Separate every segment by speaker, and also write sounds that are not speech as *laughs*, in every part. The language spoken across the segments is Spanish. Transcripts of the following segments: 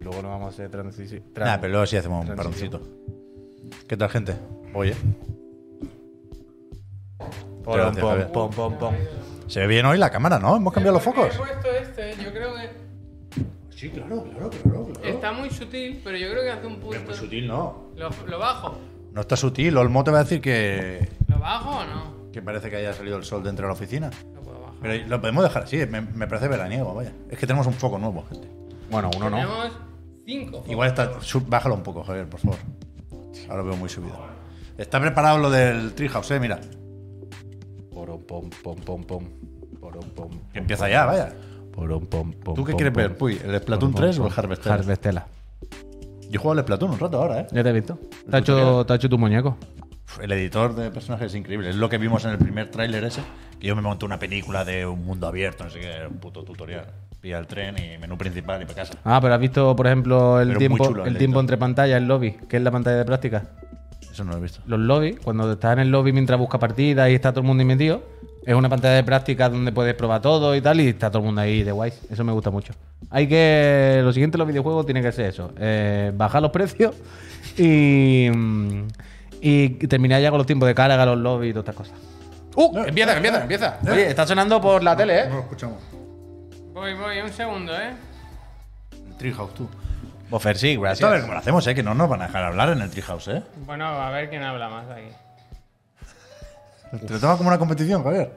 Speaker 1: Luego nos vamos a hacer transición.
Speaker 2: Nah, pero luego sí hacemos un
Speaker 1: Transición.
Speaker 2: paroncito. ¿Qué tal, gente? Oye,
Speaker 1: Pom,
Speaker 2: Gracias, Javier.
Speaker 1: pom, pom, pom, pom.
Speaker 2: se ve bien hoy la cámara, ¿no? Hemos cambiado los
Speaker 3: ¿Por qué
Speaker 2: focos.
Speaker 3: He puesto este, yo creo que
Speaker 2: Sí, claro, claro, claro. claro.
Speaker 3: está muy sutil, pero yo creo que hace un punto.
Speaker 2: Es muy sutil, ¿no?
Speaker 3: ¿Lo, lo bajo?
Speaker 2: No está sutil. Olmo te va a decir que,
Speaker 3: ¿Lo bajo o no?
Speaker 2: que parece que haya salido el sol dentro de la oficina.
Speaker 3: Lo puedo bajar.
Speaker 2: Pero lo podemos dejar así, me, me parece veraniego, vaya. Es que tenemos un foco nuevo, gente.
Speaker 1: Bueno, uno no.
Speaker 3: Tenemos cinco.
Speaker 2: Igual está. sub- bájalo un poco, Javier, por favor. Ahora lo veo muy subido. Está preparado lo del Treehouse, eh, mira.
Speaker 1: Porom, pom, pom, pom, pom. Porom, pom.
Speaker 2: Que empieza ya, vaya.
Speaker 1: Porom, pom, pom.
Speaker 2: ¿Tú qué
Speaker 1: pom,
Speaker 2: quieres
Speaker 1: pom.
Speaker 2: ver, Puy? ¿El
Speaker 1: Pom,
Speaker 2: Splatoon
Speaker 1: pom,
Speaker 2: 3 o el
Speaker 1: pom.
Speaker 2: Harvest Tale?
Speaker 1: Harvestella.
Speaker 2: Yo juego al Splatoon un rato ahora, eh.
Speaker 1: Ya te he visto. Te ha hecho, te ha hecho tu muñeco.
Speaker 2: Uf, El editor de personajes es increíble. Es lo que vimos en el primer tráiler ese. Que yo me monté una película de un mundo abierto, no sé qué, un puto tutorial. Pilla el tren y menú principal y para casa.
Speaker 1: Ah, pero has visto, por ejemplo, el
Speaker 2: Pero muy
Speaker 1: tiempo,
Speaker 2: chulo,
Speaker 1: el
Speaker 2: el
Speaker 1: tiempo
Speaker 2: editor.
Speaker 1: entre pantallas, el lobby, que es la pantalla de práctica.
Speaker 2: Eso no lo he visto.
Speaker 1: Los lobbies, cuando estás en el lobby mientras busca partidas y está todo el mundo ahí metido, es una pantalla de práctica donde puedes probar todo y tal, y está todo el mundo ahí de guays. Eso me gusta mucho. Hay que. Lo siguiente en los videojuegos tiene que ser eso: eh, bajar los precios y. mm, Y terminar ya con los tiempos de carga, los lobbies y todas estas cosas. ¡Uh! empieza, empieza, empieza.
Speaker 2: ¿Eh?
Speaker 1: Oye, está sonando por la tele, ¿eh?
Speaker 2: lo escuchamos.
Speaker 3: Voy, voy, un segundo, ¿eh?
Speaker 2: El Treehouse, tú.
Speaker 1: Bofer, sí,
Speaker 2: Esto a ver cómo lo hacemos, eh. Que no nos van a dejar hablar en el Treehouse, eh.
Speaker 3: Bueno, a ver quién habla más aquí.
Speaker 2: Te lo tomas como una competición, Javier.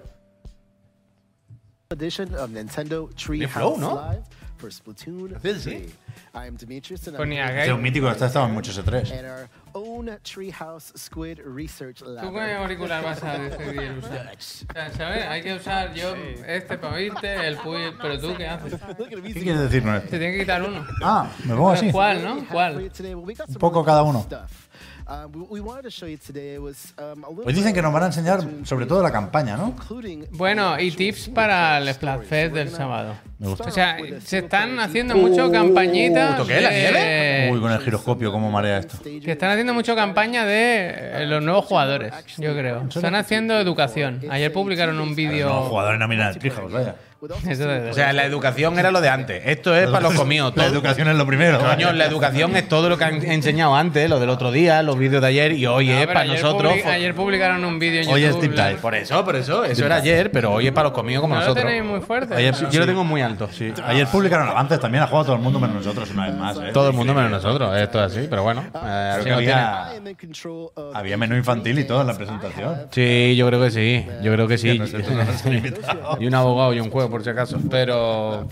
Speaker 4: edition of Nintendo
Speaker 2: De
Speaker 4: Treehouse
Speaker 2: Flow, ¿no?
Speaker 4: Live for Splatoon
Speaker 2: Hacer,
Speaker 4: 3.
Speaker 2: sí.
Speaker 4: I am Demetrius and
Speaker 3: Ponía
Speaker 4: here
Speaker 3: gay.
Speaker 2: Es un mítico, está estaba en muchos E
Speaker 4: with-
Speaker 2: E3.
Speaker 4: and our own Treehouse Squid Research Lab.
Speaker 3: ¿Tú con el auricular vas a decidir
Speaker 2: *laughs*
Speaker 3: el usar? O sea, ¿Sabes? Hay que usar yo este para oírte, el puy, pero tú,
Speaker 2: *laughs*
Speaker 3: ¿qué haces?
Speaker 4: Look at
Speaker 2: ¿Qué
Speaker 4: music.
Speaker 2: quieres decir, Noel?
Speaker 3: Se tiene que quitar uno.
Speaker 2: Ah, me pongo así.
Speaker 3: ¿Cuál, no?
Speaker 4: For you
Speaker 3: ¿Cuál?
Speaker 4: today, well, we got some
Speaker 2: poco
Speaker 4: really
Speaker 2: cada
Speaker 4: cool
Speaker 2: uno.
Speaker 4: stuff. Um, we- we wanted to show you today was, um, a little
Speaker 2: Pues dicen que nos van a enseñar
Speaker 4: Splatoon
Speaker 2: sobre
Speaker 4: 3,
Speaker 2: todo la campaña, ¿no?
Speaker 4: including-
Speaker 3: Bueno, y tips para el Splatfest del sábado.
Speaker 2: Me gusta.
Speaker 3: O sea, se están haciendo mucho campañitas.
Speaker 2: ¿Esto qué es? ¿La
Speaker 3: de-
Speaker 2: nieve? Uy, con el giroscopio, cómo marea esto.
Speaker 3: Que están haciendo mucho campaña de eh, los nuevos jugadores, yo creo. Están haciendo educación. Ayer publicaron un
Speaker 2: No,
Speaker 3: vídeo.
Speaker 2: jugadores nominales del Treehouse, vaya.
Speaker 3: *laughs* Eso de-
Speaker 5: O sea, la educación era lo de antes. Esto es para los comidos.
Speaker 2: La
Speaker 5: todo.
Speaker 2: educación es lo primero.
Speaker 5: Coño, la educación es todo lo que han enseñado antes, lo del otro día, los vídeos de ayer y hoy
Speaker 3: No,
Speaker 5: es
Speaker 3: pero
Speaker 5: para
Speaker 3: ayer
Speaker 5: nosotros. pues,
Speaker 3: publi- Ayer publicaron un vídeo en
Speaker 2: Hoy es
Speaker 3: YouTube.
Speaker 2: Deep Dive.
Speaker 3: la-
Speaker 5: Por eso, por eso. Eso era ayer, pero hoy es para los comidos como
Speaker 3: No lo
Speaker 5: nosotros.
Speaker 3: tenéis muy fuerte.
Speaker 2: Ayer-
Speaker 5: Yo lo tengo muy alto.
Speaker 2: Sí. Ayer publicaron avances también, ha jugado todo el mundo menos nosotros una vez más. ¿eh?
Speaker 5: Todo el mundo menos nosotros. Esto es así, pero bueno. eh,
Speaker 2: Creo
Speaker 5: así
Speaker 2: que
Speaker 5: nos tienen.
Speaker 2: había, había menú infantil y todo en la presentación.
Speaker 5: Sí, yo creo que sí. Yo creo que sí.
Speaker 4: invitado.
Speaker 5: *laughs* y un abogado y un juego, por si acaso. Pero.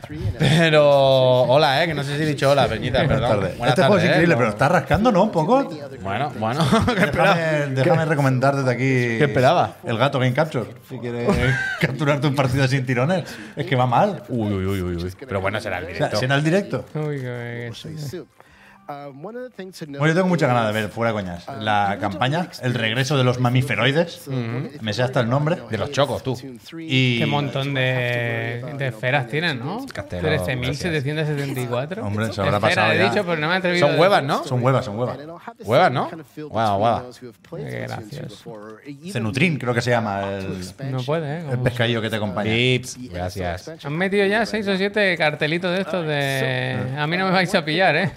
Speaker 2: *laughs*
Speaker 5: Pero. Hola, eh, que no sé si he dicho hola, Peñita, Ah, perdón.
Speaker 2: Buenas tardes.
Speaker 5: Buenas
Speaker 2: este juego
Speaker 5: tardes,
Speaker 2: es
Speaker 5: eh,
Speaker 2: increíble,
Speaker 5: no.
Speaker 2: pero está rascando, ¿no? Un poco.
Speaker 5: Bueno, bueno. ¿Qué esperaba?
Speaker 2: Déjame, déjame recomendar desde aquí. ¿Qué
Speaker 5: esperaba?
Speaker 2: El gato Game Capture. Si quieres
Speaker 5: *laughs*
Speaker 2: capturarte un partido sin tirones, es que va mal.
Speaker 5: Uy, uy, uy, uy, uy. Pero bueno, será el
Speaker 2: O sea,
Speaker 5: directo.
Speaker 2: será el directo.
Speaker 3: Uy, qué-
Speaker 2: Pues Bueno, yo tengo muchas ganas de ver, fuera coñas, la campaña, el regreso de los mamiferoides, me sé hasta el nombre,
Speaker 5: De los chocos, tú.
Speaker 2: y...
Speaker 3: Qué montón de, de esferas tienen, ¿no?
Speaker 5: Castelo,
Speaker 3: 13.774.
Speaker 2: Hombre, se
Speaker 3: Esfera,
Speaker 2: habrá pasado
Speaker 3: he
Speaker 2: ya.
Speaker 3: dicho, pero no me he atrevido.
Speaker 5: Son
Speaker 3: a-
Speaker 5: huevas, ¿no?
Speaker 2: Son huevas, son huevas.
Speaker 5: Hueva, ¿no? Guava, guava.
Speaker 3: Qué gracioso.
Speaker 2: Cenutrin, creo que se llama el,
Speaker 3: No puede, ¿eh?
Speaker 2: el
Speaker 3: Como-
Speaker 2: pescadillo que te acompaña.
Speaker 5: Tips. Gracias.
Speaker 3: Han metido ya 6 o 7 cartelitos de estos de... A mí no me vais
Speaker 4: Ah,
Speaker 3: a pillar,
Speaker 2: *laughs*
Speaker 3: ¿eh?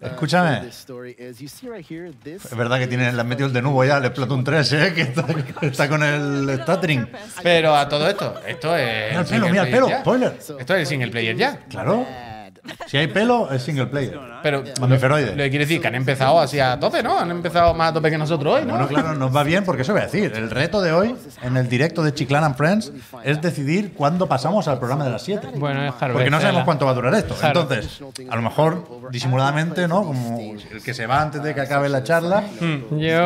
Speaker 2: Escúchame. Es
Speaker 4: Es
Speaker 2: verdad que tienen, le han metido el de nuevo ya, le explotó un 3, ¿eh? que está, está con el stuttering.
Speaker 5: Pero a todo esto, esto es.
Speaker 2: Mira el pelo,
Speaker 5: single
Speaker 2: mira el
Speaker 5: player
Speaker 2: pelo,
Speaker 5: ya.
Speaker 2: spoiler.
Speaker 5: Esto es el single player ya.
Speaker 2: Claro, si hay pelo es single player.
Speaker 5: Pero
Speaker 2: Mamiferoide.
Speaker 5: lo que quiere decir que han empezado así a tope, ¿no? Han empezado más a tope que nosotros hoy,
Speaker 2: Bueno,
Speaker 5: ¿no?
Speaker 2: claro, nos va bien porque eso voy a decir. El reto de hoy, en el directo de Chiclan and Friends, es decidir cuándo pasamos al programa de las 7.
Speaker 3: Bueno, es Harvest.
Speaker 2: Porque no sabemos
Speaker 3: Tela.
Speaker 2: cuánto va a durar esto.
Speaker 3: Claro.
Speaker 2: Entonces, a lo mejor disimuladamente, ¿no? Como el que se va antes de que acabe la charla,
Speaker 5: Hmm.
Speaker 3: Yo...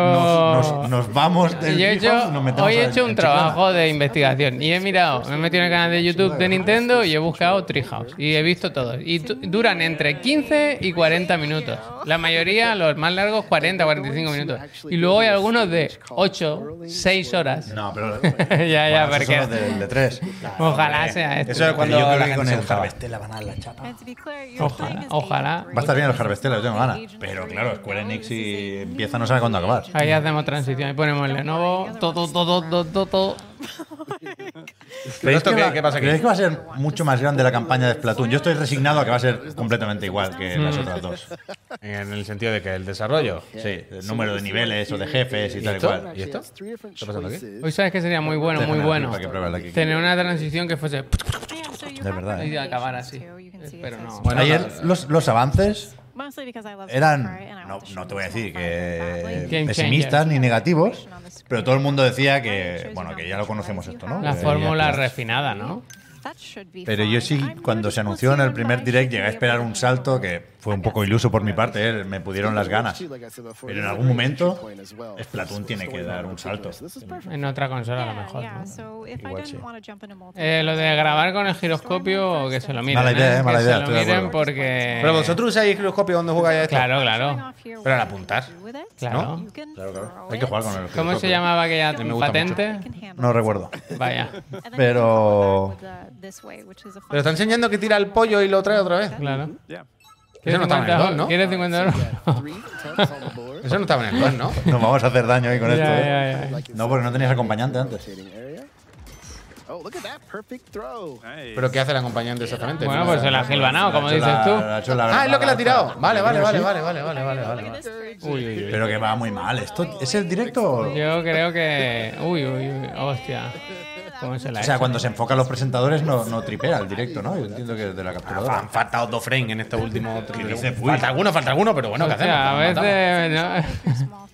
Speaker 2: nos, nos- nos vamos del
Speaker 3: Oh. Yo he
Speaker 2: Bifas y
Speaker 3: hecho,
Speaker 2: nos metemos
Speaker 3: hoy he
Speaker 2: en-
Speaker 3: hecho
Speaker 2: en
Speaker 3: un
Speaker 2: Chiclana.
Speaker 3: trabajo de investigación y he mirado, me he metido en el canal de YouTube de Nintendo y he buscado Treehouse y he visto todo. Y du- duran entre 15 y 40 minutos. La mayoría, los más largos, 40, 45 minutos. Y luego hay algunos de 8, 6 horas.
Speaker 2: No,
Speaker 3: *laughs*
Speaker 2: pero.
Speaker 3: ya, ya,
Speaker 2: Bueno, esos son
Speaker 3: porque-
Speaker 2: los del de tres. Eh,
Speaker 3: Ojalá sea este.
Speaker 5: Eso es cuando
Speaker 2: yo creo
Speaker 5: la
Speaker 2: que
Speaker 5: gente
Speaker 2: con
Speaker 5: se
Speaker 2: el
Speaker 5: enojaba.
Speaker 2: Harvestella van a dar la chapa.
Speaker 3: Ojalá, ojalá.
Speaker 2: Va a estar bien el Harvestella, yo tengo ganas. Pero claro, Square Enix y empieza no sabe cuándo acabar.
Speaker 3: Ahí hacemos transición y ponemos el Lenovo. Todo, todo, todo, todo, todo.
Speaker 2: ¿Creéis
Speaker 5: ¿Esto
Speaker 2: que,
Speaker 5: qué-
Speaker 2: va,
Speaker 5: qué pasa aquí?
Speaker 2: creéis que va a ser mucho más grande la campaña de Splatoon? Yo estoy resignado a que va a ser completamente igual que
Speaker 3: Mm.
Speaker 2: las otras dos.
Speaker 5: En el sentido de que el desarrollo.
Speaker 2: Sí, el número de niveles o de jefes y tal y
Speaker 5: esto?
Speaker 2: cual.
Speaker 5: ¿Y esto?
Speaker 4: ¿Está
Speaker 5: pasando aquí?
Speaker 3: Hoy sabes que sería muy bueno, muy
Speaker 2: Déjame
Speaker 3: bueno.
Speaker 2: para que pruebe la que-
Speaker 3: Tener una transición que fuese.
Speaker 2: De verdad, ¿eh?
Speaker 3: Y acabar así. Pero no.
Speaker 5: Bueno,
Speaker 2: Ayer los, los avances eran,
Speaker 6: Eran,
Speaker 2: no, no te voy a decir que
Speaker 3: Game
Speaker 2: pesimistas
Speaker 6: changer.
Speaker 2: ni negativos, pero todo el mundo decía que, bueno, que ya lo conocemos esto, ¿no?
Speaker 3: La
Speaker 2: Que Eh, ya-
Speaker 3: fórmula refinada, ¿no?
Speaker 2: Pero yo sí, cuando se anunció en el primer direct, llegué a esperar un salto que fue un poco iluso por mi parte, ¿eh? me pudieron las ganas. Pero en algún momento, Splatoon tiene que dar un salto.
Speaker 3: En otra consola a lo mejor. ¿no?
Speaker 6: Igual sí.
Speaker 3: Eh, lo de grabar con el giroscopio, que se lo miren.
Speaker 2: Mala idea,
Speaker 3: ¿eh?
Speaker 2: eh, mala
Speaker 3: que
Speaker 2: idea,
Speaker 3: se
Speaker 2: estoy
Speaker 3: lo
Speaker 2: de
Speaker 3: miren
Speaker 2: acuerdo.
Speaker 3: porque.
Speaker 5: Pero vosotros usáis giroscopio cuando jugáis a esto.
Speaker 3: Claro, claro.
Speaker 6: Pero al apuntar.
Speaker 3: Claro.
Speaker 2: Claro, claro. Hay que jugar con el
Speaker 3: ¿Cómo se
Speaker 2: giroscopio.
Speaker 3: llamaba aquella
Speaker 6: Me
Speaker 5: gusta
Speaker 3: patente?
Speaker 2: No recuerdo.
Speaker 3: Vaya.
Speaker 2: Pero-
Speaker 5: Pero está enseñando que tira el pollo y lo trae otra vez.
Speaker 3: Claro.
Speaker 7: Yeah.
Speaker 5: Eso no estaba en el
Speaker 3: 50
Speaker 5: gol, ¿no?
Speaker 3: ¿Quieres 50 euros? *laughs*
Speaker 5: Eso no estaba en el gol, ¿no?
Speaker 2: Nos vamos a hacer daño ahí con
Speaker 3: Ya,
Speaker 2: esto. ¿eh?
Speaker 3: ya, ya.
Speaker 2: No, porque no tenías acompañante antes.
Speaker 4: Oh, look at that perfect throw.
Speaker 7: Nice.
Speaker 5: Pero ¿qué hace el acompañante exactamente?
Speaker 3: Bueno, pues el ángel banao, como
Speaker 2: Ha hecho
Speaker 3: dices
Speaker 2: la-
Speaker 3: tú.
Speaker 2: ha hecho la-
Speaker 5: Ah, es lo que le ha tirado. Vale, vale, vale, vale, vale, vale, vale, vale. vale.
Speaker 3: Uy, uy, uy.
Speaker 2: Pero que va muy mal. Esto, ¿Es el directo?
Speaker 3: Yo creo que. Uy, uy, uy. Hostia. ¿Cómo se la
Speaker 2: O
Speaker 3: ha
Speaker 2: sea,
Speaker 3: hecho?
Speaker 2: cuando se enfocan los presentadores no, no tripea el directo, ¿no? Yo entiendo que es de la capturadora.
Speaker 3: Ah,
Speaker 5: Han faltado dos frames en este último.
Speaker 2: dice, uy.
Speaker 5: Falta alguno, falta alguno, pero bueno, ¿qué hacemos?
Speaker 3: Hostia, a
Speaker 5: Nos matamos.
Speaker 3: veces. ¿no?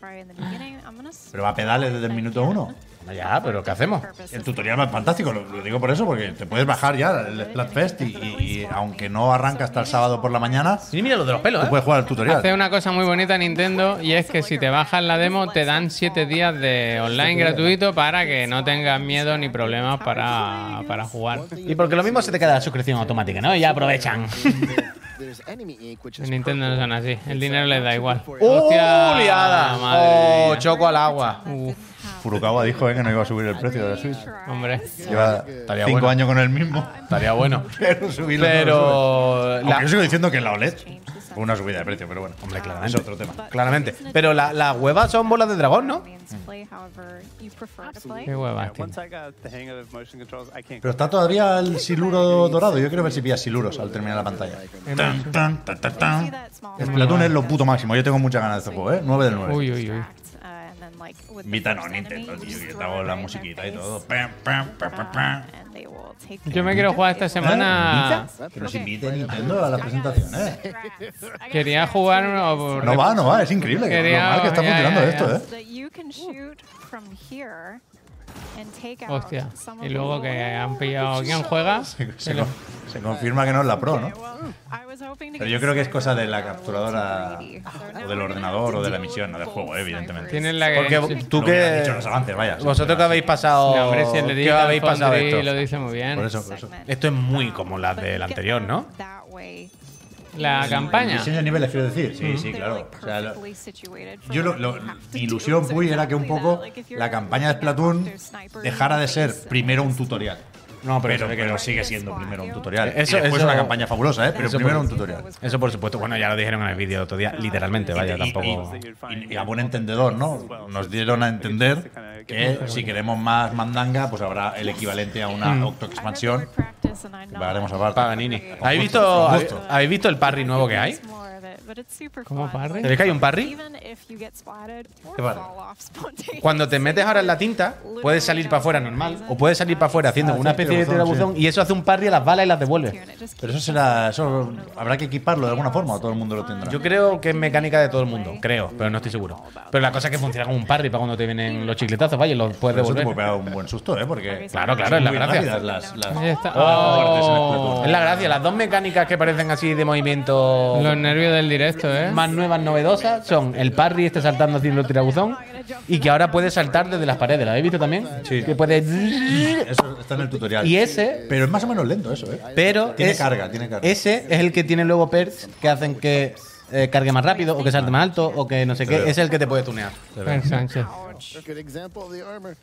Speaker 2: Pero va a pedales desde el minuto uno.
Speaker 5: Ya, pero ¿qué hacemos?
Speaker 2: El tutorial va fantástico, lo, lo digo por eso, porque te puedes bajar ya el Splatfest y, y- y aunque no arranca hasta el sábado por la mañana,
Speaker 5: Sí, mira lo de los pelos,
Speaker 2: tú
Speaker 5: ¿eh?
Speaker 2: puedes jugar al
Speaker 3: Hace
Speaker 2: tutorial.
Speaker 3: una cosa muy bonita Nintendo y es que si te bajas la demo te dan 7 días de online gratuito para que no tengas miedo ni problemas para, para jugar.
Speaker 5: Y porque lo mismo se te queda la suscripción automática, ¿no? Y ya aprovechan.
Speaker 4: *laughs* There's enemy ink, which
Speaker 3: En
Speaker 4: is
Speaker 3: Nintendo no son así, el dinero les da igual.
Speaker 5: ¡Oh,
Speaker 3: Hostia,
Speaker 5: liada!
Speaker 3: madre
Speaker 5: ¡Oh,
Speaker 3: mía.
Speaker 5: choco al agua!
Speaker 2: Furukawa dijo eh, que no iba a subir el precio de la Switch.
Speaker 3: Hombre,
Speaker 2: Lleva
Speaker 5: Estaría
Speaker 2: cinco
Speaker 5: bueno.
Speaker 2: años con el mismo.
Speaker 5: Estaría bueno.
Speaker 2: Pero subirlo no lo sube.
Speaker 5: Pero...
Speaker 2: Aunque
Speaker 5: la-
Speaker 2: yo sigo diciendo que la OLED fue una subida de precio, pero bueno. Hombre, claramente. Es otro tema.
Speaker 5: claramente. Pero la- las huevas son bolas de dragón, ¿no?
Speaker 3: qué
Speaker 7: Yeah,
Speaker 3: huevas, tío.
Speaker 7: once I got the hang of motion controls, I can't.
Speaker 2: Pero está todavía el siluro dorado. Yo quiero ver si pilla siluros al terminar la pantalla. Tan, tan, tan, tan, tan. Splatoon es lo puto máximo. Yo tengo muchas ganas de este juego, ¿eh? 9 del 9.
Speaker 3: Uy, uy, uy.
Speaker 6: uh,
Speaker 2: Invítanos a Nintendo, tío. Yo te hago la musiquita y todo. Pam, pam, pam, pam, pam.
Speaker 3: Yo me quiero jugar esta semana.
Speaker 2: ¿Invita? Que nos invite Nintendo a la presentación, ¿eh?
Speaker 3: Quería jugar uno. o-
Speaker 2: No va, no va. Es increíble. que- Lo
Speaker 3: Quería-
Speaker 2: mal que está
Speaker 3: ya,
Speaker 2: funcionando
Speaker 3: ya,
Speaker 2: esto,
Speaker 3: ya.
Speaker 2: ¿eh?
Speaker 3: Hostia. Y luego que han pillado. ¿Quién juega?
Speaker 2: Se, con- se confirma que no es la pro, ¿no? Pero yo creo que es cosa de la capturadora o del ordenador o de la emisión, no del juego, eh, evidentemente.
Speaker 3: Tienen la
Speaker 5: Porque tú
Speaker 2: Lo hubieran
Speaker 5: que...
Speaker 2: dicho en los avances, vaya.
Speaker 5: Vosotros que habéis pasado...
Speaker 3: No, hombre, si el
Speaker 5: Oh,
Speaker 3: de
Speaker 5: ¿Qué
Speaker 3: Digital
Speaker 5: habéis pasado
Speaker 3: Foundry
Speaker 5: esto?
Speaker 3: lo dice muy bien.
Speaker 2: Por eso, por eso.
Speaker 5: Esto es muy como la del anterior, ¿no?
Speaker 3: La campaña.
Speaker 2: Diseño de niveles, quiero decir. Sí, sí, claro. O sea, lo- yo lo, lo- mi ilusión Puy era que un poco la campaña de Splatoon dejara de ser primero un tutorial.
Speaker 5: No,
Speaker 2: Pero,
Speaker 5: se ve que
Speaker 2: pero
Speaker 5: no.
Speaker 2: sigue siendo primero un tutorial.
Speaker 5: Eso-
Speaker 2: y después
Speaker 5: eso-
Speaker 2: una campaña fabulosa, ¿eh? Pero
Speaker 5: eso
Speaker 2: primero
Speaker 5: por-
Speaker 2: un tutorial.
Speaker 5: Eso por supuesto. Bueno, ya lo dijeron en el vídeo el otro día. Literalmente, vaya,
Speaker 2: Y- y-
Speaker 5: tampoco...
Speaker 2: Y, y a buen entendedor, ¿no? Nos dieron a entender que si queremos más mandanga, pues habrá el equivalente a una autoexpansión. Pagaremos aparte.
Speaker 5: Paganini.
Speaker 2: Con
Speaker 5: ¿Habéis
Speaker 2: gusto,
Speaker 5: visto,
Speaker 2: con gusto.
Speaker 5: ¿Habéis visto el parry nuevo que hay?
Speaker 3: ¿Cómo parry?
Speaker 5: ¿Sabéis que hay un parry?
Speaker 2: ¿Qué
Speaker 6: *laughs*
Speaker 5: Cuando te metes ahora en la tinta, puedes salir para afuera normal o puedes salir para afuera haciendo
Speaker 2: Ah,
Speaker 5: una
Speaker 2: sí,
Speaker 5: especie de
Speaker 2: tirabuzón,
Speaker 5: tirabuzón
Speaker 2: sí.
Speaker 5: y eso hace un parry a las balas y las devuelve.
Speaker 2: Pero eso será. Eso habrá que equiparlo de alguna forma o todo el mundo lo tendrá.
Speaker 5: Yo creo que es mecánica de todo el mundo, creo, pero no estoy seguro. Pero la cosa es que funciona como un parry para cuando te vienen los chicletazos, vaya, y los puedes
Speaker 2: Pero eso te puede
Speaker 5: devolver.
Speaker 2: pegar un buen susto, ¿eh? Porque.
Speaker 5: Claro, claro, es la
Speaker 2: Muy
Speaker 5: gracia.
Speaker 2: rápidas Las, las-
Speaker 3: Ahí está.
Speaker 2: las muertes en el
Speaker 3: Oh.
Speaker 2: Splatoon.
Speaker 5: Es la gracia, las dos mecánicas que parecen así de movimiento.
Speaker 3: Los nervios del directo, ¿eh?
Speaker 5: más nuevas novedosas son el parry este saltando haciendo el tirabuzón y que ahora puede saltar desde las paredes. ¿Lo habéis visto también?
Speaker 2: Sí.
Speaker 5: Que puede...
Speaker 2: Eso está en el tutorial.
Speaker 5: Y ese...
Speaker 2: Pero es más o menos lento eso, ¿eh?
Speaker 5: Pero
Speaker 2: Tiene
Speaker 5: es-
Speaker 2: carga, tiene carga.
Speaker 5: Ese es el que tiene luego perks que hacen que eh, cargue más rápido o que salte más alto o que no sé qué. Ese es el que te puede tunear.
Speaker 3: Fer Sánchez.
Speaker 4: Good example of the armor.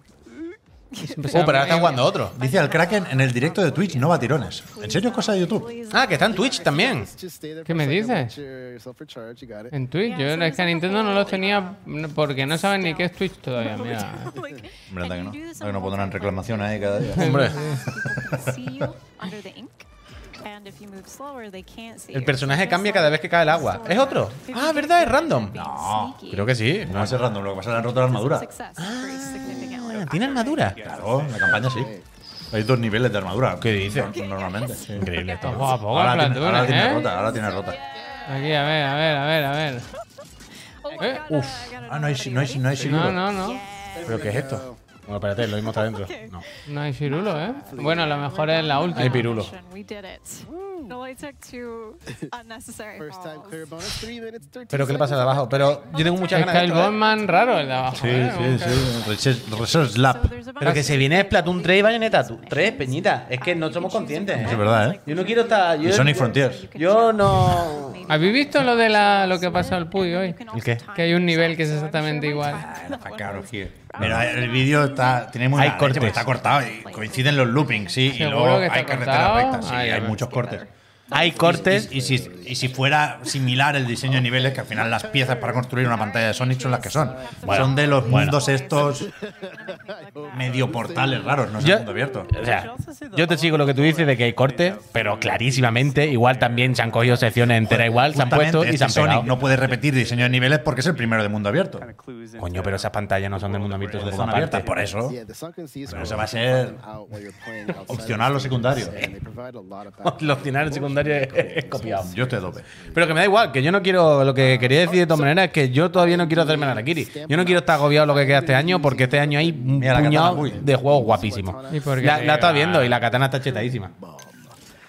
Speaker 6: Oh, pero ahora están jugando otro.
Speaker 2: Dice al Kraken en el directo de Twitch, no va a tirones. ¿En serio es cosa de YouTube?
Speaker 6: Ah, que está en Twitch también.
Speaker 4: Just stay there
Speaker 3: ¿Qué
Speaker 4: for a
Speaker 3: me
Speaker 4: second,
Speaker 3: dices?
Speaker 4: watch your- yourself recharge, you got it.
Speaker 3: En Twitch, yo es que a Nintendo no los tenía porque no saben ni qué es Twitch todavía. Mira,
Speaker 6: *laughs*
Speaker 2: Verdad que no. Verdad que no pondrán reclamación ahí cada día.
Speaker 6: *laughs* Hombre. El personaje cambia cada vez que cae el agua. ¿Es otro? Ah, ¿verdad? Es random.
Speaker 8: No,
Speaker 6: Creo que sí.
Speaker 2: No va a ser random, lo que pasa es que le han roto la armadura.
Speaker 6: Ah, tiene armadura.
Speaker 2: Claro, en la campaña sí. Hay dos niveles de armadura. ¿Qué dice? *laughs* Normalmente. sí.
Speaker 6: Increíble esto.
Speaker 3: poco a poco
Speaker 2: Ahora,
Speaker 3: las
Speaker 2: tiene, ahora
Speaker 3: duras,
Speaker 2: tiene
Speaker 3: ¿eh?
Speaker 2: rota, ahora tiene rota.
Speaker 3: Aquí, a ver, a ver, a ver, a ver.
Speaker 6: Oh
Speaker 3: Eh,
Speaker 8: Uf.
Speaker 2: Ah, no hay, no hay, no hay
Speaker 3: No,
Speaker 2: Shiruro.
Speaker 3: no, no.
Speaker 6: ¿Pero qué es esto? Bueno, espérate, lo mismo está dentro. No.
Speaker 3: No hay cirulo, ¿eh? Bueno, a lo mejor es la última.
Speaker 6: Hay pirulo.
Speaker 4: *laughs* First time clear bonus, three minutes, 13
Speaker 6: ¿Pero qué le pasa de abajo? Pero yo tengo muchas
Speaker 3: Es
Speaker 6: ganas de
Speaker 3: Kyle
Speaker 6: esto, ¿eh?
Speaker 3: Bondman raro el de abajo.
Speaker 2: Sí,
Speaker 3: ¿eh?
Speaker 2: sí, sí. Research, Research Lab.
Speaker 6: Pero que se viene Splatoon 3 y Bayonetta tú- 3, Peñita. Es que no somos conscientes.
Speaker 2: Es
Speaker 6: ¿eh?
Speaker 2: verdad, ¿eh?
Speaker 6: Yo no quiero estar.
Speaker 2: Y
Speaker 6: Yo,
Speaker 2: Sonic Frontiers.
Speaker 6: yo no.
Speaker 3: ¿Habéis visto lo de la, lo que ha pasado al Puy hoy?
Speaker 8: ¿El qué?
Speaker 3: Que hay un nivel que es exactamente igual.
Speaker 2: Pero el vídeo está, tiene muy
Speaker 6: Hay
Speaker 2: mala leche, porque
Speaker 6: cortes.
Speaker 2: está cortado y coinciden los loopings, sí. Y
Speaker 3: Seguro
Speaker 2: luego
Speaker 3: que está
Speaker 2: hay carreteras
Speaker 3: cortado.
Speaker 2: rectas, sí,
Speaker 3: Ay, a
Speaker 2: hay
Speaker 3: ver.
Speaker 2: muchos cortes.
Speaker 6: Hay cortes.
Speaker 2: Y si, y si fuera similar el diseño de niveles, que al final las piezas para construir una pantalla de Sonic son las que son. son de los mundos estos medio portales raros, no es
Speaker 5: Yo-
Speaker 2: mundo abierto.
Speaker 5: O sea, yo te sigo lo que tú dices de que hay corte, pero clarísimamente, igual también se han cogido secciones enteras igual, se han puesto
Speaker 2: Justamente,
Speaker 5: y se han
Speaker 2: este Sonic
Speaker 5: pegado.
Speaker 2: no puede repetir diseño de niveles porque es el primero de mundo abierto.
Speaker 5: Coño, pero esas pantallas no son del mundo abierto,
Speaker 2: O
Speaker 5: son
Speaker 2: de
Speaker 5: como
Speaker 2: zona
Speaker 5: aparte.
Speaker 2: abierta, por eso.
Speaker 4: Yeah, the sunken seas
Speaker 2: Pero
Speaker 4: are
Speaker 2: eso va a ser
Speaker 4: allowed to climb out while you're playing outside of
Speaker 2: opcional o
Speaker 4: the
Speaker 2: secundario.
Speaker 4: games, and they provide a lot
Speaker 2: *laughs*
Speaker 5: *laughs*
Speaker 4: of
Speaker 5: Los finales secundarios es copiado.
Speaker 2: Yo estoy a tope.
Speaker 5: Pero que me da igual, que yo no quiero. Lo que quería decir de todas maneras es que yo todavía no quiero hacerme la Kiri. Yo no quiero estar agobiado lo que queda este año, porque este año hay un
Speaker 2: Mira, la katana,
Speaker 5: puñado
Speaker 2: uy.
Speaker 5: de juegos guapísimos.
Speaker 3: ¿Y por qué?
Speaker 5: La, la está viendo y la katana está chetadísima.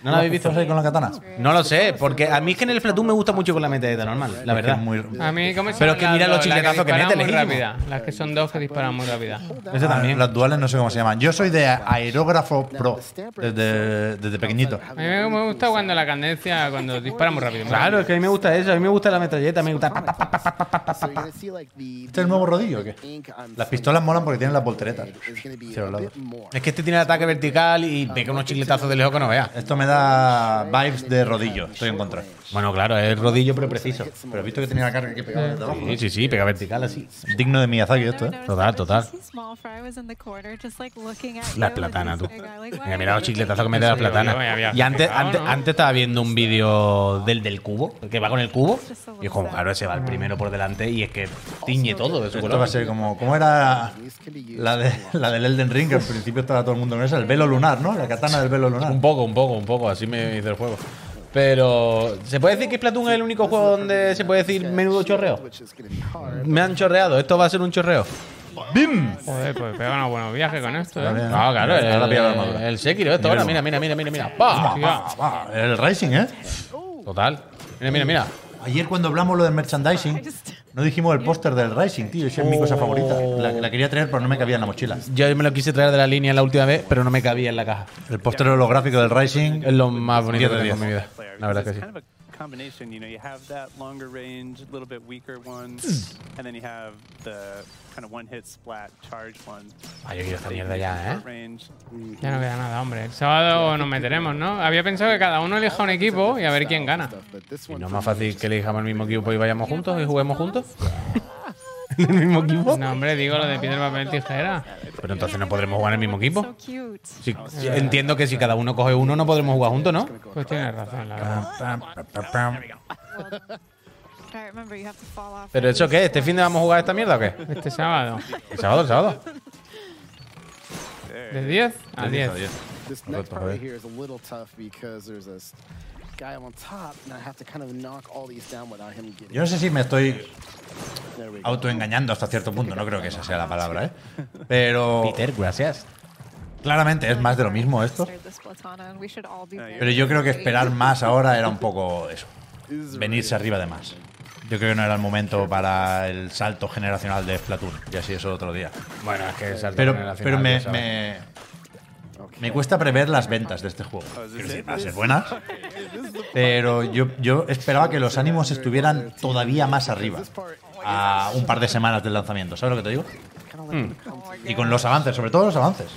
Speaker 5: ¿No la habéis visto?
Speaker 2: ¿Estás ahí con la katana?
Speaker 5: No lo sé, porque a mí es que en el Splatoon me gusta mucho con la metralleta normal, la verdad.
Speaker 2: Es muy-
Speaker 3: A mí, ¿cómo se
Speaker 5: Pero
Speaker 3: llaman
Speaker 5: que mira
Speaker 3: las
Speaker 5: los
Speaker 3: dos? Las
Speaker 5: chicletazos que
Speaker 3: disparan
Speaker 5: mete,
Speaker 3: muy
Speaker 5: lejísimo.
Speaker 3: rápida. Las que son dos que disparan muy rápida.
Speaker 5: Eso también.
Speaker 2: Las duales no sé cómo se llaman. Yo soy de aerógrafo pro desde, desde pequeñito.
Speaker 3: A mí me me gusta cuando la cadencia, cuando dispara muy rápido.
Speaker 5: Claro, es que a mí me gusta eso, a mí me gusta la metralleta, me gusta. pa, pa, pa, pa, pa, pa, pa.
Speaker 4: So you're gonna see like the-
Speaker 2: ¿Este es el nuevo rodillo o qué?
Speaker 4: the ink on
Speaker 2: Las pistolas molan porque tienen las volteretas.
Speaker 4: Sonic is gonna be
Speaker 2: Cero
Speaker 4: a
Speaker 2: lados.
Speaker 4: bit more.
Speaker 5: Es que este tiene el ataque vertical y pega unos chicletazos de lejos que no veas.
Speaker 2: Esto me da vibes de rodillo. Estoy en contra.
Speaker 5: Bueno, claro, es rodillo pero preciso.
Speaker 2: Pero he visto que tenía la carga que pegaba desde abajo.
Speaker 5: Sí, sí, sí, pega vertical así.
Speaker 2: Digno de Miyazaki esto, ¿eh?
Speaker 5: Total, total.
Speaker 8: La platana, tú.
Speaker 5: Mira, mira los chicletazos que mete la
Speaker 3: yo me
Speaker 5: platana.
Speaker 3: había
Speaker 5: Y antes,
Speaker 3: fijado,
Speaker 5: antes,
Speaker 3: ¿no?
Speaker 5: antes estaba viendo un vídeo del del cubo, que va con el cubo. Y es como, claro, ese va el primero por delante y es que tiñe todo de su
Speaker 2: Esto va a
Speaker 5: color.
Speaker 2: ser como. ¿Cómo era la, de, la del Elden Ring? Que al principio estaba todo el mundo con esa. El velo lunar, ¿no? La katana del velo lunar.
Speaker 6: Un poco, un poco, un poco. Así me hice el juego.
Speaker 5: Pero, ¿se puede decir que Splatoon es el único juego donde se puede decir menudo chorreo?
Speaker 4: Which is gonna be hard.
Speaker 5: Me han chorreado, esto va a ser un chorreo.
Speaker 3: Joder, pues pegan a buenos viajes con esto, ¿eh?
Speaker 2: bien.
Speaker 5: No, Ah, claro, el,
Speaker 2: Ahora pilla la armadura.
Speaker 5: el Sekiro, esto ahora, mira, mira, mira, mira, mira. ¡Pa!
Speaker 2: Ah, ah, El Racing, ¿eh?
Speaker 5: Total. Mira, mira, mira.
Speaker 2: Ayer cuando hablamos lo del merchandising, no dijimos el póster del Racing, tío. Esa es mi cosa favorita. La, la quería traer, pero no me cabía en la mochila.
Speaker 5: Yo me lo quise traer de la línea la última vez, pero no me cabía en la caja.
Speaker 2: El póster holográfico del Racing.
Speaker 5: Es lo más bonito que
Speaker 2: Diez de
Speaker 5: tengo en mi vida. La verdad que sí.
Speaker 7: Kind of a combination, you know, you have that longer range, a little bit weaker one, and then you have the kind of one-hit splat charge one.
Speaker 5: Ah, yo quiero esta mierda ya, ¿eh?
Speaker 7: Range.
Speaker 3: Ya no queda nada, hombre. El sábado nos meteremos, ¿no? Había pensado que cada uno elija un equipo y a ver quién gana.
Speaker 4: But this
Speaker 5: ¿Y
Speaker 4: one
Speaker 5: no es
Speaker 4: for
Speaker 5: más
Speaker 4: me
Speaker 5: fácil que elijamos el mismo equipo y vayamos juntos y juguemos *laughs* juntos? ¿En el mismo equipo?
Speaker 3: No, hombre, digo lo de piedra, papel, tijera.
Speaker 5: Pero entonces no podremos jugar en el mismo equipo. Sí,
Speaker 2: Ah,
Speaker 5: entiendo que si cada uno coge uno no podremos jugar juntos, ¿no?
Speaker 3: Pues tienes razón, la verdad.
Speaker 5: ¿Pero eso qué? ¿Este fin de vamos a jugar esta mierda o qué?
Speaker 2: *laughs*
Speaker 3: Este sábado,
Speaker 5: El sábado, el sábado.
Speaker 3: de Ah, 10 a 10.
Speaker 4: This next part right here is a little tough because there's this guy on top, and I have to kind of knock all these down without him
Speaker 2: Yo
Speaker 4: getting.
Speaker 2: no sé si me estoy
Speaker 4: There we go.
Speaker 2: autoengañando hasta cierto punto, no creo que esa sea la palabra, ¿eh? Pero
Speaker 5: Peter, gracias.
Speaker 2: claramente es más de lo mismo esto. Pero yo creo que esperar más ahora era un poco eso. venirse arriba de más. Yo creo que no era el momento para el salto generacional de Splatoon. Ya sí, eso otro día.
Speaker 5: Bueno, es que salto
Speaker 2: Pero,
Speaker 5: generacional,
Speaker 2: pero me,
Speaker 5: ya sabes.
Speaker 2: me, me cuesta prever las ventas de este juego. Quiero decir, van a ser buenas. Pero yo, yo esperaba que los ánimos estuvieran todavía más arriba. A un par de semanas del lanzamiento. ¿Sabes lo que te digo? Y con los avances, sobre todo los avances.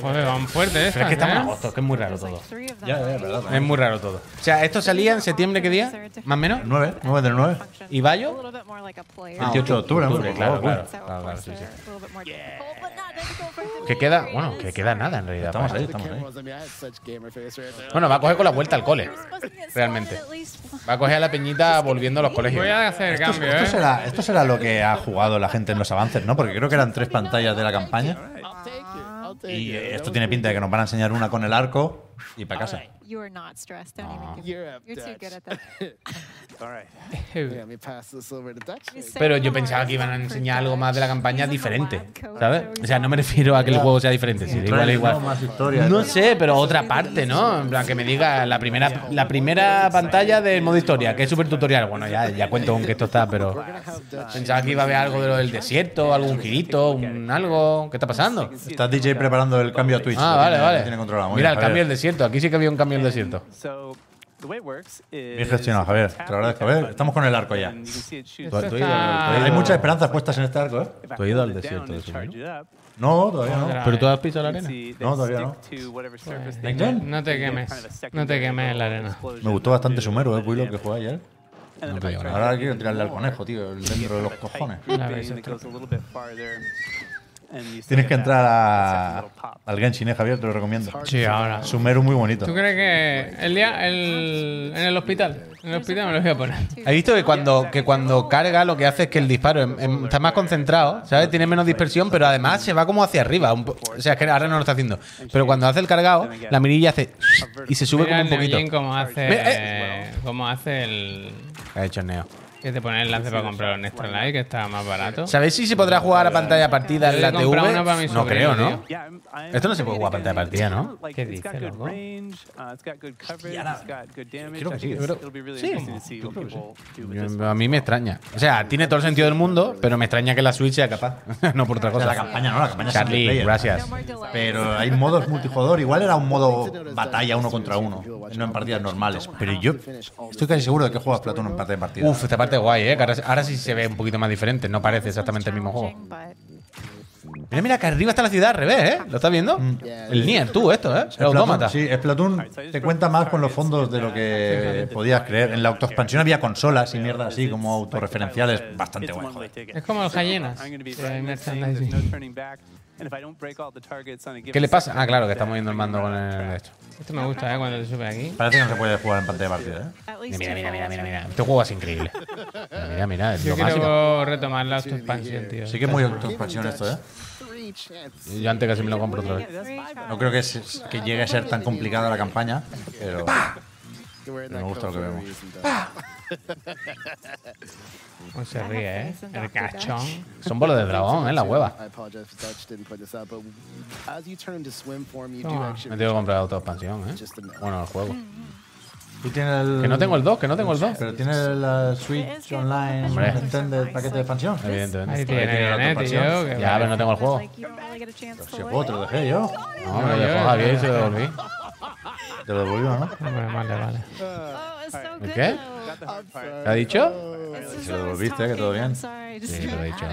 Speaker 3: Joder, van fuertes
Speaker 5: Pero es
Speaker 3: estas,
Speaker 5: que estamos en
Speaker 3: ¿eh?
Speaker 5: agosto, que es muy raro todo.
Speaker 2: Ya, ya, verdad.
Speaker 5: Es muy raro todo. O sea, esto salía en septiembre, ¿qué día? Más o menos.
Speaker 2: 9, 9 del 9.
Speaker 5: ¿Y Bayo?
Speaker 2: 28 de octubre, ¿no?
Speaker 5: Octubre, claro, claro. claro, claro, sí, sí. Que queda, bueno, que queda nada en realidad.
Speaker 2: Estamos
Speaker 5: para
Speaker 2: ahí,
Speaker 5: esto.
Speaker 2: estamos ahí.
Speaker 9: Bueno, va a coger con la vuelta al cole. Realmente. Va a coger a la peñita volviendo a los colegios.
Speaker 3: Voy a hacer cambio,
Speaker 2: Esto
Speaker 3: ¿eh?
Speaker 2: será, esto será lo que ha jugado la gente en los avances, ¿no? Porque creo que eran tres pantallas de la campaña. Y eh, esto tiene pinta de que nos van a enseñar una con el arco y para casa.
Speaker 6: You are not stressed. Don't even give
Speaker 4: You're up,
Speaker 6: You're too good at
Speaker 4: Dutch.
Speaker 6: that.
Speaker 7: All right.
Speaker 4: Let me pass this over to Dutch.
Speaker 5: Pero yo pensaba que iban a enseñar algo más de la campaña diferente, ¿sabes? O sea, no me refiero a que el juego sea diferente, sí, igual, igual.
Speaker 2: historia.
Speaker 5: No sé, pero otra parte, ¿no? En plan, que me diga la primera, la primera pantalla del modo historia, que es súper tutorial. Bueno, ya, ya cuento con que esto está, pero pensaba que iba a haber algo de lo del desierto, algún girito, un algo. ¿Qué está pasando?
Speaker 2: Está DJ preparando el cambio a Twitch.
Speaker 5: Ah,
Speaker 2: lo
Speaker 5: vale,
Speaker 2: tiene- lo
Speaker 5: vale.
Speaker 2: tiene controlado. Muy
Speaker 5: Mira, el
Speaker 2: bien,
Speaker 5: cambio del
Speaker 2: Javier.
Speaker 5: desierto. Aquí sí que había un cambio del desierto.
Speaker 7: So the way it works is
Speaker 2: Bien gestionado, Javier. Te lo agradezco. A ver, estamos con el arco ya.
Speaker 7: And you can see it shoots
Speaker 3: Esto
Speaker 5: tú digas,
Speaker 3: está-
Speaker 2: Ah, Hay muchas esperanzas puestas en este arco, ¿eh?
Speaker 7: If I
Speaker 5: Tú has ido
Speaker 7: hold
Speaker 5: al
Speaker 7: it down
Speaker 5: desierto
Speaker 7: and
Speaker 5: eso,
Speaker 7: charge
Speaker 5: ¿no?
Speaker 7: it up,
Speaker 2: No, todavía no.
Speaker 3: Otra
Speaker 5: Pero tú
Speaker 3: vez.
Speaker 5: has pisado la
Speaker 7: you can
Speaker 5: arena.
Speaker 7: see they
Speaker 2: No, todavía
Speaker 7: stick to whatever surface they
Speaker 2: Next
Speaker 7: hit.
Speaker 2: gen.
Speaker 3: No te
Speaker 7: They have
Speaker 3: quemes.
Speaker 7: kind of a secondary
Speaker 3: No te quemes en la
Speaker 7: little
Speaker 3: arena.
Speaker 7: explosion
Speaker 2: Me gustó bastante
Speaker 7: onto
Speaker 2: su mero, ¿eh?
Speaker 7: the
Speaker 2: Willow, que
Speaker 7: damage.
Speaker 2: juega ayer.
Speaker 7: And then if I try
Speaker 2: Ahora
Speaker 7: to
Speaker 2: quiero tirarle al
Speaker 7: more,
Speaker 2: conejo, tío, el dentro de los cojones.
Speaker 3: La vez
Speaker 7: Thing that goes a little bit farther, and you still
Speaker 2: Tienes que
Speaker 7: get that
Speaker 2: entrar a,
Speaker 7: second little pop.
Speaker 2: al Genshin, ¿eh, Javier, te lo recomiendo.
Speaker 3: Sí, ahora.
Speaker 2: Sumeru muy bonito.
Speaker 3: ¿Tú crees que el día el, en el hospital? En el hospital me lo voy a poner.
Speaker 5: He visto que cuando, que cuando carga lo que hace es que el disparo em- em- está más concentrado, ¿sabes? Tiene menos dispersión, pero además se va como hacia arriba. un po- o sea, es que ahora no lo está haciendo. Pero cuando hace el cargado, la mirilla hace y se sube
Speaker 3: Mira
Speaker 5: como un
Speaker 3: el Neblin
Speaker 5: poquito.
Speaker 3: cómo
Speaker 5: Ve,
Speaker 3: hace, cómo hace el...
Speaker 5: Ha hecho Neo.
Speaker 3: Que te pone el lance para comprar un extra light que está más barato.
Speaker 5: ¿Sabéis si se podrá jugar a pantalla partida en
Speaker 3: Yo
Speaker 5: la
Speaker 3: he comprado una para
Speaker 5: TV?
Speaker 3: mi
Speaker 5: No
Speaker 3: sobrino,
Speaker 5: creo, ¿no?
Speaker 3: tío.
Speaker 7: Yeah, I'm- I'm-
Speaker 5: Esto no se puede jugar a pantalla partida, ¿no?
Speaker 7: Like,
Speaker 3: ¿Qué
Speaker 7: it's got
Speaker 3: dice,
Speaker 7: good
Speaker 3: loco?
Speaker 7: range, uh, it's got good coverage, it's got good damage.
Speaker 2: creo que
Speaker 7: I think
Speaker 2: sí.
Speaker 7: it's- it'll be really
Speaker 5: Sí.
Speaker 7: interesting to see what people do with this.
Speaker 5: Yo- A mí me extraña. O sea, tiene todo el sentido del mundo, pero me extraña que la Switch sea capaz. *laughs* no por otra
Speaker 2: O sea, la
Speaker 5: cosa.
Speaker 2: campaña, ¿no? La campaña es single
Speaker 5: Charlie,
Speaker 2: player.
Speaker 5: gracias.
Speaker 2: Pero hay modos multijugador. Igual era un modo Oh, batalla uno contra uno, no en partidas normales. Pero yo estoy casi seguro de que juegas Platón en parte de partida.
Speaker 5: Uf, esta parte es guay, ¿eh? Que ahora, ahora sí se ve un poquito más diferente. No parece exactamente el mismo juego. Mira, mira, que arriba está la ciudad al revés, ¿eh? ¿Lo estás viendo? El Nier, tú, esto, ¿eh? El
Speaker 2: Splatoon,
Speaker 5: autómata.
Speaker 2: Mm. Sí, Splatoon te cuenta más con los fondos de lo ah, que podías creer. En la autoexpansión había consolas y mierda así como autorreferenciales. Bastante
Speaker 7: It's
Speaker 2: guay,
Speaker 7: one-way
Speaker 2: joder.
Speaker 7: ticket.
Speaker 3: Es como el Hyenas,
Speaker 7: I'm gonna be
Speaker 3: que hay
Speaker 7: right next to things,
Speaker 3: merchandising.
Speaker 7: there's no turning back, and if I don't break all the targets on a
Speaker 5: ¿Qué
Speaker 7: given
Speaker 5: le pasa?
Speaker 7: sector,
Speaker 5: Ah, claro, que
Speaker 7: then
Speaker 5: estamos viendo el
Speaker 7: I'm
Speaker 5: mando
Speaker 7: right
Speaker 5: con
Speaker 7: on
Speaker 5: el
Speaker 7: track.
Speaker 5: esto.
Speaker 3: Esto me gusta, ¿eh? Cuando te sube aquí.
Speaker 2: Parece que no se puede jugar en pantalla de partida, ¿eh?
Speaker 5: Mira, mira, mira, mira, mira. Este juego es increíble. Mira, mira, mira, es
Speaker 3: Yo
Speaker 5: lo máximo.
Speaker 3: quiero retomar la autoexpansión, tío.
Speaker 2: Sí que es muy autoexpansión esto, ¿eh?
Speaker 4: Three chances.
Speaker 5: Yo antes casi me lo compro otra vez.
Speaker 2: No creo que, se- que llegue a ser tan complicada la campaña, pero...
Speaker 4: We're in
Speaker 2: Me
Speaker 4: that
Speaker 2: gusta lo
Speaker 4: code
Speaker 2: que
Speaker 4: for a
Speaker 2: vemos. Ah,
Speaker 4: reason, Dutch.
Speaker 3: Cómo se ríe, ¿eh? El cachón.
Speaker 5: Son bolos de dragón, ¿eh? La hueva.
Speaker 4: I apologize if Dutch didn't point this out, but as you turn into swim form, you do
Speaker 3: Toma,
Speaker 4: actually
Speaker 5: Me tengo que comprar autoexpansión, ¿eh?
Speaker 4: just the-
Speaker 5: Bueno, el juego.
Speaker 2: Y tiene el-
Speaker 5: Que no tengo el 2, que no tengo el 2.
Speaker 2: Pero tiene la Switch Online,
Speaker 5: Hombre.
Speaker 2: Nintendo, el paquete de expansión.
Speaker 5: Evidentemente.
Speaker 3: Ahí
Speaker 2: tiene
Speaker 3: tiene
Speaker 2: la
Speaker 3: Net, tío.
Speaker 2: autoexpansión.
Speaker 3: que
Speaker 5: Ya,
Speaker 3: va.
Speaker 5: pero no tengo el juego.
Speaker 2: Si puedo, te lo dejé yo.
Speaker 5: No, me lo dejó Javier y se lo devolví.
Speaker 2: Te lo devolvió, ¿no?
Speaker 3: Hombre, vale, vale.
Speaker 5: ¿El qué? ¿Te ha dicho?
Speaker 2: Se lo devolviste, que todo bien.
Speaker 5: Sí, te lo he dicho.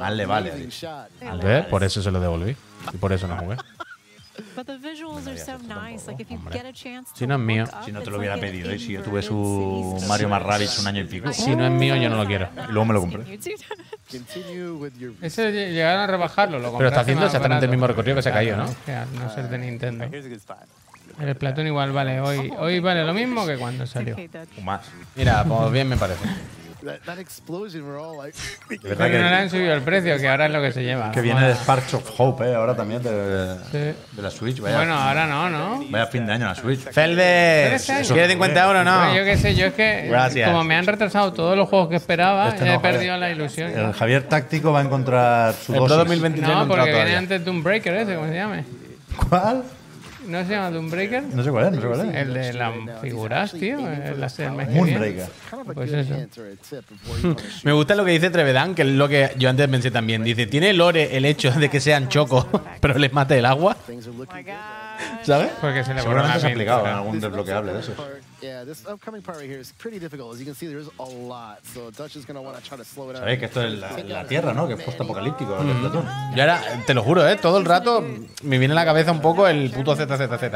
Speaker 2: Vale, vale.
Speaker 4: amazing shot.
Speaker 5: A ver, por eso se lo devolví. Y por eso no jugué.
Speaker 6: But the visuals are so nice. Like if you get a chance
Speaker 5: Si
Speaker 6: to
Speaker 5: no es mío.
Speaker 6: look up,
Speaker 2: Si no te
Speaker 6: it's
Speaker 2: lo hubiera
Speaker 6: like an
Speaker 2: pedido, y si yo
Speaker 6: inverted
Speaker 2: tuve su
Speaker 6: cities.
Speaker 2: Mario más Rabbids un año y pico.
Speaker 5: Si no es mío, yo no lo quiero.
Speaker 2: Y luego me lo compré.
Speaker 6: You do that.
Speaker 4: Continue with your
Speaker 3: Ese lle- llegaron a rebajarlo, lo
Speaker 5: Pero está
Speaker 3: compraste
Speaker 5: haciendo
Speaker 3: más
Speaker 5: exactamente el
Speaker 3: barato.
Speaker 5: mismo recorrido que se ha caído, ¿no?
Speaker 3: O sea, no ser de Nintendo.
Speaker 7: Here's a good spot.
Speaker 3: El Platón igual vale hoy. Hoy vale lo mismo que cuando *laughs* salió.
Speaker 6: Okay, Dutch.
Speaker 2: O más.
Speaker 5: Mira, pues bien me parece.
Speaker 4: that, that explosion, we're all like,
Speaker 2: De
Speaker 3: Creo que no le
Speaker 2: verdad
Speaker 3: han
Speaker 2: que,
Speaker 3: subido el precio, que ahora es lo que se lleva.
Speaker 2: que viene de Sparks of Hope, ¿eh? Ahora también de, de
Speaker 3: Sí.
Speaker 2: la Switch. Vaya,
Speaker 3: Bueno, ahora no, ¿no?
Speaker 2: vaya fin de año la
Speaker 5: *laughs*
Speaker 2: Switch.
Speaker 5: Feldes, ¿quieres 50 euros o
Speaker 3: Bueno, Yo
Speaker 5: no?
Speaker 3: qué sé, yo es que
Speaker 5: Gracias.
Speaker 3: como me han retrasado todos los juegos que esperaba,
Speaker 2: Este
Speaker 3: ya he
Speaker 2: no, joder.
Speaker 3: perdido la ilusión.
Speaker 2: El Javier Táctico va a encontrar su
Speaker 5: El Pro
Speaker 2: dosis.
Speaker 5: 2023 no he
Speaker 3: No, porque
Speaker 5: entrado
Speaker 3: viene
Speaker 5: todavía.
Speaker 3: antes de un breaker ese, ¿cómo se llama?
Speaker 2: ¿Cuál?
Speaker 3: ¿No se llama Doombreaker?
Speaker 2: No sé cuál es, no sé cuál es.
Speaker 3: El de las figuras, tío. El láser del mes que viene.
Speaker 2: Moonbreaker.
Speaker 3: Pues eso. *laughs*
Speaker 5: Me gusta lo que dice Trevedan, que es lo que yo antes pensé también. Dice, ¿tiene lore el hecho de que sean chocos, *laughs* pero les mate el agua?
Speaker 6: Oh my gosh.
Speaker 2: ¿Sabes?
Speaker 3: Porque se le borró la
Speaker 2: Seguramente se ha aplicado en
Speaker 3: pintura.
Speaker 2: algún desbloqueable de esos.
Speaker 4: Yeah, this upcoming part right here is pretty difficult. As you can see, there is a lot, so Dutch is gonna want to try to slow it down.
Speaker 2: Sabéis que esto es la, la Tierra, ¿no? Que es post-apocalíptico. el Platón.
Speaker 5: Yo ahora, te lo juro, ¿eh? Todo el rato me viene a la cabeza un poco el puto ZZZ.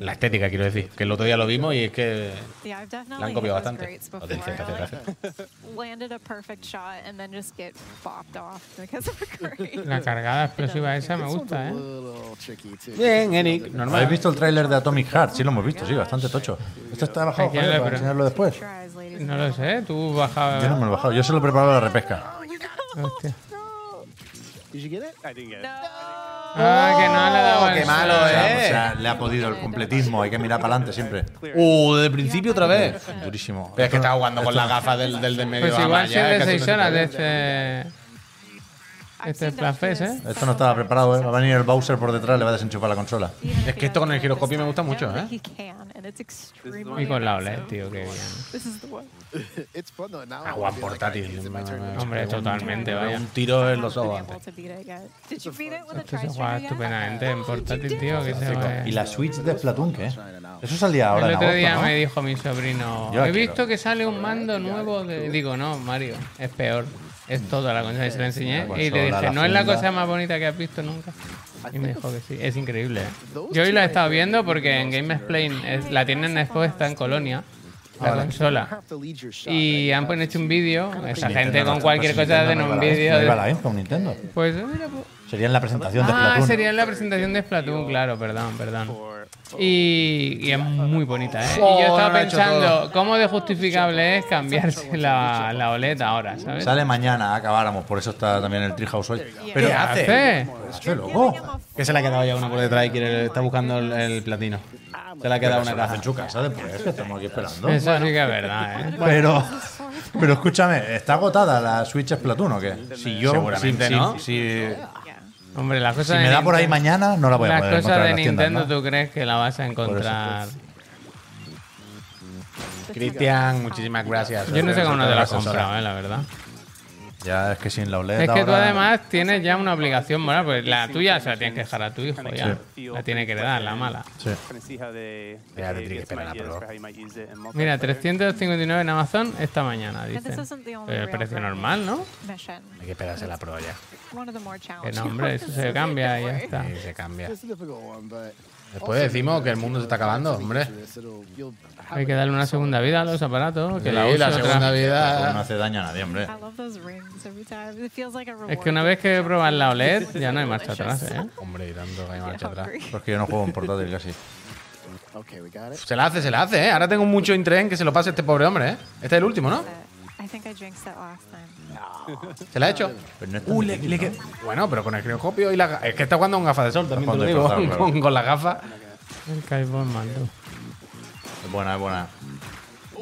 Speaker 5: La estética, quiero decir. Que el otro día lo vimos y es que...
Speaker 6: Yeah, I've
Speaker 5: La han
Speaker 6: definitely hit
Speaker 5: copiado
Speaker 6: those
Speaker 5: bastante.
Speaker 6: greats
Speaker 5: Lo del
Speaker 6: before. I, like,
Speaker 5: ZZZ.
Speaker 6: landed a perfect shot and then just get bopped off because of *laughs* a grate.
Speaker 3: La cargada explosiva esa me gusta, ¿eh?
Speaker 5: Bien, Eric. Normal.
Speaker 2: ¿Habéis visto el tráiler de Atomic Heart? Sí, lo hemos visto, sí, bastante tocho. Esto está bajado,
Speaker 3: Hay que
Speaker 2: joder, para
Speaker 3: verlo, pero-
Speaker 2: enseñarlo después.
Speaker 6: Tries, ladies.
Speaker 3: No lo sé, tú
Speaker 2: Yo no
Speaker 3: bajabas.
Speaker 2: me lo he bajado, yo solo he preparado la repesca.
Speaker 3: Hostia.
Speaker 4: Did you get it?
Speaker 7: I didn't get it.
Speaker 3: Ah, que no le
Speaker 2: Oh,
Speaker 3: daba el
Speaker 5: qué malo,
Speaker 2: O
Speaker 3: sol.
Speaker 2: sea, o sea, le ha podido el completismo, hay que mirar para adelante siempre.
Speaker 7: Clear.
Speaker 5: Uh, del principio otra vez.
Speaker 2: Durísimo.
Speaker 5: Pero es que estaba jugando con las gafas del, del de medio.
Speaker 3: Pues igual
Speaker 5: Amaya,
Speaker 3: si es de
Speaker 5: casi no
Speaker 3: 6
Speaker 5: se
Speaker 3: horas
Speaker 5: puede.
Speaker 3: de este.
Speaker 6: I've
Speaker 3: Este
Speaker 6: seen
Speaker 3: plan
Speaker 6: Dutch
Speaker 3: face,
Speaker 6: do
Speaker 3: ¿eh?
Speaker 6: this
Speaker 2: Esto no estaba
Speaker 6: several
Speaker 2: preparado, ¿eh?
Speaker 6: times.
Speaker 2: Va a venir el Bowser por detrás, le va a desenchufar la consola.
Speaker 5: Es que esto con el giroscopio me gusta mucho, ¿eh?
Speaker 3: Y con la OLED, tío, qué bien.
Speaker 4: It's fun though. Now I
Speaker 2: Ah,
Speaker 5: Agua
Speaker 4: wanna be like,
Speaker 5: portátil.
Speaker 4: "Is it my
Speaker 5: me-
Speaker 4: turn?"
Speaker 2: eh.
Speaker 5: me-
Speaker 3: Hombre, totalmente, vaya.
Speaker 5: Un tiro en los ojos antes.
Speaker 3: Esto se juega estupendamente en portátil, tío. Que se
Speaker 2: ¿Y
Speaker 3: ve.
Speaker 2: la Switch de Splatoon qué? Eso salía ahora
Speaker 3: El
Speaker 2: en
Speaker 3: otro
Speaker 2: agosto,
Speaker 3: día
Speaker 2: ¿no?
Speaker 3: me dijo mi sobrino,
Speaker 2: Yo la
Speaker 3: he
Speaker 2: quiero".
Speaker 3: visto que sale un mando nuevo de... Digo, no, Mario, es peor. Es toda la consola. Y se la enseñé
Speaker 2: La
Speaker 3: y
Speaker 2: consola,
Speaker 3: le dije,
Speaker 2: la
Speaker 3: no es la
Speaker 2: funda".
Speaker 3: cosa más bonita que has visto nunca. Y me dijo que sí, es increíble. ¿eh? Yo hoy la he estado viendo porque en Game Explain es- la tienen expuesta en Colonia, la consola.
Speaker 4: Have to lead your shot.
Speaker 3: Y han pues, hecho un vídeo, esa
Speaker 2: Nintendo
Speaker 3: gente
Speaker 2: no
Speaker 3: con
Speaker 2: está-
Speaker 3: cualquier
Speaker 2: pues
Speaker 3: cosa hacen
Speaker 2: Nintendo no iba
Speaker 3: un
Speaker 2: a la
Speaker 3: vídeo.
Speaker 2: Info, no iba a
Speaker 3: de-
Speaker 2: la Info, Nintendo.
Speaker 3: Pues mira, pues...
Speaker 2: Sería en la presentación de
Speaker 3: Ah,
Speaker 2: Splatoon.
Speaker 3: sería la presentación de Splatoon, claro, perdón, perdón. Y, y es muy bonita, ¿eh? Y yo
Speaker 5: Joder,
Speaker 3: estaba
Speaker 5: lo ha hecho
Speaker 3: pensando, ¿cómo de justificable
Speaker 5: *laughs*
Speaker 3: es cambiarse la, la OLED ahora, ¿sabes?
Speaker 2: Sale mañana, ah, acabáramos, por eso está también el Treehouse hoy.
Speaker 5: ¿Qué
Speaker 2: Pero,
Speaker 5: hace?
Speaker 2: ¡qué
Speaker 3: Oh.
Speaker 2: loco!
Speaker 5: Que se le ha quedado ya una por detrás y quiere, está buscando el, el platino. Se le ha quedado
Speaker 2: Pero
Speaker 5: una
Speaker 2: se lo hacen
Speaker 5: caja.
Speaker 2: en su casa después, que estamos aquí esperando.
Speaker 3: Eso sí que es verdad, ¿eh?
Speaker 2: Pero, pero escúchame, ¿está agotada la Switch Splatoon o qué? Si yo,
Speaker 5: Seguramente,
Speaker 2: si,
Speaker 5: ¿no?
Speaker 2: si, si-
Speaker 3: Hombre, las cosas
Speaker 2: si me da por ahí mañana, no la voy a
Speaker 3: Las
Speaker 2: poder
Speaker 3: cosas
Speaker 2: encontrar
Speaker 3: de
Speaker 2: en las tiendas,
Speaker 3: Nintendo,
Speaker 2: ¿no?
Speaker 3: ¿tú crees que la vas a encontrar?
Speaker 2: Ah,
Speaker 5: Cristian, muchísimas gracias.
Speaker 3: Yo no sé cómo no te la has
Speaker 2: Gracias, Sara.
Speaker 3: comprado, ¿eh? La verdad.
Speaker 2: Ya es que sin la OLED
Speaker 3: Es que tú
Speaker 2: ahora-
Speaker 3: además tienes ya una obligación moral, pues la tuya se la tienes que dejar a tu hijo ya.
Speaker 7: Sí.
Speaker 3: La tiene que heredar, la mala.
Speaker 2: Sí.
Speaker 7: Kind of see how they,
Speaker 5: Yeah,
Speaker 7: they
Speaker 5: they
Speaker 7: get
Speaker 5: think
Speaker 7: some
Speaker 5: it's
Speaker 7: ideas
Speaker 5: better,
Speaker 7: for how you might use it in
Speaker 3: Mira,
Speaker 7: multiplayer.
Speaker 3: 359 en Amazon esta mañana,
Speaker 6: this
Speaker 3: dicen.
Speaker 6: isn't the only
Speaker 3: Pero el
Speaker 6: real
Speaker 3: precio
Speaker 6: price.
Speaker 3: normal, ¿no?
Speaker 5: Hay que esperarse la prueba ya.
Speaker 3: Que no, hombre, eso se cambia y ya está.
Speaker 5: Y se cambia.
Speaker 4: It's a difficult one, but
Speaker 5: Después decimos que el mundo se está acabando, hombre.
Speaker 4: this, it'll- you'll have
Speaker 3: Hay que
Speaker 4: it.
Speaker 3: darle una segunda vida a los aparatos. Que la,
Speaker 5: Sí,
Speaker 3: use
Speaker 5: la
Speaker 3: otra-
Speaker 5: segunda
Speaker 2: Pero No
Speaker 5: vida.
Speaker 2: hace daño a nadie, hombre.
Speaker 3: Es que una vez que pruebas la OLED, ya no hay marcha atrás, ¿eh?
Speaker 5: Hombre, y tanto que hay marcha atrás.
Speaker 2: Porque yo no juego en portátil casi.
Speaker 4: Okay, we got it.
Speaker 5: Se la hace, se la hace, ¿eh? Ahora tengo mucho interés en que se lo pase este pobre hombre, ¿eh? Este es el último, ¿no? Se la ha hecho.
Speaker 2: Pero este no es tan
Speaker 5: Uh, le-
Speaker 2: difícil,
Speaker 5: le
Speaker 2: ¿no?
Speaker 5: que- Bueno, pero con el giroscopio y la ga- Es que está jugando con gafas de sol, también te lo digo.
Speaker 2: jugando disfrazado,
Speaker 5: Con, con las gafas.
Speaker 3: El Kaibon mando.
Speaker 2: Es buena, es buena.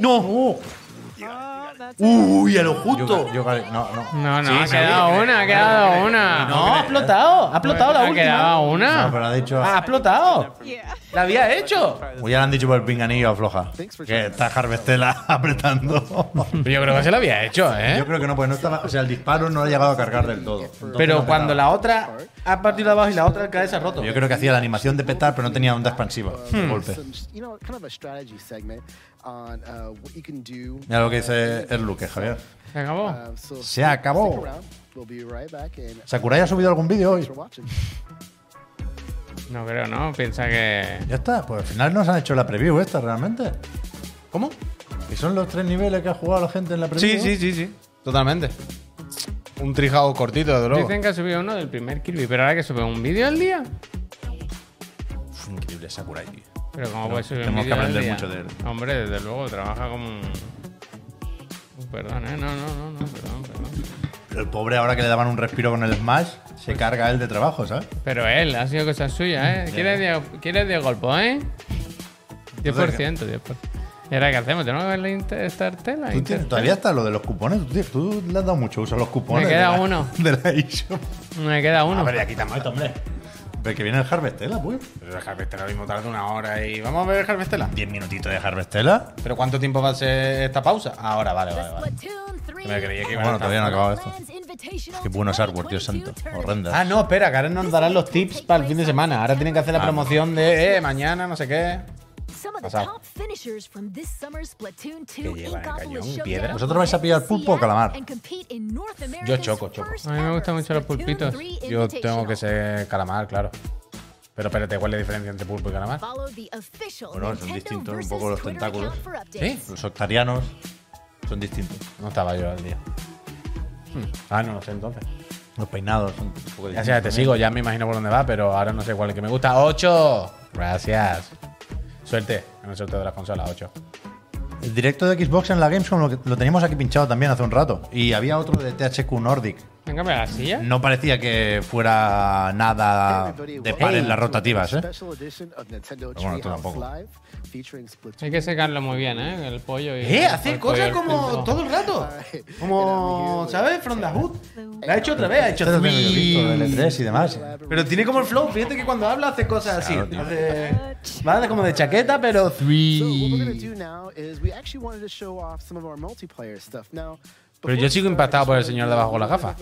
Speaker 2: ¡No!
Speaker 6: Oh,
Speaker 2: ¡Uy, a lo justo! Yo, yo- no, no.
Speaker 3: No, no, ha quedado una, ha quedado una.
Speaker 5: No, ha explotado. Ha explotado la
Speaker 3: ha quedado
Speaker 5: última.
Speaker 2: No,
Speaker 3: una.
Speaker 2: pero ha dicho.
Speaker 5: Ha explotado. La había hecho.
Speaker 2: Uy, ya le han dicho por el pinganillo afloja. Que está Harvestela *laughs* apretando.
Speaker 5: Pero yo creo que se lo había hecho, ¿eh?
Speaker 2: Yo creo que no, pues no estaba. O sea, el disparo no ha llegado a cargar del todo. Entonces
Speaker 5: Pero
Speaker 2: no
Speaker 5: cuando
Speaker 2: petaba.
Speaker 5: la otra ha partido abajo y la
Speaker 4: Uh,
Speaker 5: otra cae se ha roto.
Speaker 2: Yo creo que hacía la animación de petar, pero no tenía onda expansiva.
Speaker 5: Hmm.
Speaker 2: De Hmm. golpe.
Speaker 4: Some, you know, kind of a strategy segment on uh, what you can do.
Speaker 2: Mira lo que dice Erluque, Javier.
Speaker 3: Se acabó.
Speaker 4: Uh, so
Speaker 2: Se acabó.
Speaker 4: stick around. We'll be right back and
Speaker 2: ¿Sakurai ha subido algún vídeo
Speaker 4: thanks
Speaker 2: hoy?
Speaker 4: for watching.
Speaker 3: No creo, ¿no? Piensa que.
Speaker 2: Ya está, pues al final nos han hecho la preview esta realmente.
Speaker 5: ¿Cómo?
Speaker 2: Y son los tres niveles que ha jugado la gente en la
Speaker 5: Sí,
Speaker 2: preview.
Speaker 5: sí, sí, sí. Totalmente. Un trijado cortito, de luego.
Speaker 3: Dicen que ha subido uno del primer Kirby, pero ahora que sube un vídeo al día.
Speaker 2: Uf,
Speaker 5: *laughs*
Speaker 2: increíble Sakurai, tío.
Speaker 3: Pero cómo puede subir un
Speaker 2: tenemos que
Speaker 3: vídeo al
Speaker 2: aprender
Speaker 3: día.
Speaker 2: mucho de él.
Speaker 3: Hombre, desde luego, trabaja como un. Uh, Perdón, eh. No, no, no, no, perdón, perdón.
Speaker 2: Pero el pobre ahora que le daban un respiro con el Smash, se carga él de trabajo, ¿sabes?
Speaker 3: Pero él, ha sido cosa suya, ¿eh? ¿Quieres de, ¿quieres de golpe, eh? 10%, 10%. ¿Y ahora qué hacemos? ¿Tenemos que verle inte- esta tela?
Speaker 2: Tú tienes- todavía está lo de los cupones, tú, tío, tú le has dado mucho uso a los cupones.
Speaker 3: Me queda
Speaker 2: de la-
Speaker 3: uno.
Speaker 2: De la eShop.
Speaker 3: Me queda uno.
Speaker 2: A ver, ya quitamos esto, hombre. Pero que viene el Harvestella, pues.
Speaker 5: Pero el Harvestella mismo tarda una hora y. Vamos a ver el Harvestella.
Speaker 2: 10 minutitos de Harvestella.
Speaker 5: ¿Pero cuánto tiempo va a ser esta pausa? Ahora, vale, vale, vale. Me creía que iba
Speaker 2: Bueno,
Speaker 5: a
Speaker 2: todavía no ha acabado esto.
Speaker 10: Qué buenos artworks, Dios santo. Horrendas.
Speaker 5: Ah, no, espera, que ahora nos darán los tips para el fin de semana. Ahora tienen que hacer la
Speaker 2: Ah.
Speaker 5: promoción de eh, mañana, no sé qué. Pasado.
Speaker 10: ¿Qué
Speaker 5: lleva en cañón? ¿Piedra?
Speaker 10: ¿Vosotros vais a pillar pulpo o calamar?
Speaker 5: Yo choco, choco.
Speaker 3: A mí me gustan mucho los pulpitos.
Speaker 5: Yo tengo que ser calamar, claro. Pero espérate, ¿cuál es la diferencia entre pulpo y calamar?
Speaker 10: Bueno, son distintos un poco los tentáculos.
Speaker 5: ¿Sí?
Speaker 2: Los octarianos son distintos.
Speaker 5: No estaba yo al día. Hmm. Ah, no lo sé entonces.
Speaker 2: Los peinados son un poco distintos.
Speaker 5: Gracias, te sigo, ya me imagino por dónde va, pero ahora no sé cuál es el que me gusta. ¡Ocho! Gracias. Suerte en el sorteo de las consolas, ocho.
Speaker 2: El directo de Xbox en la Gamescom lo, que- lo teníamos aquí pinchado también hace un rato. Y había otro de THQ Nordic.
Speaker 3: ¿Han cambiado la silla?
Speaker 2: No parecía que fuera nada Ah, de par en las rotativas, ¿eh?
Speaker 4: Pero
Speaker 2: bueno, tú tampoco.
Speaker 3: Hay que secarlo muy bien, ¿eh? El pollo y.
Speaker 5: ¡Eh!
Speaker 3: el
Speaker 5: Hace
Speaker 3: pollo y
Speaker 5: cosas
Speaker 3: el
Speaker 5: como
Speaker 3: pulpo.
Speaker 5: todo el rato. Como, ¿sabes? From the Hood. La ha hecho otra vez, ha hecho
Speaker 2: Este también lo he visto,
Speaker 5: swing.
Speaker 2: del E3 y demás.
Speaker 5: Pero tiene como el flow, fíjate que cuando habla hace cosas así. Hace,
Speaker 6: Uh,
Speaker 5: va como de chaqueta, pero three. Pero yo sigo impactado por el señor de abajo con la gafa.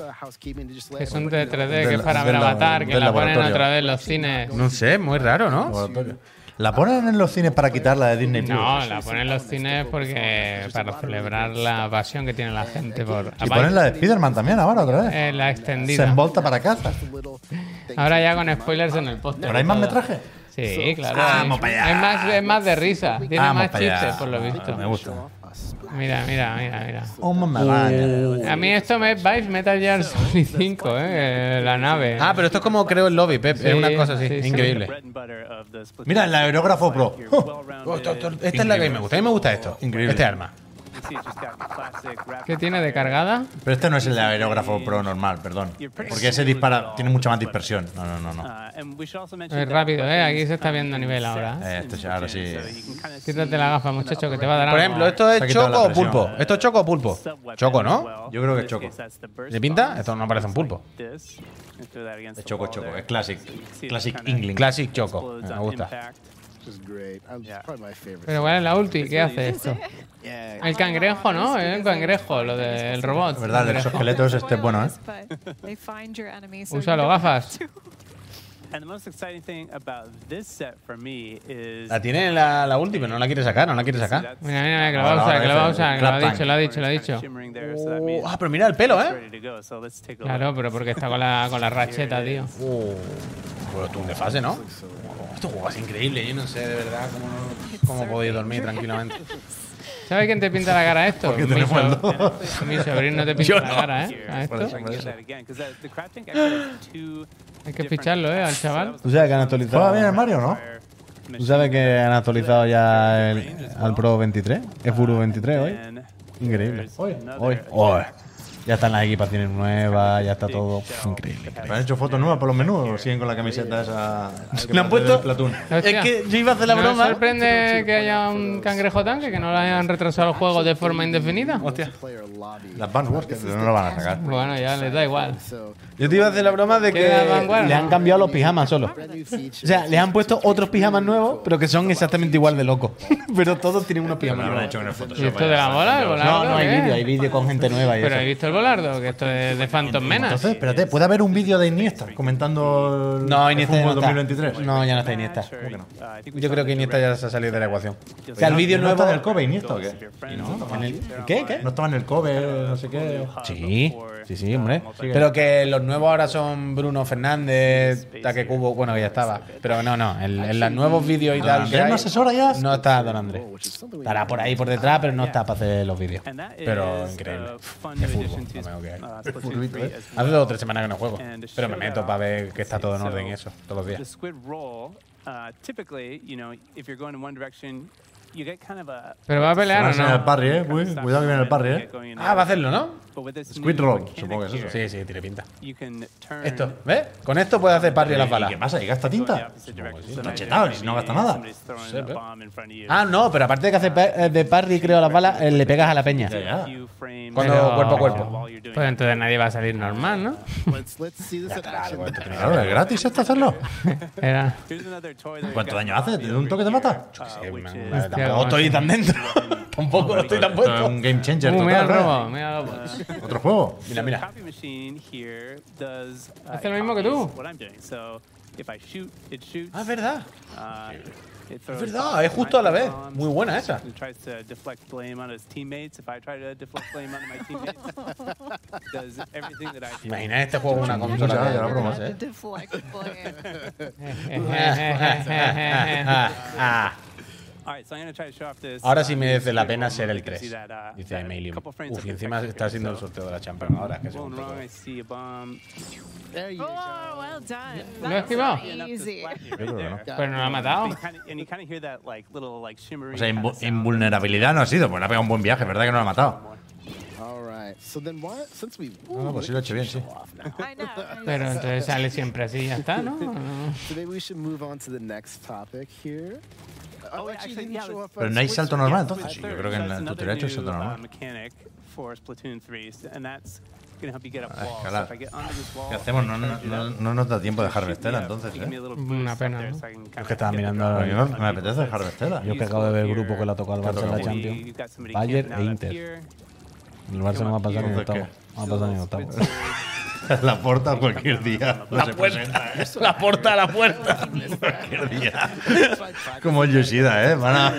Speaker 3: Que son de 3D, que
Speaker 2: Del-
Speaker 3: es para ver
Speaker 2: del labo-
Speaker 3: Avatar, que
Speaker 2: del
Speaker 3: la ponen
Speaker 2: laboratorio.
Speaker 3: otra vez en los cines.
Speaker 5: No sé, muy raro, ¿no?
Speaker 2: Laboratorio. ¿La ponen en los cines para quitarla de Disney Plus?
Speaker 3: No, la ponen en los cines
Speaker 2: este
Speaker 3: porque para celebrar la pasión que
Speaker 2: Eh,
Speaker 3: tiene la gente por.
Speaker 2: y ponen la de Spider-Man también ahora otra vez.
Speaker 3: Eh, la
Speaker 2: Se
Speaker 3: extendida.
Speaker 2: envolta para casa.
Speaker 5: *laughs*
Speaker 3: Ahora ya con spoilers en el póster.
Speaker 2: ¿Pero hay más
Speaker 3: Todo.
Speaker 2: metraje?
Speaker 3: Sí, claro.
Speaker 2: ah, Vamos
Speaker 3: hay-
Speaker 2: pa' allá.
Speaker 3: Es más, es más de risa. Tiene
Speaker 2: Vamos
Speaker 3: más
Speaker 2: pa' allá.
Speaker 3: chistes, por lo
Speaker 2: Ah,
Speaker 3: visto.
Speaker 2: Me gusta.
Speaker 3: Mira, mira, mira, mira.
Speaker 2: Oh, mamá,
Speaker 5: Pues-
Speaker 2: vaya.
Speaker 3: A mí esto me vais Metal Gear Solid 5, eh, la nave.
Speaker 5: Ah, pero esto es como creo el lobby, Pep. es una
Speaker 3: Sí,
Speaker 5: cosa así,
Speaker 3: sí, sí.
Speaker 5: increíble.
Speaker 2: Mira, el aerógrafo pro.
Speaker 5: Oh, esto- esto-
Speaker 2: eh.
Speaker 5: esta es la que me gusta, a mí me gusta esto.
Speaker 2: Increíble.
Speaker 5: Este arma.
Speaker 3: ¿Qué tiene de cargada?
Speaker 2: Pero este no es el aerógrafo pro normal, perdón. Porque ese dispara, tiene mucha más dispersión. No, no,
Speaker 7: Uh,
Speaker 2: no, no.
Speaker 3: Es rápido, eh, aquí se está viendo a nivel ahora.
Speaker 2: Eh, este ya, ahora sí.
Speaker 3: Quítate la gafa, muchacho, que te va a dar
Speaker 5: Por
Speaker 3: algo.
Speaker 5: ejemplo, esto
Speaker 2: Ah. Se ha
Speaker 5: es
Speaker 2: quitado
Speaker 5: choco
Speaker 2: la
Speaker 5: o
Speaker 2: presión.
Speaker 5: pulpo. Esto es choco o pulpo. Choco, ¿no?
Speaker 2: Yo creo que choco.
Speaker 5: ¿De pinta? Esto no parece un pulpo.
Speaker 7: Es
Speaker 2: choco, choco, es classic. Classic England.
Speaker 5: Classic choco. Me gusta.
Speaker 4: Uh,
Speaker 3: Pero ¿cuál es la ulti? ¿Qué hace esto? El cangrejo, ¿no? Es el cangrejo, lo del robot.
Speaker 2: Es verdad, el
Speaker 3: Cangrejo.
Speaker 2: exoesqueleto es este bueno, ¿eh?
Speaker 3: Usa los gafas.
Speaker 7: And the most exciting thing about this set for me is
Speaker 5: La tiene la, la última, no la quiere sacar, no la quiere sacar.
Speaker 7: that's
Speaker 3: Mira, mira, que lo
Speaker 2: Ahora,
Speaker 3: va a usar,
Speaker 2: ahora
Speaker 3: que lo va a
Speaker 2: es el
Speaker 3: usar, que lo ha
Speaker 2: clap
Speaker 3: dicho, lo ha dicho, lo ha
Speaker 7: kinda
Speaker 3: dicho.
Speaker 7: shimmering there, so that means
Speaker 5: Ah, pero mira el pelo,
Speaker 7: it's
Speaker 5: ¿eh?
Speaker 7: ready to go. So let's take a
Speaker 3: Claro, pero porque está con la, con la racheta, tío.
Speaker 5: Oh, pero tú un desfase, ¿no? Este juego es increíble, yo no sé de verdad cómo, no- cómo he podido dormir tranquilamente.
Speaker 3: ¿Sabes quién te pinta la cara a esto? Mi,
Speaker 2: tenemos el
Speaker 3: so- eh, mi
Speaker 5: *laughs*
Speaker 3: sobrino te pinta
Speaker 5: Yo
Speaker 3: la
Speaker 5: no.
Speaker 3: cara,
Speaker 7: look
Speaker 3: ¿eh?
Speaker 7: here.
Speaker 3: A
Speaker 7: So
Speaker 3: esto.
Speaker 7: I can get that again, 'cause that- the crafting actually has two
Speaker 3: Hay que
Speaker 7: different
Speaker 3: ficharlo, ¿eh? Al
Speaker 7: effects. So
Speaker 3: chaval.
Speaker 7: that was
Speaker 5: Tú sabes que han
Speaker 2: Juega bien el
Speaker 5: actualizado.
Speaker 2: Mario, ¿no?
Speaker 7: fire
Speaker 5: ¿Tú
Speaker 7: mission.
Speaker 5: sabes que han actualizado ya el, al Pro 23? Es Furu 23 hoy.
Speaker 7: Then
Speaker 5: ¿eh? Increíble.
Speaker 7: there's
Speaker 5: Hoy.
Speaker 7: another
Speaker 5: Hoy. Oh, Hoy. Ya están las equipaciones nuevas, ya está todo uf, increíble.
Speaker 2: ¿Pero han hecho fotos nuevas por los menús o siguen con la camiseta esa?
Speaker 5: Le han puesto.
Speaker 2: Platón.
Speaker 3: Hostia.
Speaker 5: Es que yo iba a hacer la
Speaker 3: ¿No
Speaker 5: broma.
Speaker 3: sorprende que haya un cangrejo tanque, que no lo hayan retrasado el juego de forma indefinida?
Speaker 2: Las Vans Wars, que no lo van a sacar.
Speaker 3: Bueno, ya les da igual.
Speaker 5: Yo te iba a hacer la broma de que
Speaker 3: Queda vanguardia,
Speaker 5: le han
Speaker 3: ¿no?
Speaker 5: cambiado los pijamas solo.
Speaker 2: *laughs*
Speaker 5: O sea, les han puesto otros pijamas nuevos, pero que son exactamente igual de locos. *laughs* pero todos tienen unos pijamas
Speaker 2: Lo han
Speaker 5: nuevos.
Speaker 2: hecho en el Photoshop.
Speaker 3: ¿Y esto de la bola? ¿El volardo?
Speaker 5: No, no, hay
Speaker 3: qué?
Speaker 5: vídeo, hay vídeo con gente nueva y
Speaker 3: ¿Pero
Speaker 5: eso.
Speaker 3: he visto el volardo? Que esto es de Phantom Menace.
Speaker 2: Entonces, espérate, ¿puede haber un vídeo de Iniesta comentando el
Speaker 5: No,
Speaker 2: el
Speaker 5: Iniesta ya
Speaker 2: fútbol
Speaker 5: no está.
Speaker 2: 2023?
Speaker 5: No, ya no está Iniesta.
Speaker 7: match, or, uh, I think we
Speaker 5: Yo creo
Speaker 7: saw
Speaker 5: que
Speaker 7: that the
Speaker 5: Iniesta
Speaker 7: red
Speaker 5: ya se ha salido de la ecuación. O sea,
Speaker 2: ¿Está
Speaker 5: el vídeo nuevo
Speaker 2: del Kobe Iniesta o
Speaker 7: goals
Speaker 2: qué?
Speaker 7: of your friends and the
Speaker 5: en el-
Speaker 7: volunteer
Speaker 5: ¿Qué?
Speaker 7: online.
Speaker 5: ¿Qué?
Speaker 2: No estaba en el Kobe, no sé qué.
Speaker 5: Sí,
Speaker 7: Before,
Speaker 5: sí, sí,
Speaker 7: uh,
Speaker 5: hombre.
Speaker 7: multi-
Speaker 5: Pero que los nuevos ahora son Bruno Fernández, Taque Cubo, bueno, que ya estaba. Pero no, no, en, en los nuevos vídeos y tal. que
Speaker 2: ¿Ya no
Speaker 5: hay,
Speaker 2: asesora ya?
Speaker 5: No está Don Andrés. Estará por ahí por detrás, pero no está para hacer los vídeos.
Speaker 7: And that
Speaker 5: Pero
Speaker 7: is,
Speaker 5: increíble.
Speaker 7: uh, fun
Speaker 5: Qué
Speaker 7: new
Speaker 5: fútbol,
Speaker 7: addition to,
Speaker 5: no me voy a
Speaker 7: uh, Splatoon 3 as
Speaker 5: Hace
Speaker 7: well.
Speaker 5: dos o tres semanas que no juego,
Speaker 7: And
Speaker 5: pero me meto para ver que está todo en
Speaker 7: So,
Speaker 5: orden y eso, todos los
Speaker 7: The
Speaker 5: días.
Speaker 7: squid roll, uh, typically, you know, if you're going in one direction, you get kind of a
Speaker 3: Pero va a pelear o
Speaker 2: Van a ser el
Speaker 3: no.
Speaker 2: parry, eh. Uy, cuidado que viene el parry, eh.
Speaker 5: Ah, va a hacerlo, ¿no?
Speaker 7: But with this
Speaker 2: Squid
Speaker 7: new
Speaker 2: roll,
Speaker 7: mechanic
Speaker 2: supongo que es eso.
Speaker 7: here,
Speaker 5: Sí, sí, tiene pinta.
Speaker 7: You can turn
Speaker 5: Esto, ¿ves? Con esto puede hacer parry a las
Speaker 2: ¿Y
Speaker 5: balas.
Speaker 2: qué pasa? ¿Y gasta
Speaker 7: go in the
Speaker 2: tinta?
Speaker 7: opposite direction.
Speaker 2: sí.
Speaker 7: So
Speaker 2: Está
Speaker 7: now
Speaker 2: chetado,
Speaker 7: maybe
Speaker 2: si no gasta nada.
Speaker 7: somebody's throwing
Speaker 5: Sí,
Speaker 7: a
Speaker 5: pero-
Speaker 7: bomb in front of you.
Speaker 5: Ah, no, pero aparte de que hace pa- eh, de parry, creo, a las balas, eh, le pegas a la peña.
Speaker 2: Ya, ya.
Speaker 7: You frame-
Speaker 5: Cuando
Speaker 3: Pero-
Speaker 5: cuerpo a cuerpo.
Speaker 7: while you're doing
Speaker 3: Pues entonces nadie va a salir normal, ¿no?
Speaker 4: Let's let's see this in action.
Speaker 2: Claro, es gratis esto hacerlo.
Speaker 3: Era.
Speaker 7: Here's another toy that
Speaker 2: ¿Cuánto
Speaker 7: we've
Speaker 2: daño
Speaker 7: got
Speaker 2: hace?
Speaker 7: copied
Speaker 2: ¿Te da un
Speaker 7: over
Speaker 2: toque te
Speaker 7: here,
Speaker 2: mata?
Speaker 7: uh, which is-
Speaker 5: Tampoco estoy tan dentro. Tampoco lo estoy tan
Speaker 2: Esto es
Speaker 5: puesto.
Speaker 2: un game changer.
Speaker 3: Uh, mira el
Speaker 2: total, ¿eh?
Speaker 3: robo, mira
Speaker 5: *laughs*
Speaker 3: *laughs* el robo.
Speaker 2: Otro juego.
Speaker 5: Mira,
Speaker 7: So the
Speaker 5: mira.
Speaker 7: copy machine here does, uh,
Speaker 3: Hace lo
Speaker 7: it
Speaker 3: mismo que
Speaker 7: copies
Speaker 3: tú.
Speaker 7: What I'm doing. So if I shoot, it shoots.
Speaker 5: Ah, es verdad.
Speaker 7: Uh, it
Speaker 5: Es
Speaker 7: throws
Speaker 5: verdad, es justo a la vez.
Speaker 7: bombs
Speaker 5: Muy buena esa.
Speaker 7: and tries to deflect blame on his teammates. If I try to deflect blame on my teammates,
Speaker 3: *laughs*
Speaker 7: does everything that I do.
Speaker 5: Imagina este juego en una consola.
Speaker 2: Ya, ya lo
Speaker 5: de-
Speaker 2: bromas,
Speaker 6: To
Speaker 2: eh.
Speaker 6: deflect blame.
Speaker 3: *laughs*
Speaker 5: Ah,
Speaker 7: All right, so I'm gonna try to show off this.
Speaker 5: Ahora sí
Speaker 7: uh,
Speaker 5: merece la
Speaker 7: new
Speaker 5: pena
Speaker 7: screen
Speaker 5: ser el
Speaker 7: roll. You
Speaker 5: 3.
Speaker 7: can see that, uh,
Speaker 5: Dice
Speaker 7: that
Speaker 5: Emilio.
Speaker 7: couple frames
Speaker 5: Uf,
Speaker 7: of
Speaker 5: y encima
Speaker 7: perfection
Speaker 5: está
Speaker 7: here.
Speaker 5: haciendo el
Speaker 7: So
Speaker 5: sorteo de la Champions ahora. es que se
Speaker 7: going
Speaker 5: junta todo.
Speaker 7: wrong, I see a bomb.
Speaker 4: There you
Speaker 2: *laughs*
Speaker 6: Oh,
Speaker 4: go.
Speaker 6: well done.
Speaker 3: Lo he esquivado.
Speaker 6: That was easy.
Speaker 3: Pero no Pues lo ha
Speaker 7: But
Speaker 3: matado.
Speaker 7: you kinda- And you kind of hear that like little like shimmery.
Speaker 2: O sea,
Speaker 7: kinda
Speaker 2: invu-
Speaker 7: sound.
Speaker 2: invulnerabilidad no ha sido, pues le ha pegado un buen viaje, ¿verdad que no lo ha matado?
Speaker 4: All right. So then why since we
Speaker 2: No, no, pues sí lo he hecho bien, sí.
Speaker 4: off now.
Speaker 6: I know.
Speaker 3: Pero entonces sale siempre así y ya está, ¿no?
Speaker 4: So maybe we should move on to the next topic here. Oh, actually, they didn't
Speaker 6: yeah,
Speaker 4: show up
Speaker 6: let's-
Speaker 4: on
Speaker 2: Pero no hay
Speaker 4: Switch
Speaker 2: salto normal,
Speaker 7: Switch
Speaker 2: entonces. Sí, yo
Speaker 7: third.
Speaker 2: creo que
Speaker 7: So
Speaker 2: en
Speaker 7: that's
Speaker 2: la- tu
Speaker 7: another
Speaker 2: teoría ha hecho el salto
Speaker 7: new, uh,
Speaker 2: normal.
Speaker 7: mechanic for Splatoon 3, and that's gonna help you get up
Speaker 2: Ah,
Speaker 7: walls.
Speaker 2: escalar.
Speaker 7: So if I get onto this wall,
Speaker 2: ¿Qué hacemos? No,
Speaker 7: I
Speaker 2: no,
Speaker 7: charge it
Speaker 2: no,
Speaker 7: up,
Speaker 2: no nos da tiempo de
Speaker 7: shoot me
Speaker 2: Harvestella,
Speaker 7: up,
Speaker 2: entonces,
Speaker 7: give me
Speaker 2: ¿eh?
Speaker 7: a little
Speaker 3: Una
Speaker 7: boost up
Speaker 3: pena,
Speaker 7: there
Speaker 3: ¿no?
Speaker 7: so I can kinda
Speaker 5: que estaba
Speaker 7: get the
Speaker 5: mirando
Speaker 7: drop
Speaker 5: ahora
Speaker 2: A mí me,
Speaker 7: on
Speaker 2: me
Speaker 7: people.
Speaker 2: apetece
Speaker 7: So it's
Speaker 2: Harvestella.
Speaker 1: Yo que acabo de ver el grupo que le ha tocado al
Speaker 2: Que ha
Speaker 1: Barça en
Speaker 2: tocado
Speaker 1: la
Speaker 7: maybe
Speaker 2: mucho.
Speaker 1: Champions.
Speaker 7: you've got somebody
Speaker 1: Bayern
Speaker 7: camping
Speaker 1: e
Speaker 7: out up
Speaker 1: Inter.
Speaker 7: here,
Speaker 1: El Barça no va a pasar ni en
Speaker 2: Entonces,
Speaker 1: octavo. No va a pasar ni en octavo.
Speaker 7: Splatoon,
Speaker 2: La porta cualquier día. La puerta.
Speaker 5: La puerta a la puerta.
Speaker 2: Cualquier día. Como el Yoshida, ¿eh? Van a,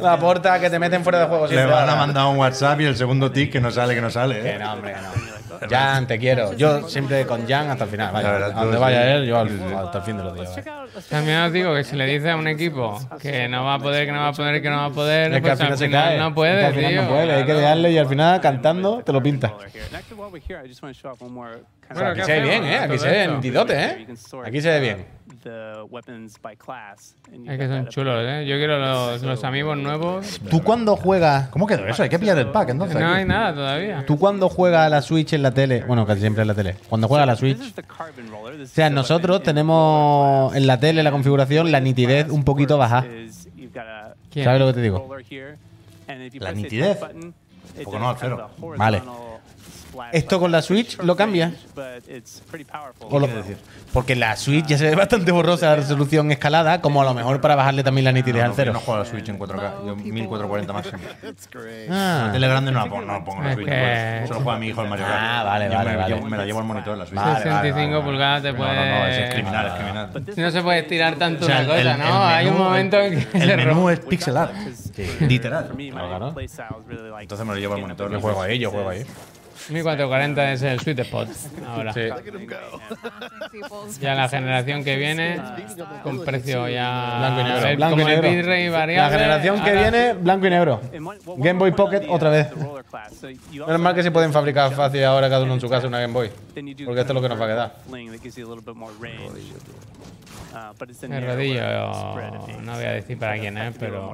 Speaker 5: La puerta que te meten fuera de juego.
Speaker 2: le
Speaker 5: siempre.
Speaker 2: van a mandar un WhatsApp y el segundo tick que no sale, que no sale,
Speaker 5: Que
Speaker 2: ¿eh?
Speaker 5: no, hombre, que no. Jan, te quiero. Yo siempre con Jan hasta el final. Vaya,
Speaker 2: La verdad,
Speaker 5: a donde
Speaker 2: tú
Speaker 5: vaya
Speaker 2: sí.
Speaker 5: él, yo al- hasta el fin de los
Speaker 3: Pues
Speaker 5: días. vaya.
Speaker 3: También os digo que si le dices a un equipo que no va a poder, que no va a poder, que no va a poder,
Speaker 5: Es que al
Speaker 3: pues
Speaker 5: final se cae.
Speaker 3: no
Speaker 5: Es que
Speaker 3: puede,
Speaker 5: al final
Speaker 3: tío.
Speaker 5: no puede. Hay que
Speaker 3: Claro.
Speaker 5: dejarle y al final
Speaker 7: with
Speaker 5: cantando
Speaker 7: the
Speaker 5: te lo
Speaker 7: carbon
Speaker 5: pinta.
Speaker 7: roller here. And actually, while we're here, I just wanna show off one more kind
Speaker 3: Bueno,
Speaker 7: of-
Speaker 5: Aquí se ve bien, ¿eh? Aquí se ve mentidote,
Speaker 7: You
Speaker 5: ¿eh?
Speaker 7: can sort,
Speaker 5: Aquí se ve
Speaker 7: uh,
Speaker 5: bien.
Speaker 7: the weapons by class, and you
Speaker 3: Es
Speaker 7: got
Speaker 3: que son
Speaker 7: that up
Speaker 3: chulos, ¿eh? Yo quiero los, los amigos nuevos.
Speaker 5: Tú cuando juegas.
Speaker 2: ¿Cómo quedó eso? Hay que pillar el pack, entonces.
Speaker 3: No
Speaker 2: aquí.
Speaker 3: hay nada todavía.
Speaker 5: Tú cuando juegas a la Switch en la tele. Bueno, casi siempre en la tele. Cuando juegas a la
Speaker 7: This
Speaker 5: Switch.
Speaker 7: is the carbon roller. This
Speaker 5: O sea,
Speaker 7: is the
Speaker 5: nosotros
Speaker 7: weapon in
Speaker 5: tenemos en la tele la configuración, la
Speaker 7: This
Speaker 5: nitidez
Speaker 7: class
Speaker 5: un poquito
Speaker 7: works
Speaker 5: baja.
Speaker 7: is you've got a
Speaker 3: ¿Quién?
Speaker 5: ¿Sabes lo que te digo?
Speaker 7: roller here, and if you
Speaker 2: La
Speaker 7: press the
Speaker 2: nitidez.
Speaker 7: top button, it
Speaker 2: Poco
Speaker 7: does
Speaker 2: no, al
Speaker 7: kind of
Speaker 2: cero.
Speaker 7: a horizontal
Speaker 5: Vale.
Speaker 7: splash
Speaker 5: Esto con la Switch lo cambia.
Speaker 7: range, but it's pretty powerful.
Speaker 5: O lo- Porque la Switch ya se ve bastante borrosa la resolución escalada, como a lo mejor para bajarle también la nitidez
Speaker 2: No,
Speaker 5: al
Speaker 2: porque yo
Speaker 5: cero.
Speaker 2: no juego a la Switch en 4K, yo 1440 máximo.
Speaker 4: That's great.
Speaker 5: Ah.
Speaker 2: La tele grande no la pongo, no la pongo en la Switch.
Speaker 3: Es que-
Speaker 2: Solo juega mi hijo el Mario Kart.
Speaker 5: Ah, vale,
Speaker 2: Yo me-
Speaker 5: vale,
Speaker 2: yo
Speaker 5: vale.
Speaker 2: me la llevo al monitor de la Switch.
Speaker 5: Vale, vale,
Speaker 3: 65
Speaker 5: vale.
Speaker 3: pulgadas
Speaker 2: No,
Speaker 3: te
Speaker 2: no,
Speaker 3: puede.
Speaker 2: no, pues, es criminal, es criminal.
Speaker 7: *laughs*
Speaker 3: No se puede estirar tanto
Speaker 2: O sea,
Speaker 3: una cosa,
Speaker 2: el- el
Speaker 3: ¿no? Hay un
Speaker 2: menú-
Speaker 3: momento en que se
Speaker 2: El menú
Speaker 3: rompe.
Speaker 2: es pixel
Speaker 7: uh,
Speaker 2: art. Literal.
Speaker 5: claro.
Speaker 7: Entonces
Speaker 2: Entonces me lo llevo al monitor.
Speaker 5: Yo juego ahí, yo juego ahí.
Speaker 3: 1440 es el sweet spot ahora. Ya la generación que viene con precio ya
Speaker 5: Blanco y negro,
Speaker 3: a ver,
Speaker 5: blanco y
Speaker 3: como el
Speaker 5: negro.
Speaker 3: bitrate
Speaker 5: La
Speaker 3: variable,
Speaker 5: generación que
Speaker 3: ahora-
Speaker 5: viene, blanco y negro. Game Boy Pocket otra vez. Menos mal que se pueden fabricar fácil ahora cada uno en su casa una Game Boy. Porque esto es lo que nos va a quedar.
Speaker 3: El rodillo, oh, no voy a decir para quién es, pero.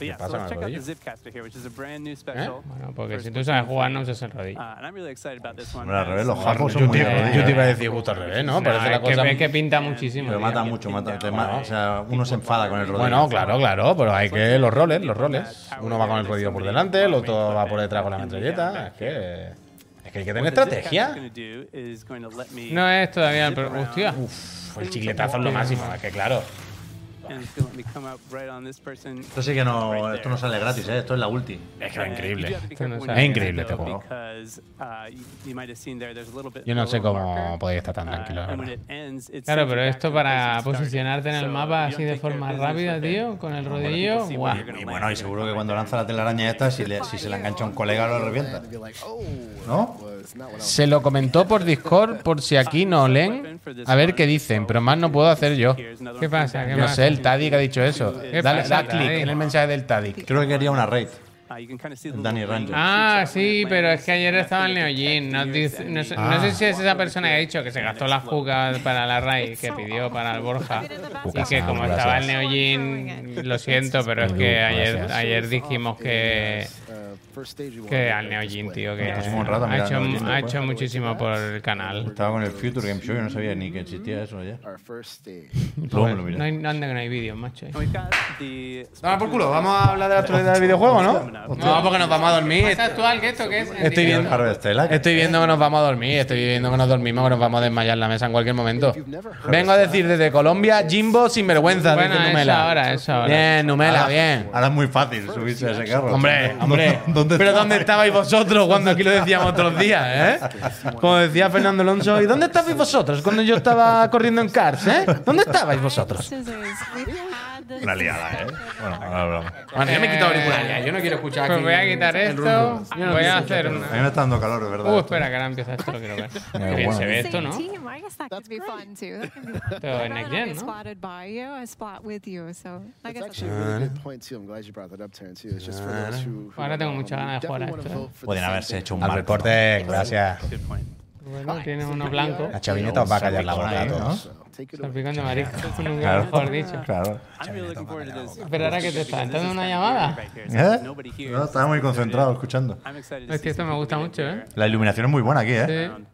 Speaker 7: ¿Qué
Speaker 5: pasa con ¿Eh? el rodillo?
Speaker 3: Bueno, porque si tú sabes jugar, no usas el rodillo.
Speaker 2: Hombre, al revés, los japos
Speaker 5: Yo
Speaker 2: son muy
Speaker 5: te,
Speaker 2: de rodillas.
Speaker 5: yo te iba a decir justo al revés, ¿no?
Speaker 3: No,
Speaker 5: Parece la
Speaker 3: es que
Speaker 5: cosa.
Speaker 3: ves que pinta muchísimo.
Speaker 2: Pero
Speaker 3: tío.
Speaker 2: mata mucho, mata. te ma- O sea, uno se enfada con el rodillo.
Speaker 5: Bueno, claro, claro, pero hay que los roles, los roles. Uno va con el rodillo por delante, el otro va por detrás con la metralleta. Es que, es que hay que tener estrategia.
Speaker 3: No eh. es todavía el. pro- Hostia.
Speaker 5: Uf, el chicletazo es lo máximo, es que claro.
Speaker 2: Esto sí que no, esto no sale gratis, ¿eh? esto es la ulti.
Speaker 5: Es que era
Speaker 7: Eh,
Speaker 5: increíble.
Speaker 3: Es
Speaker 5: increíble este juego.
Speaker 7: uh,
Speaker 5: Yo no sé cómo podéis estar
Speaker 7: uh,
Speaker 5: tan tranquilo. la verdad.
Speaker 3: Claro, pero esto para posicionarte en el mapa así de forma rápida, tío, con el rodillo. Guau.
Speaker 2: Y bueno, y seguro que cuando lanza la telaraña esta, si, le- si se la engancha a un colega, lo revienta.
Speaker 4: Be like, oh,
Speaker 2: ¿No?
Speaker 4: it's not what I was.
Speaker 5: Se lo comentó por Discord por si aquí
Speaker 7: Ah,
Speaker 5: no leen. A ver qué dicen, pero más no puedo hacer yo.
Speaker 3: ¿Qué pasa? ¿Qué
Speaker 5: No
Speaker 3: más?
Speaker 5: sé, el Tadic ha dicho eso.
Speaker 3: ¿Qué
Speaker 5: Dale,
Speaker 3: pasa,
Speaker 5: da clic
Speaker 3: Tadic?
Speaker 5: en el mensaje del Tadic.
Speaker 2: Creo que quería una raid.
Speaker 7: Uh, you can kind of see the
Speaker 2: El
Speaker 7: little
Speaker 2: Danny
Speaker 7: range
Speaker 2: Ranger.
Speaker 3: Ah,
Speaker 7: shoots out when it
Speaker 3: sí, pero
Speaker 7: lands.
Speaker 3: es que ayer
Speaker 7: That's
Speaker 3: estaba el
Speaker 7: gonna
Speaker 3: Neo
Speaker 7: detect
Speaker 3: Jin. No,
Speaker 7: you
Speaker 3: dice-
Speaker 7: as
Speaker 3: no sé,
Speaker 7: enemy.
Speaker 2: Ah.
Speaker 3: no sé si
Speaker 5: Ah.
Speaker 3: es esa persona que ha dicho que se gastó la fuga para la RAI *laughs* que pidió para el Borja. Y que como estaba el Neo Jin, lo siento, pero es que ayer, ayer dijimos que,
Speaker 2: uh,
Speaker 3: que al Neo Jin, tío, que
Speaker 2: Estás un rato
Speaker 3: ha
Speaker 2: mirando
Speaker 3: hecho,
Speaker 2: el Jin,
Speaker 3: ha
Speaker 2: pues.
Speaker 3: hecho muchísimo por el canal.
Speaker 2: Estaba con el Future Game Show, yo no sabía ni que existía eso ya.
Speaker 4: Our first stage.
Speaker 2: Luego me lo
Speaker 3: No
Speaker 2: miré.
Speaker 3: hay, no anda que no hay vídeos, macho.
Speaker 7: And we've got the
Speaker 5: Toma por culo, vamos a hablar de la actualidad del videojuego, ¿no?
Speaker 7: Hostia.
Speaker 5: No, porque nos vamos a dormir.
Speaker 3: ¿Es actual que esto qué es?
Speaker 5: Estoy viendo.
Speaker 2: Harvestella.
Speaker 5: Estoy viendo que nos vamos a dormir, estoy viendo que nos dormimos, que nos vamos a desmayar en la mesa en cualquier momento. Vengo a decir desde Colombia, Jimbo sin vergüenza,
Speaker 3: Bueno,
Speaker 5: dice
Speaker 3: eso
Speaker 5: Numela.
Speaker 3: ahora, eso ahora. Ah.
Speaker 5: Bien, Numela, bien.
Speaker 2: Ahora es muy fácil subirse a ese carro.
Speaker 5: Hombre, hombre.
Speaker 2: ¿Dónde
Speaker 5: pero *laughs*
Speaker 2: está?
Speaker 5: ¿dónde estabais vosotros cuando aquí lo decíamos todos los días, eh? Como decía Fernando Alonso, ¿y dónde estabais vosotros cuando yo estaba corriendo en cars, eh? ¿Dónde estabais vosotros?
Speaker 2: Una liada, ¿eh? Bueno, ahora hablamos.
Speaker 5: Bueno, yo me he quitado auriculares, ya, yo no quiero escuchar
Speaker 3: Pues
Speaker 5: aquí
Speaker 3: voy a quitar
Speaker 5: el rum
Speaker 3: esto.
Speaker 5: rum.
Speaker 3: Voy a hacer
Speaker 2: A
Speaker 3: una.
Speaker 2: mí me está dando calor, de verdad.
Speaker 3: Uh,
Speaker 2: esto.
Speaker 3: espera, que ahora empieza esto, lo quiero ver.
Speaker 2: Eh,
Speaker 3: Qué bien se
Speaker 2: bueno.
Speaker 3: ve esto, ¿no?
Speaker 6: Team, I guess that could be fun
Speaker 3: *laughs*
Speaker 6: too. That can be fun.
Speaker 3: Esto es Next
Speaker 6: But I don't
Speaker 3: Gen,
Speaker 6: get
Speaker 3: ¿no?
Speaker 6: spotted by you. I spot with you, so I
Speaker 4: That's
Speaker 6: guess that's
Speaker 4: actually a really good point too. I'm glad you brought that up, Terrence. Too. It's just for those who. who
Speaker 3: Ahora
Speaker 4: don't
Speaker 3: tengo
Speaker 4: know,
Speaker 3: muchas
Speaker 4: you
Speaker 3: ganas de
Speaker 4: definitely
Speaker 3: jugar a
Speaker 4: wanna
Speaker 3: esto, ¿eh?
Speaker 4: voot for the
Speaker 2: Podrían
Speaker 4: same
Speaker 2: haberse
Speaker 4: thing.
Speaker 2: hecho un
Speaker 5: Al
Speaker 2: marco.
Speaker 5: recorte, gracias.
Speaker 7: Good point.
Speaker 3: Bueno, tiene uno blanco.
Speaker 5: La chavineta os va a callar la boca a
Speaker 2: Ahí, ¿no?
Speaker 5: todos.
Speaker 4: So take it away.
Speaker 3: Salpicón de marisco, nunca
Speaker 2: Claro.
Speaker 3: mejor dicho.
Speaker 2: Claro.
Speaker 7: I'm really looking forward to this.
Speaker 3: Pero ahora que te está entrando una llamada.
Speaker 7: Right here, so
Speaker 2: ¿Eh?
Speaker 7: there's nobody here,
Speaker 2: No,
Speaker 7: so
Speaker 2: estaba muy concentrado escuchando.
Speaker 7: I'm excited to
Speaker 3: Es que
Speaker 7: see
Speaker 3: esto
Speaker 7: some
Speaker 3: me gusta
Speaker 7: people get in
Speaker 3: mucho,
Speaker 7: here.
Speaker 3: ¿eh?
Speaker 2: La iluminación es muy buena aquí, ¿eh?
Speaker 3: Sí.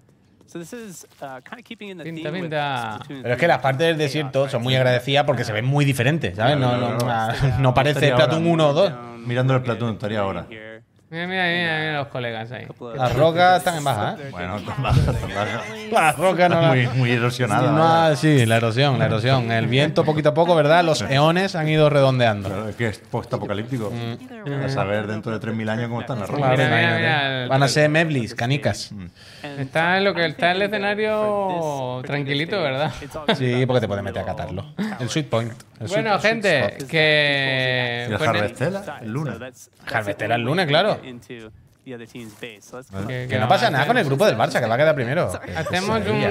Speaker 7: So this is uh, kind of keeping in the
Speaker 3: Pinta,
Speaker 7: theme with
Speaker 3: pinta.
Speaker 7: Splatoon
Speaker 5: Pero es que las
Speaker 7: 3.
Speaker 5: partes del desierto son muy agradecidas porque se ven muy diferentes, ¿sabes? No, no, no, no parece
Speaker 2: Estaría
Speaker 5: Platón
Speaker 2: ahora.
Speaker 5: 1 o 2.
Speaker 7: Down,
Speaker 2: Mirando el
Speaker 7: we'll get
Speaker 2: Splatoon,
Speaker 7: it
Speaker 2: estaría
Speaker 7: going
Speaker 2: ahora.
Speaker 7: here.
Speaker 3: Mira, mira, mira, mira los colegas ahí.
Speaker 7: Couple of-
Speaker 5: Las rocas están en baja, ¿eh?
Speaker 2: Bueno, tan baja, tan baja.
Speaker 5: Las rocas no
Speaker 2: Está muy,
Speaker 5: las...
Speaker 2: muy erosionada.
Speaker 5: No,
Speaker 2: ¿verdad?
Speaker 5: ah, sí, la erosión, la erosión. El viento poquito a poco, ¿verdad? Los eones han ido redondeando.
Speaker 2: Claro, es que es post-apocalíptico.
Speaker 3: Mm.
Speaker 2: A saber dentro de 3.000 años cómo están las
Speaker 3: Mira,
Speaker 2: rocas.
Speaker 3: mira,
Speaker 5: imagínate.
Speaker 3: mira el-
Speaker 5: Van a ser meblis, canicas.
Speaker 7: And
Speaker 3: Está en lo que
Speaker 7: I'm
Speaker 3: está el
Speaker 7: thinking that
Speaker 3: escenario
Speaker 7: for this particular
Speaker 3: tranquilito,
Speaker 7: stage,
Speaker 3: ¿verdad?
Speaker 7: it's all gonna
Speaker 5: Sí,
Speaker 7: be
Speaker 5: porque te
Speaker 7: about
Speaker 5: puedes meter a
Speaker 7: little
Speaker 3: *laughs*
Speaker 5: catarlo.
Speaker 7: tower.
Speaker 5: El sweet point. El sweet-
Speaker 3: Ah, Bueno, gente, que.
Speaker 2: Y el
Speaker 3: ponen-
Speaker 2: Harvestella, el lunes.
Speaker 5: Harvestella el lunes, claro. Que no pasa
Speaker 3: que- que vamos a
Speaker 5: nada con el grupo del Barça, que va a quedar primero. Pues,
Speaker 3: Hacemos
Speaker 5: Maravilla.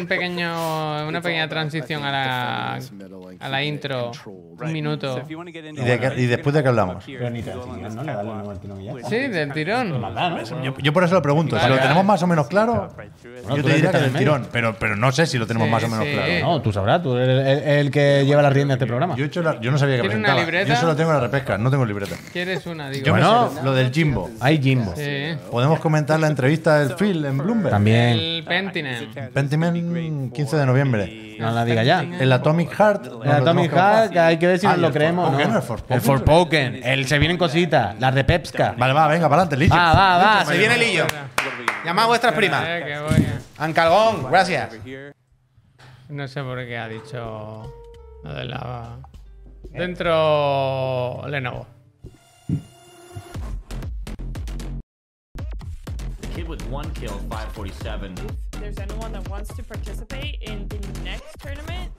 Speaker 3: un pequeño, una pequeña transición a la, a la intro. Un minuto.
Speaker 2: ¿Y de qué- y después de qué hablamos?
Speaker 3: Sí, del tirón.
Speaker 2: Yo, yo por eso lo pregunto. Si
Speaker 3: Vale,
Speaker 2: lo
Speaker 3: vale.
Speaker 2: tenemos más o menos claro,
Speaker 5: Bueno,
Speaker 2: yo
Speaker 5: tú
Speaker 2: te
Speaker 5: eres que
Speaker 2: diría que
Speaker 5: estás
Speaker 2: del
Speaker 5: en medio.
Speaker 2: tirón. Pero, pero no sé si lo tenemos
Speaker 3: Sí,
Speaker 2: más o menos
Speaker 3: sí.
Speaker 2: claro.
Speaker 5: No, tú sabrás, tú eres el, el que lleva las riendas de este programa.
Speaker 2: Yo, he hecho la- yo no sabía que
Speaker 3: ¿Tiene una
Speaker 2: presentaba.
Speaker 3: libreta?
Speaker 2: Yo solo tengo la repesca, no tengo libreta.
Speaker 3: ¿Quieres una? Digo.
Speaker 2: Yo me
Speaker 5: Bueno.
Speaker 2: sé lo del Jimbo.
Speaker 5: Hay Jimbo.
Speaker 3: Sí.
Speaker 2: Podemos comentar la entrevista del Phil en Bloomberg.
Speaker 5: También.
Speaker 3: El Pentinem.
Speaker 2: Pentiment, 15 de noviembre.
Speaker 5: No la diga ya.
Speaker 2: El Atomic Heart.
Speaker 5: El Atomic Heart, que hay que ver si
Speaker 2: Ah,
Speaker 5: nos
Speaker 2: y
Speaker 5: lo
Speaker 2: el
Speaker 5: creemos.
Speaker 2: Forspoken,
Speaker 5: ¿no?
Speaker 2: el Forspoken.
Speaker 5: El Forspoken. El se vienen cositas. Las de Pepska.
Speaker 2: Vale, va, venga, para adelante, Licho.
Speaker 5: Ah, Va, va, va. Se viene el hillo. Llamad a vuestras primas.
Speaker 3: Eh, que voy a-
Speaker 5: Ancalgón, gracias.
Speaker 3: No sé por qué ha dicho lo de la. Dentro Lenovo.
Speaker 11: Kid with one kill, 547.
Speaker 12: If there's anyone that wants to participate in the next tournament,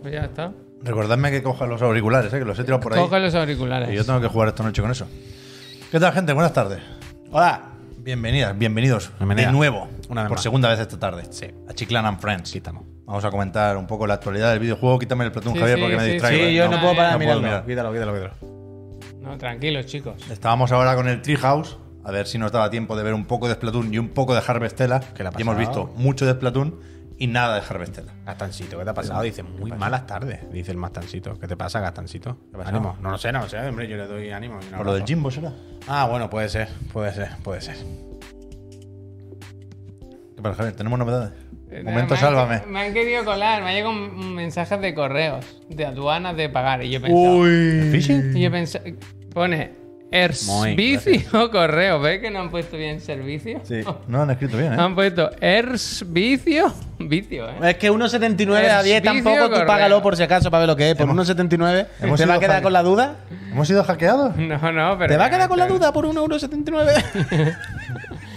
Speaker 3: Pues ya está.
Speaker 2: Recordadme que coja los auriculares, eh, que los he tirado por ahí.
Speaker 3: Coge los
Speaker 2: Y
Speaker 3: auriculares.
Speaker 2: yo tengo que jugar esta noche con eso. ¿Qué tal, gente? Buenas tardes. Hola. Bienvenidas, bienvenidos.
Speaker 5: Bienvenida.
Speaker 2: De nuevo,
Speaker 5: Una vez
Speaker 2: por
Speaker 5: más.
Speaker 2: segunda vez esta tarde. Sí. A Chiclan and Friends.
Speaker 5: Quitamos.
Speaker 2: Vamos a comentar un poco la actualidad del videojuego. Quítame el platón,
Speaker 3: Sí,
Speaker 2: Javier,
Speaker 3: sí,
Speaker 2: porque me
Speaker 3: sí,
Speaker 2: distraigo.
Speaker 3: sí,
Speaker 2: ¿eh?
Speaker 5: yo no puedo parar de
Speaker 2: puedo
Speaker 5: mirarlo.
Speaker 2: mirar.
Speaker 5: Quítalo, quítalo, quítalo.
Speaker 3: No, tranquilos, chicos.
Speaker 2: Estábamos ahora con el Treehouse. A ver si nos daba tiempo de ver un poco de Splatoon y un poco de Harvestella.
Speaker 5: ¿Qué le ha
Speaker 2: Y hemos
Speaker 5: pasado?
Speaker 2: visto mucho de Splatoon y nada de Harvestella.
Speaker 5: Gastancito, ¿qué te ha pasado? Dice, muy malas tardes. Dice el Mastancito. ¿Qué te pasa, Gastancito?
Speaker 2: pasa?
Speaker 5: Ánimo. No lo sé, no lo sé, hombre. Yo le doy ánimo. y un
Speaker 2: Por lo del
Speaker 5: abrazo.
Speaker 2: Jimbo será.
Speaker 5: Ah, bueno, puede ser, puede ser, puede ser.
Speaker 2: ¿Qué pasa, Javier? ¿Tenemos novedades?
Speaker 3: Eh,
Speaker 2: Momento,
Speaker 5: *laughs*
Speaker 3: me han-
Speaker 2: sálvame.
Speaker 3: Me han querido colar, me ha llegado un- un mensaje de correos, de aduanas de pagar. Y yo pensaba.
Speaker 5: Uy.
Speaker 3: Y yo pensaba. Pone.
Speaker 5: Muy,
Speaker 3: Ervicio correo. ¿Ves que no han puesto bien servicio?
Speaker 2: Sí. No han escrito bien, ¿eh?
Speaker 5: Ah.
Speaker 3: Han puesto Ersvicio. Vicio, *laughs* eh.
Speaker 5: Es que 1.79 a 10
Speaker 3: Servicio
Speaker 5: tampoco, tú
Speaker 3: correo.
Speaker 5: págalo por si acaso para ver lo que es. Por 1.79
Speaker 2: hemos
Speaker 5: te va a
Speaker 2: ido
Speaker 5: quedar
Speaker 2: fan-
Speaker 5: con la duda.
Speaker 2: ¿Hemos sido hackeados?
Speaker 5: Mm.
Speaker 3: No, no, pero.
Speaker 5: Te va a quedar con la
Speaker 3: pero-
Speaker 5: duda por 1,79€.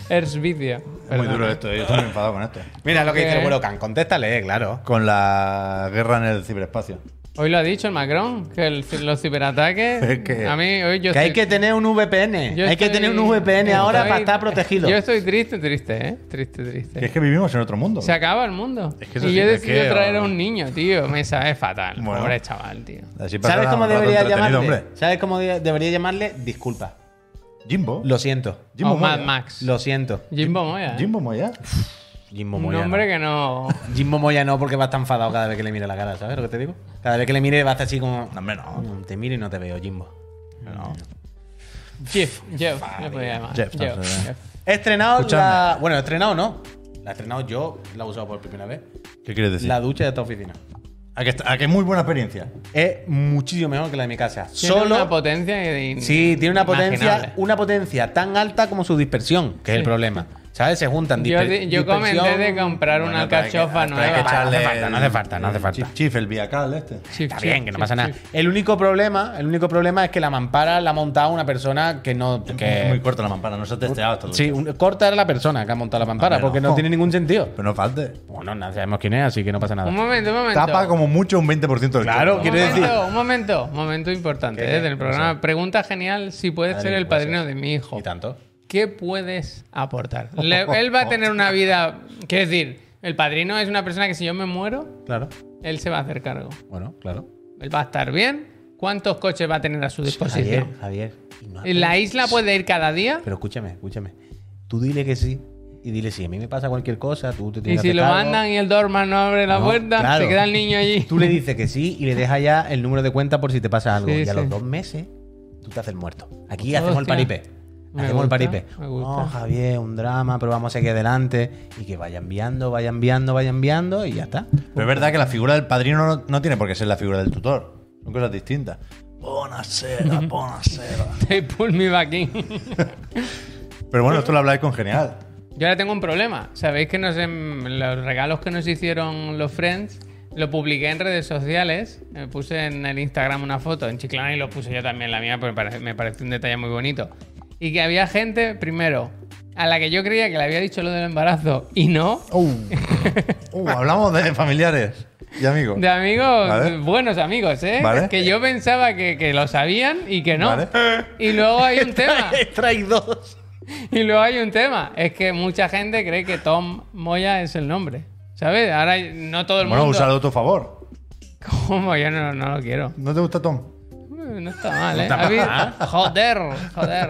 Speaker 3: Ersvicio.
Speaker 2: Es muy
Speaker 3: perdón.
Speaker 2: duro esto, eh. yo estoy muy enfadado con esto.
Speaker 5: Mira lo que dice
Speaker 3: Ok.
Speaker 5: el Can, contéstale, claro.
Speaker 2: Con la guerra en el ciberespacio.
Speaker 3: Hoy lo ha dicho el Macron, que el- los
Speaker 5: *laughs*
Speaker 3: ciberataques.
Speaker 2: Es que-
Speaker 3: a mí, hoy yo
Speaker 5: Que hay
Speaker 3: estoy-
Speaker 5: que tener un VPN. Hay
Speaker 3: yo
Speaker 5: que
Speaker 3: estoy-
Speaker 5: tener un VPN ahora
Speaker 3: estoy-
Speaker 5: para estar protegido.
Speaker 3: Yo estoy triste, triste, ¿eh? Triste,
Speaker 2: Que
Speaker 3: triste.
Speaker 2: es que vivimos en otro mundo.
Speaker 3: Se acaba el mundo.
Speaker 2: Es que eso
Speaker 3: y
Speaker 2: sí
Speaker 3: yo he
Speaker 2: que es
Speaker 3: decidido
Speaker 2: que-
Speaker 3: traer a un niño, tío. Me sabe fatal.
Speaker 2: Bueno.
Speaker 3: Pobre chaval, tío.
Speaker 2: Así pasará
Speaker 5: ¿Sabes cómo
Speaker 2: un rato
Speaker 5: debería
Speaker 2: entretenido,
Speaker 5: llamarle?
Speaker 2: hombre.
Speaker 5: ¿Sabes cómo de- debería llamarle? Disculpa.
Speaker 2: Jimbo.
Speaker 5: Lo siento.
Speaker 2: Jimbo
Speaker 3: o Mad
Speaker 2: Moya.
Speaker 3: Max.
Speaker 5: Lo siento.
Speaker 3: Jimbo Moya. ¿eh?
Speaker 2: Jimbo Moya.
Speaker 5: Jimbo
Speaker 3: Un
Speaker 5: Moya.
Speaker 3: hombre
Speaker 5: no.
Speaker 3: que no.
Speaker 5: Jimbo Moya no, porque va a estar enfadado cada vez que le mire la cara, ¿sabes lo que te digo? Cada vez que le mire va a estar así como.
Speaker 2: No, hombre, no.
Speaker 5: "Mm, Te miro y no te veo, Jimbo.
Speaker 3: Jeff, Jeff. le podía llamar.
Speaker 2: Jeff,
Speaker 3: Jeff,
Speaker 2: no sé.
Speaker 3: Jeff.
Speaker 5: He estrenado
Speaker 2: Escuchadme.
Speaker 5: la. Bueno, he estrenado no. La he estrenado yo, la he usado por primera vez.
Speaker 2: ¿Qué quieres decir?
Speaker 5: La ducha de esta oficina.
Speaker 2: A, que, está- a que muy buena experiencia.
Speaker 5: Es muchísimo mejor que la de mi casa.
Speaker 3: Tiene
Speaker 5: Solo.
Speaker 3: una potencia. in-
Speaker 5: Sí, tiene una potencia,
Speaker 3: inimaginable.
Speaker 5: una potencia tan alta como su dispersión, que es el problema. ¿Sabes? Se juntan
Speaker 3: Yo,
Speaker 5: disper-
Speaker 3: di- yo comenté
Speaker 5: dispersión-
Speaker 3: de comprar una
Speaker 2: Bueno, pero hay que-
Speaker 3: alcachofa
Speaker 2: pero hay que
Speaker 3: nueva.
Speaker 2: echarle
Speaker 5: No hace falta, no hace falta, no hace
Speaker 2: el
Speaker 5: falta.
Speaker 2: Chif, chif, el viacal este.
Speaker 3: Chif,
Speaker 5: Está
Speaker 3: chif,
Speaker 5: bien, que no
Speaker 3: chif,
Speaker 5: pasa nada.
Speaker 3: chif.
Speaker 5: El único problema, el único problema es que la mampara la ha montado una persona que no.
Speaker 2: Es muy
Speaker 5: Que,
Speaker 2: corta la mampara, no se ha testeado esta ducha.
Speaker 5: sí, un- corta era la persona que ha montado la mampara,
Speaker 2: Hombre, no.
Speaker 5: porque no tiene ningún sentido.
Speaker 2: Pero no falte.
Speaker 5: Bueno, nada, sabemos quién es, así que no pasa nada.
Speaker 3: Un momento, un momento.
Speaker 2: Tapa como mucho un 20% del
Speaker 5: Claro,
Speaker 2: cuerpo.
Speaker 5: quiero
Speaker 3: un
Speaker 5: decir-
Speaker 3: momento, un momento, momento importante eh, del programa. Pregunta genial si puedes ser el padrino de mi hijo.
Speaker 5: Y tanto.
Speaker 3: ¿Qué puedes
Speaker 5: *laughs*
Speaker 3: aportar? Le- él va a tener una vida... Quiero decir, el padrino es una persona que si yo me muero,
Speaker 5: Claro.
Speaker 3: él se va a hacer cargo.
Speaker 5: Bueno, claro.
Speaker 3: Él va a estar bien. ¿Cuántos coches va a tener a su
Speaker 5: Javier,
Speaker 3: disposición?
Speaker 5: Javier. y no-
Speaker 3: ¿En la isla puede ir cada día?
Speaker 5: Pero escúchame, escúchame. Tú dile que sí. Y dile, si a mí me pasa cualquier cosa, tú te
Speaker 3: Y
Speaker 5: tienes que
Speaker 3: si
Speaker 5: hacer
Speaker 3: lo
Speaker 5: cargo.
Speaker 3: mandan y el doorman no abre la
Speaker 5: No,
Speaker 3: puerta,
Speaker 5: claro.
Speaker 3: se queda el niño allí. *laughs*
Speaker 5: Tú le dices que sí y le dejas ya el número de cuenta por si te pasa algo.
Speaker 3: Sí,
Speaker 5: y a
Speaker 3: sí.
Speaker 5: los dos meses, tú te haces el muerto. Aquí hacemos el
Speaker 3: Hostia.
Speaker 5: paripé.
Speaker 3: Me
Speaker 5: Hacemos el
Speaker 3: gusta,
Speaker 5: paripé.
Speaker 3: me gusta.
Speaker 5: No, Javier, un drama, pero vamos a seguir adelante. Y que vaya enviando, vaya enviando, vaya enviando y ya está.
Speaker 2: Pero es verdad que la figura del padrino no, no tiene por qué ser la figura del tutor. Son cosas distintas. *laughs* Bonacera, bonacera.
Speaker 3: They pull me back in.
Speaker 2: Pero bueno, esto lo habláis con genial.
Speaker 5: *laughs*
Speaker 3: Yo ahora tengo un problema. Sabéis que nos, en- los regalos que nos hicieron los Friends lo publiqué en redes sociales. Me puse en el Instagram una foto en Chiclana y lo puse yo también en la mía porque pare- me pareció un detalle muy bonito. Y que había gente, primero, a la que yo creía que le había dicho lo del embarazo y no.
Speaker 2: Uh, Uh, hablamos de familiares y amigos.
Speaker 3: De amigos,
Speaker 2: Vale.
Speaker 3: buenos amigos, ¿eh?
Speaker 2: Vale.
Speaker 3: Que yo pensaba que, que lo sabían y que no.
Speaker 2: Vale.
Speaker 3: Y luego hay
Speaker 2: *laughs*
Speaker 5: *laughs*
Speaker 3: un tema.
Speaker 5: Trae dos.
Speaker 3: *laughs* Y luego hay un tema, es que mucha gente cree que Tom Moya es el nombre. ¿Sabes? Ahora no todo el
Speaker 2: Bueno,
Speaker 3: mundo.
Speaker 2: usalo a tu favor.
Speaker 3: *laughs* ¿Cómo? Yo no, no lo quiero.
Speaker 2: ¿No te gusta Tom?
Speaker 3: Eh, No está mal, ¿eh?
Speaker 2: está
Speaker 3: ¿Habéis-
Speaker 2: mal.
Speaker 3: Joder, joder.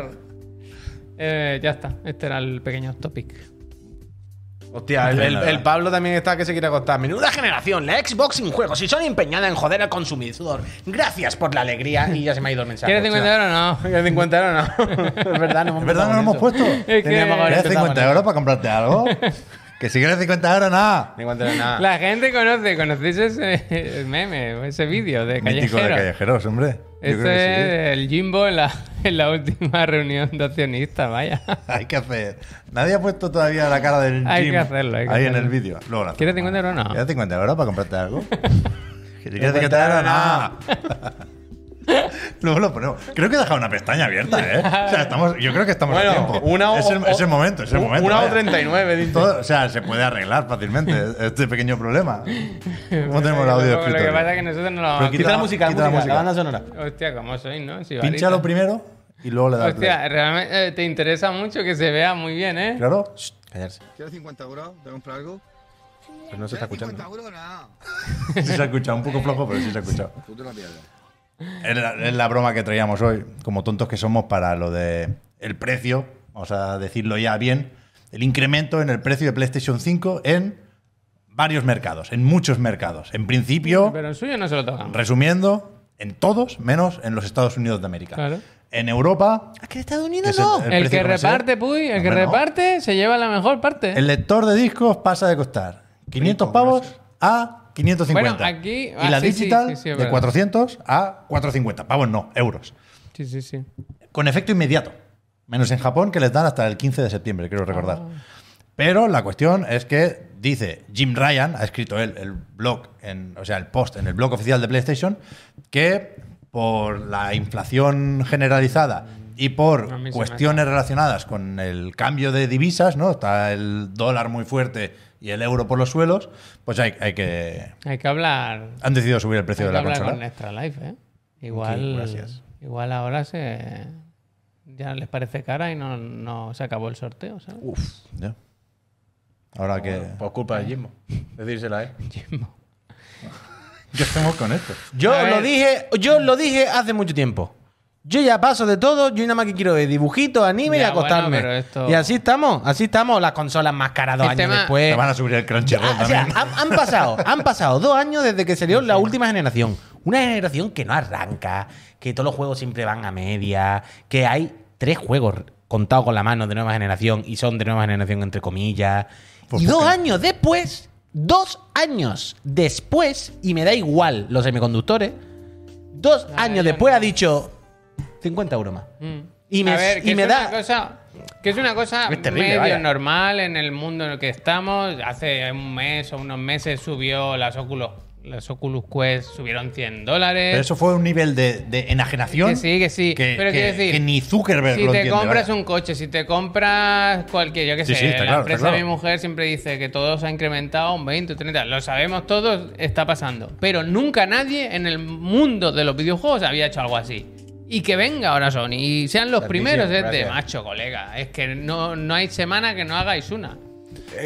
Speaker 3: Eh, ya está, este era el pequeño topic.
Speaker 5: Hostia, el,
Speaker 2: el- el
Speaker 5: Pablo también está que se quiere acostar. Menuda generación, la Xbox sin juegos y son empeñada en joder al consumidor. Gracias por la alegría. Y ya se me ha ido el mensaje.
Speaker 3: ¿Quieres 50 euros o no?
Speaker 5: ¿Quieres 50 euros? No. *laughs* es verdad, no
Speaker 2: ¿Es verdad no lo hemos puesto?
Speaker 3: Es que-
Speaker 5: Teníamos que haber
Speaker 2: ¿Quieres
Speaker 5: empezado
Speaker 2: 50
Speaker 5: con
Speaker 2: euros para comprarte algo? *laughs* que si quieres 50 euros, nada.
Speaker 5: 50 euros nada.
Speaker 3: *laughs* La gente conoce, conocéis ese meme, ese vídeo de
Speaker 2: Mítico de
Speaker 3: callejero.
Speaker 2: callejeros, hombre. Yo creo
Speaker 3: Ese
Speaker 2: que sí.
Speaker 3: es el Jimbo en la, en la última reunión de accionistas, vaya.
Speaker 2: *laughs*
Speaker 3: *laughs*
Speaker 2: Hay que hacer. Nadie ha puesto todavía la cara del
Speaker 3: Hay
Speaker 2: Jim
Speaker 3: que hacerlo, hay que
Speaker 2: ahí
Speaker 3: hacerlo.
Speaker 2: en el vídeo. Luego lo hacemos.
Speaker 3: ¿Quieres 50 euros o
Speaker 5: Ah.
Speaker 3: no?
Speaker 2: ¿Quieres 50 euros para
Speaker 5: *laughs*
Speaker 2: comprarte algo? que si quieres 50 euros, nada. *laughs* Luego lo ponemos. Creo que he dejado una pestaña abierta, ¿eh? O sea, estamos, yo creo que estamos a
Speaker 5: Bueno,
Speaker 2: tiempo.
Speaker 5: una o-
Speaker 2: es, el,
Speaker 5: o-
Speaker 2: es el momento, es el
Speaker 5: u-
Speaker 2: momento.
Speaker 5: una o
Speaker 2: vaya.
Speaker 5: 39, dice.
Speaker 2: Todo- o sea, se puede arreglar
Speaker 5: *laughs*
Speaker 2: fácilmente este pequeño problema.
Speaker 5: Pues
Speaker 2: ¿Cómo tenemos el audio
Speaker 3: Lo que
Speaker 2: escrito?
Speaker 3: pasa es que nosotros no lo vamos a
Speaker 2: Pero
Speaker 5: Quita la música,
Speaker 2: quita
Speaker 5: la
Speaker 2: la
Speaker 5: música, la
Speaker 2: música.
Speaker 5: banda sonora.
Speaker 3: Hostia, ¿cómo soy, no? Si
Speaker 2: Pínchalo
Speaker 3: varita.
Speaker 2: primero y luego le das play.
Speaker 3: Hostia, realmente eh, te interesa mucho que se vea muy bien, ¿eh?
Speaker 2: Claro.
Speaker 5: Callarse.
Speaker 4: ¿Quieres 50 euros? ¿Te compras algo?
Speaker 5: Pero no se está escuchando.
Speaker 4: euros? Nada.
Speaker 2: *laughs* Sí se ha escuchado, un poco flojo, pero sí se ha escuchado.
Speaker 4: Tú te la pierdes.
Speaker 2: Es la, es la broma que traíamos hoy, como tontos que somos para lo de el precio, vamos a decirlo ya bien, el incremento en el precio de PlayStation 5 en varios mercados, en muchos mercados. En principio,
Speaker 3: Pero el suyo no se lo tocamos.
Speaker 2: resumiendo, en todos, menos en los Estados Unidos de América.
Speaker 3: Claro.
Speaker 2: En Europa,
Speaker 5: que Estados
Speaker 2: es el, el
Speaker 3: El
Speaker 2: precio
Speaker 3: que
Speaker 2: comercial.
Speaker 3: reparte, puy, el que
Speaker 2: Hombre, no.
Speaker 3: reparte se lleva la mejor parte.
Speaker 2: El lector de discos pasa de costar 500 pavos a 550.
Speaker 3: Bueno, aquí-
Speaker 2: y
Speaker 3: ah,
Speaker 2: la
Speaker 3: sí, sí,
Speaker 2: digital
Speaker 3: sí, sí, es
Speaker 2: de
Speaker 3: verdad.
Speaker 2: 400 a 450. Pavos no, euros.
Speaker 3: Sí, sí, sí.
Speaker 2: con efecto inmediato. Menos en Japón, que les dan hasta el 15 de septiembre, quiero recordar.
Speaker 3: Oh.
Speaker 2: Pero la cuestión es que dice Jim Ryan, ha escrito él el blog, en, o sea, el post en el blog oficial de PlayStation, que por la inflación generalizada y
Speaker 3: A mí se me
Speaker 2: por
Speaker 3: hace
Speaker 2: cuestiones relacionadas con el cambio de divisas, ¿no? Está el dólar muy fuerte y el euro por los suelos, pues hay, hay que.
Speaker 3: Hay que hablar.
Speaker 2: Han decidido subir el precio de
Speaker 3: hay que
Speaker 2: la
Speaker 3: hablar
Speaker 2: consola.
Speaker 3: con Extra Life, ¿eh? Igual,
Speaker 2: Ok, gracias.
Speaker 3: igual ahora se ya les parece cara y no, no se acabó el sorteo, ¿sabes?
Speaker 2: Uf, ya. Ahora que.
Speaker 3: Oh,
Speaker 13: Por culpa de Jimbo. Decírsela, ¿eh?
Speaker 3: Jimbo.
Speaker 2: ¿Qué hacemos con esto?
Speaker 5: *laughs* Yo
Speaker 3: A
Speaker 5: lo
Speaker 3: ver.
Speaker 5: dije, yo lo dije hace mucho tiempo. Yo ya paso de todo, yo nada más que quiero de dibujitos, anime y
Speaker 3: Ya,
Speaker 5: acostarme.
Speaker 3: bueno, pero esto-
Speaker 5: Y así estamos, así estamos las consolas más caras dos
Speaker 3: El
Speaker 5: años
Speaker 3: tema-
Speaker 2: Te
Speaker 5: después.
Speaker 2: van a subir el Crunchyroll
Speaker 5: Ah, o sea,
Speaker 2: también.
Speaker 5: han, han pasado, han pasado dos años desde que salió la última generación. Una generación que no arranca, que todos los juegos siempre van a media, que hay tres juegos contados con la mano de nueva generación y son de nueva generación entre comillas.
Speaker 2: Pues
Speaker 5: y dos
Speaker 2: porque-
Speaker 5: años después, dos años después, y me da igual los semiconductores, dos
Speaker 3: Ah,
Speaker 5: años
Speaker 3: yo
Speaker 5: después
Speaker 3: no.
Speaker 5: ha dicho 50 euros más. Y me,
Speaker 3: Mm. a ver, que
Speaker 5: y me
Speaker 3: es
Speaker 5: da...
Speaker 3: una cosa, que es una cosa
Speaker 5: Es terrible,
Speaker 3: medio
Speaker 5: vaya.
Speaker 3: normal en el mundo en el que estamos. Hace un mes o unos meses subió las Oculus, las Oculus Quest subieron 100 dólares.
Speaker 2: Pero eso fue un nivel de, de enajenación.
Speaker 3: Que sí, que sí. Pero quiero decir,
Speaker 2: que ni Zuckerberg
Speaker 3: Si
Speaker 2: lo
Speaker 3: te
Speaker 2: entiende,
Speaker 3: compras
Speaker 2: vaya.
Speaker 3: un coche, si te compras cualquier, yo qué
Speaker 2: Sí,
Speaker 3: sé,
Speaker 2: sí, está
Speaker 3: la
Speaker 2: claro, está
Speaker 3: empresa de
Speaker 2: claro.
Speaker 3: mi mujer siempre dice que todo se ha incrementado un 20 o 30, lo sabemos todos, está pasando, pero nunca nadie en el mundo de los videojuegos había hecho algo así. Y que venga ahora Sony y sean los
Speaker 13: Gratísimo,
Speaker 3: primeros es de
Speaker 13: gracias.
Speaker 3: macho, colega. Es que no, no hay semana que no hagáis una.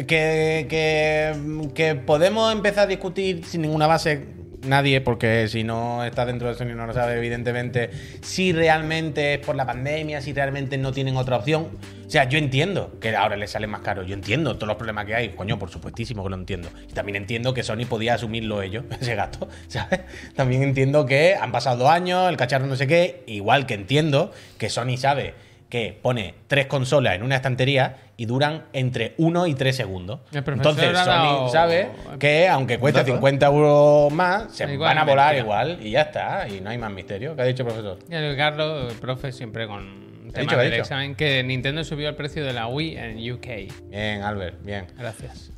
Speaker 5: que, que, que podemos empezar a discutir sin ninguna base, nadie, porque si no está dentro del Sony no lo sabe, evidentemente, si realmente es por la pandemia, si realmente no tienen otra opción. O sea, yo entiendo que ahora les sale más caro, yo entiendo todos los problemas que hay, coño, por supuestísimo que lo entiendo. Y también entiendo que Sony podía asumirlo ellos, *laughs* ese gasto, ¿sabes? También entiendo que han pasado dos años, el cacharro no sé qué, igual que entiendo que Sony sabe que pone tres consolas en una estantería y duran entre 1 y 3 segundos.
Speaker 3: El profesor
Speaker 5: Entonces
Speaker 3: ha
Speaker 5: Sony
Speaker 3: dado-
Speaker 5: sabe que aunque cueste
Speaker 2: Dato, ¿eh?
Speaker 5: 50 euros más, se
Speaker 3: Igual,
Speaker 5: van a volar
Speaker 3: mentira.
Speaker 5: igual y ya está. Y no hay más misterio. ¿Qué ha dicho el profesor?
Speaker 3: Y el Carlos, el profe, siempre con
Speaker 5: dicho,
Speaker 3: temas
Speaker 5: he
Speaker 3: del
Speaker 5: dicho.
Speaker 3: examen, que Nintendo subió el precio de la Wii en UK.
Speaker 5: Bien, Albert, bien.
Speaker 3: Gracias.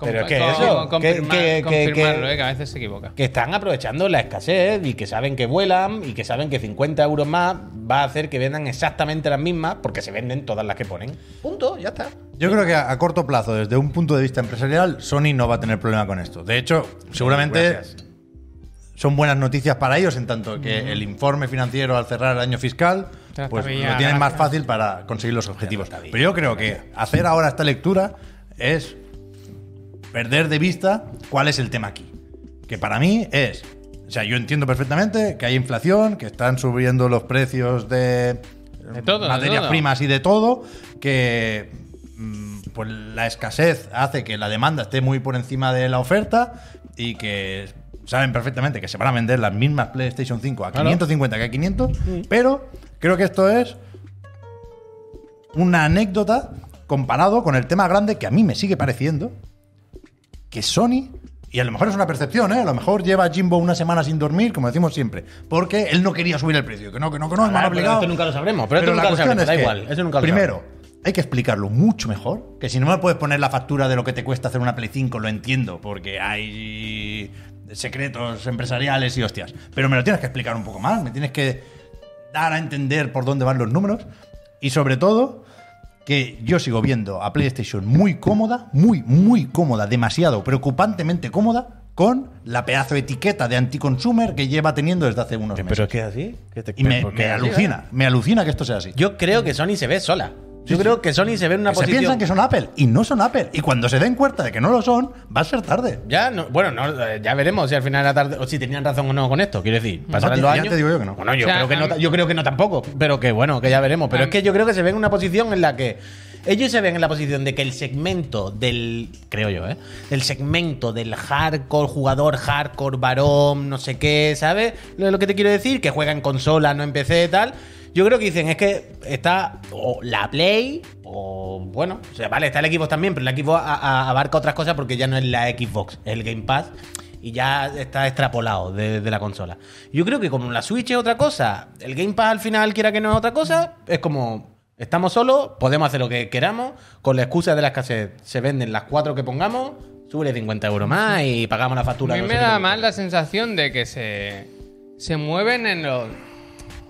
Speaker 5: Pero
Speaker 3: Compa-
Speaker 5: es que
Speaker 3: co-
Speaker 5: eso,
Speaker 3: confirmar-
Speaker 5: que- que- que-
Speaker 3: confirmarlo,
Speaker 5: que-
Speaker 3: eh, que a veces se equivoca.
Speaker 5: Que están aprovechando la escasez y que saben que vuelan y que saben que 50 euros más va a hacer que vendan exactamente las mismas porque se venden todas las que ponen. Punto, ya está.
Speaker 2: Yo creo que a, a corto plazo, desde un punto de vista empresarial, Sony no va a tener problema con esto. De hecho, seguramente
Speaker 13: Gracias.
Speaker 2: son buenas noticias para ellos, en tanto que el informe financiero al cerrar el año fiscal,
Speaker 3: Trata
Speaker 2: pues
Speaker 3: bien,
Speaker 2: lo tienen más
Speaker 3: gracias.
Speaker 2: fácil para conseguir los objetivos. Pero yo creo que hacer ahora esta lectura es perder de vista cuál es el tema aquí. Que para mí es. O sea, yo entiendo perfectamente que hay inflación, que están subiendo los precios de,
Speaker 3: De todo, de
Speaker 2: materias
Speaker 3: todo.
Speaker 2: primas y de todo, que mm, pues la escasez hace que la demanda esté muy por encima de la oferta y que saben perfectamente que se van a vender las mismas PlayStation 5 a 550 que a 500, pero creo que esto es una anécdota comparado con el tema grande que a mí me sigue pareciendo que Sony y a lo mejor es una percepción, ¿eh? A lo mejor lleva Jimbo una semana sin dormir, como decimos siempre, porque él no quería subir el precio, que no, que no, que no, me han
Speaker 5: Ahora, Ah, pero
Speaker 2: obligado.
Speaker 5: esto nunca lo sabremos, pero esto nunca lo
Speaker 2: cuestión
Speaker 5: sabremos,
Speaker 2: es
Speaker 5: da
Speaker 2: que,
Speaker 5: igual, eso nunca lo
Speaker 2: Primero, hay que explicarlo mucho mejor, que si no me puedes poner la factura de lo que te cuesta hacer una Play 5, lo entiendo, porque hay secretos empresariales y hostias, pero me lo tienes que explicar un poco más, me tienes que dar a entender por dónde van los números y sobre todo que yo sigo viendo a PlayStation muy cómoda, muy, muy cómoda, demasiado preocupantemente cómoda con la pedazo de etiqueta de anticonsumer que lleva teniendo desde hace unos meses.
Speaker 13: que es así. que te-
Speaker 2: y me,
Speaker 13: porque
Speaker 2: me
Speaker 13: es así,
Speaker 2: alucina, me alucina que esto sea así.
Speaker 5: Yo creo que Sony se ve sola. Yo creo que Sony se ve en una
Speaker 2: Que se
Speaker 5: posición.
Speaker 2: piensan que son Apple y no son Apple. Y cuando se den cuenta de que no lo son, va a ser tarde.
Speaker 5: Ya, no- bueno, no, eh, ya veremos si al final de la tarde, o si tenían razón o no con esto. Quiero decir, pasarán
Speaker 2: te-
Speaker 5: los
Speaker 2: Mm. ya
Speaker 5: años.
Speaker 2: te digo yo que no.
Speaker 5: Bueno, yo,
Speaker 3: O sea,
Speaker 5: creo que no
Speaker 3: a
Speaker 5: ta-
Speaker 3: mí-
Speaker 5: yo creo que no tampoco. Pero que bueno, que ya veremos. Pero
Speaker 3: A
Speaker 5: es que yo creo que se ven en una posición en la que. Ellos se ven en la posición de que el segmento del. Creo yo, ¿eh? Del segmento del hardcore, jugador hardcore, varón, no sé qué, ¿sabes? Lo, lo que te quiero decir, que juega en consola, no en PC y tal. Yo creo que dicen, es que está o la Play, o bueno, o sea, vale, está el Xbox también, pero el Xbox a- a- abarca otras cosas porque ya no es la Xbox, es el Game Pass y ya está extrapolado de, de la consola. Yo creo que como la Switch es otra cosa, el Game Pass al final, quiera que no es otra cosa, es como estamos solos, podemos hacer lo que queramos, con la excusa de las escasez se venden las cuatro que pongamos, sube 50 euros más y pagamos la
Speaker 3: A
Speaker 5: factura.
Speaker 3: mí
Speaker 5: no
Speaker 3: me
Speaker 5: sé
Speaker 3: da
Speaker 5: qué.
Speaker 3: más la sensación de que se, se mueven en los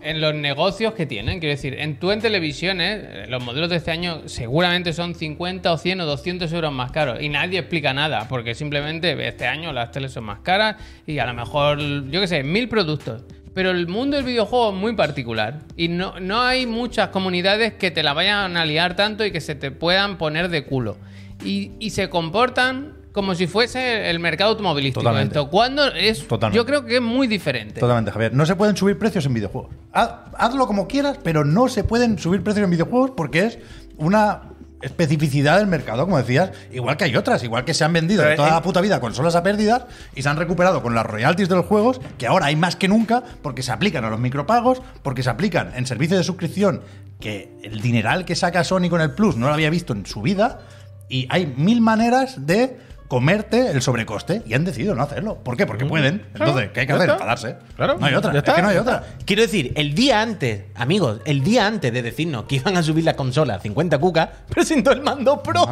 Speaker 3: en los negocios que tienen. Quiero decir, en tú en televisiones, los modelos de este año seguramente son 50 o 100 o 200 euros más caros. Y nadie explica nada, porque simplemente este año las teles son más caras y a lo mejor, yo qué sé, mil productos. Pero el mundo del videojuego es muy particular. Y no, no hay muchas comunidades que te la vayan a liar tanto y que se te puedan poner de culo. Y, y se comportan como si fuese el mercado automovilístico.
Speaker 2: Totalmente.
Speaker 3: Esto, cuando es,
Speaker 2: Totalmente.
Speaker 3: yo creo que es muy diferente.
Speaker 2: Totalmente, Javier. No se pueden subir precios en videojuegos. Haz- hazlo como quieras, pero no se pueden subir precios en videojuegos porque es una especificidad del mercado, como decías, igual que hay otras, igual que se han vendido
Speaker 14: Pero eh,
Speaker 2: de toda
Speaker 14: en-
Speaker 2: la puta vida consolas a pérdidas y se han recuperado con las royalties de los juegos, que ahora hay más que nunca porque se aplican a los micropagos, porque se aplican en servicios de suscripción, que el dineral que saca Sony con el Plus no lo había visto en su vida, y hay mil maneras de comerte el sobrecoste y han decidido no hacerlo. ¿Por qué? Porque pueden. Entonces, ¿qué hay que
Speaker 14: Mm. Ya
Speaker 2: hacer?
Speaker 14: está.
Speaker 2: Enfadarse.
Speaker 14: Claro.
Speaker 2: No hay otra.
Speaker 14: Ya está,
Speaker 2: es que no hay
Speaker 14: ya
Speaker 2: otra.
Speaker 5: Quiero decir, el día antes, amigos, el día antes de decirnos que iban a subir la consola a 50 cucas, *laughs* presentó el mando pro.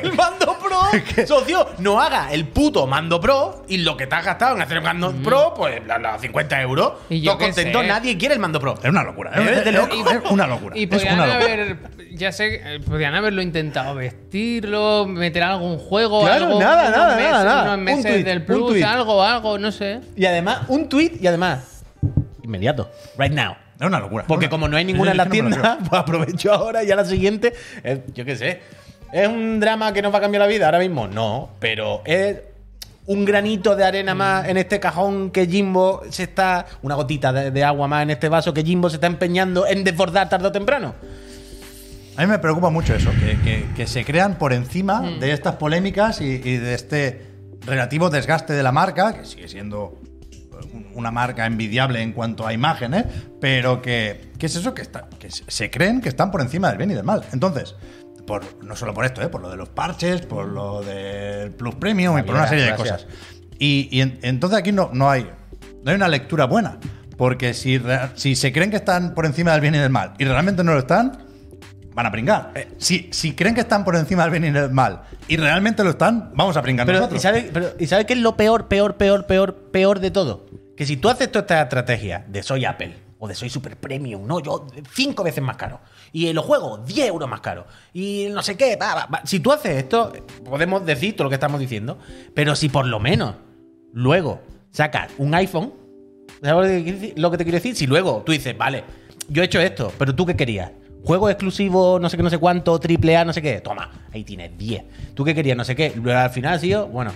Speaker 5: El mando pro.
Speaker 2: *laughs*
Speaker 5: Socio, no haga el puto mando pro y lo que te has gastado en hacer el mando pro, pues la, la 50 euros.
Speaker 3: Mm. Y yo
Speaker 5: no
Speaker 3: qué
Speaker 5: contento,
Speaker 3: sé.
Speaker 5: nadie quiere el mando pro.
Speaker 2: Es una locura. ¿eh? Es, de loco, es una locura.
Speaker 3: Y
Speaker 2: es
Speaker 3: podrían
Speaker 2: una locura.
Speaker 3: haber, ya sé, eh, podrían haberlo intentado vestirlo, meter algún juego,
Speaker 5: Claro,
Speaker 3: algo,
Speaker 5: nada,
Speaker 3: unos
Speaker 5: nada,
Speaker 3: meses,
Speaker 5: nada, nada.
Speaker 3: unos meses
Speaker 5: Un tuit,
Speaker 3: del
Speaker 5: un
Speaker 3: plus,
Speaker 5: tuit.
Speaker 3: algo, algo, no sé.
Speaker 5: Y además, un tweet y además. Inmediato. Right now.
Speaker 2: Es una locura.
Speaker 5: Porque
Speaker 2: Una-
Speaker 5: como *laughs* no hay ninguna en la
Speaker 2: Es que no me lo
Speaker 5: tienda, pues aprovecho ahora y a la siguiente. eh, yo qué sé. ¿Es un drama que nos va a cambiar la vida ahora mismo? No, pero es un granito de arena
Speaker 3: Mm.
Speaker 5: más en este cajón que Jimbo se está. Una gotita de, de agua más en este vaso que Jimbo se está empeñando en desbordar tarde o temprano.
Speaker 2: creo. A mí me preocupa mucho eso, que, que- que se crean por encima de estas polémicas y, y de este relativo desgaste de la marca, que sigue siendo un- una marca envidiable en cuanto a imágenes, pero que, que es eso que, está, que se- se creen que están por encima del bien y del mal. Entonces, por, no solo por esto, ¿eh? por lo de los parches, por lo del Plus Premium y por una serie de
Speaker 5: gracias.
Speaker 2: cosas. Y, y en- entonces aquí no, no hay no hay una lectura buena. Porque si, re- si se creen que están por encima del bien y del mal y realmente no lo están, van a pringar.
Speaker 5: Eh.
Speaker 2: Si, si creen que están por encima del bien y del mal y realmente lo están, vamos a pringar
Speaker 5: Pero, ¿y
Speaker 2: nosotros.
Speaker 5: sabes qué es lo peor, peor, peor, peor, peor de todo? Que si tú haces toda esta estrategia de soy Apple o de soy super premium, no, yo cinco veces más caro. Y los juegos, 10 euros más caro. Y no sé qué, va, va, va. si tú haces esto, podemos decir todo lo que estamos diciendo, pero si por lo menos luego sacas un iPhone, ¿sabes lo que, quiero decir? lo que te quiero decir? Si luego tú dices, vale, yo he hecho esto, pero tú qué querías? Juego exclusivo, no sé qué, no sé cuánto, triple A, no sé qué. Toma, ahí tienes 10. ¿Tú qué querías? No sé qué. Luego, Al final ha sido, bueno,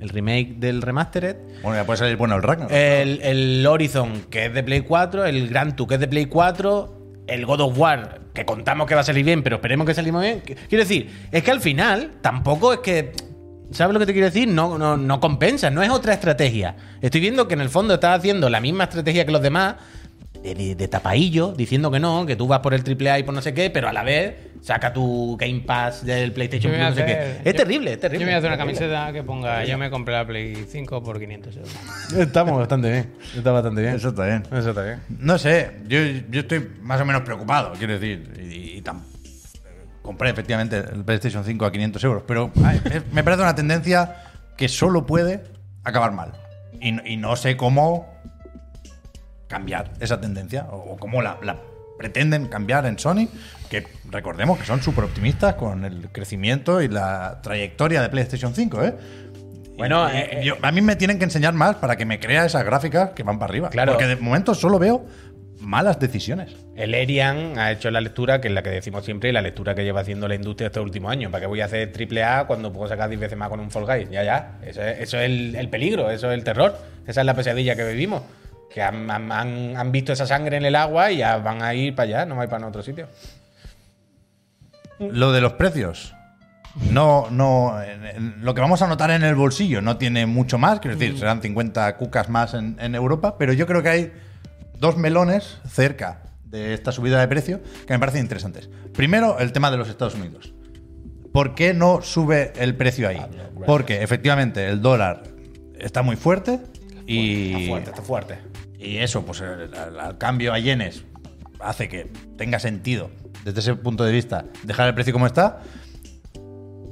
Speaker 5: el remake del Remastered,
Speaker 2: Bueno, ya puede salir bueno el Ragnarok.
Speaker 5: el, el Horizon, que es de Play 4, el Gran Tour, que es de Play 4, el God of War, que contamos que va a salir bien, pero esperemos que salimos bien. Que- Quiero decir, es que al final tampoco es que. ¿Sabes lo que te quiero decir? No, no, no compensa, no es otra estrategia. Estoy viendo que en el fondo estás haciendo la misma estrategia que los demás, de, de- de tapaillo, diciendo que no, que tú vas por el AAA y por no sé qué, pero a la vez saca tu Game Pass del
Speaker 3: Yo
Speaker 5: PlayStation
Speaker 3: voy
Speaker 5: Plus,
Speaker 3: a
Speaker 5: no sé
Speaker 3: hacer-
Speaker 5: qué. Es
Speaker 3: yo-
Speaker 5: terrible, es terrible.
Speaker 3: Yo me voy a hacer una
Speaker 5: terrible.
Speaker 3: camiseta que ponga, yo me compré la Play 5 por 500 euros.
Speaker 14: Estamos bastante bien. Está bastante bien.
Speaker 2: Eso está bien.
Speaker 14: Eso está bien.
Speaker 2: No sé, yo, yo estoy más o menos preocupado, quiero decir. Y, y tam- compré efectivamente el PlayStation 5 a 500 euros, pero ay, es- me parece una tendencia que solo puede acabar mal. Y, no- y no sé cómo cambiar esa tendencia o, o cómo la, la pretenden cambiar en Sony, que recordemos que son súper optimistas con el crecimiento y la trayectoria de PlayStation 5, ¿eh?
Speaker 5: Bueno,
Speaker 2: Y- y
Speaker 5: eh, eh,
Speaker 2: yo- a mí me tienen que enseñar más para que me crea esas gráficas que van para arriba.
Speaker 5: Claro.
Speaker 2: Porque de momento solo veo malas decisiones.
Speaker 14: El Erian ha hecho la lectura, que es la que decimos siempre, y la lectura que lleva haciendo la industria estos últimos años. ¿Para qué voy a hacer triple A cuando puedo sacar 10 veces más con un Fall Guys? Ya, ya. Eso es, eso es el, el peligro, eso es el terror. Esa es la pesadilla que vivimos. Que han, han- han- han visto esa sangre en el agua y ya van a ir para allá, no van a ir para otro sitio.
Speaker 2: Lo de los precios. No, no. en- en- lo que vamos a notar en el bolsillo no tiene mucho más. Quiero decir, serán 50 cucas más en, en Europa, pero yo creo que hay dos melones cerca de esta subida de precio que me parecen interesantes. Primero, el tema de los Estados Unidos. ¿Por qué no sube el precio ahí? Porque efectivamente el dólar está muy fuerte y.
Speaker 14: Está fuerte.
Speaker 2: Y eso, pues el, al- al cambio a yenes hace que tenga sentido, desde ese punto de vista, dejar el precio como está.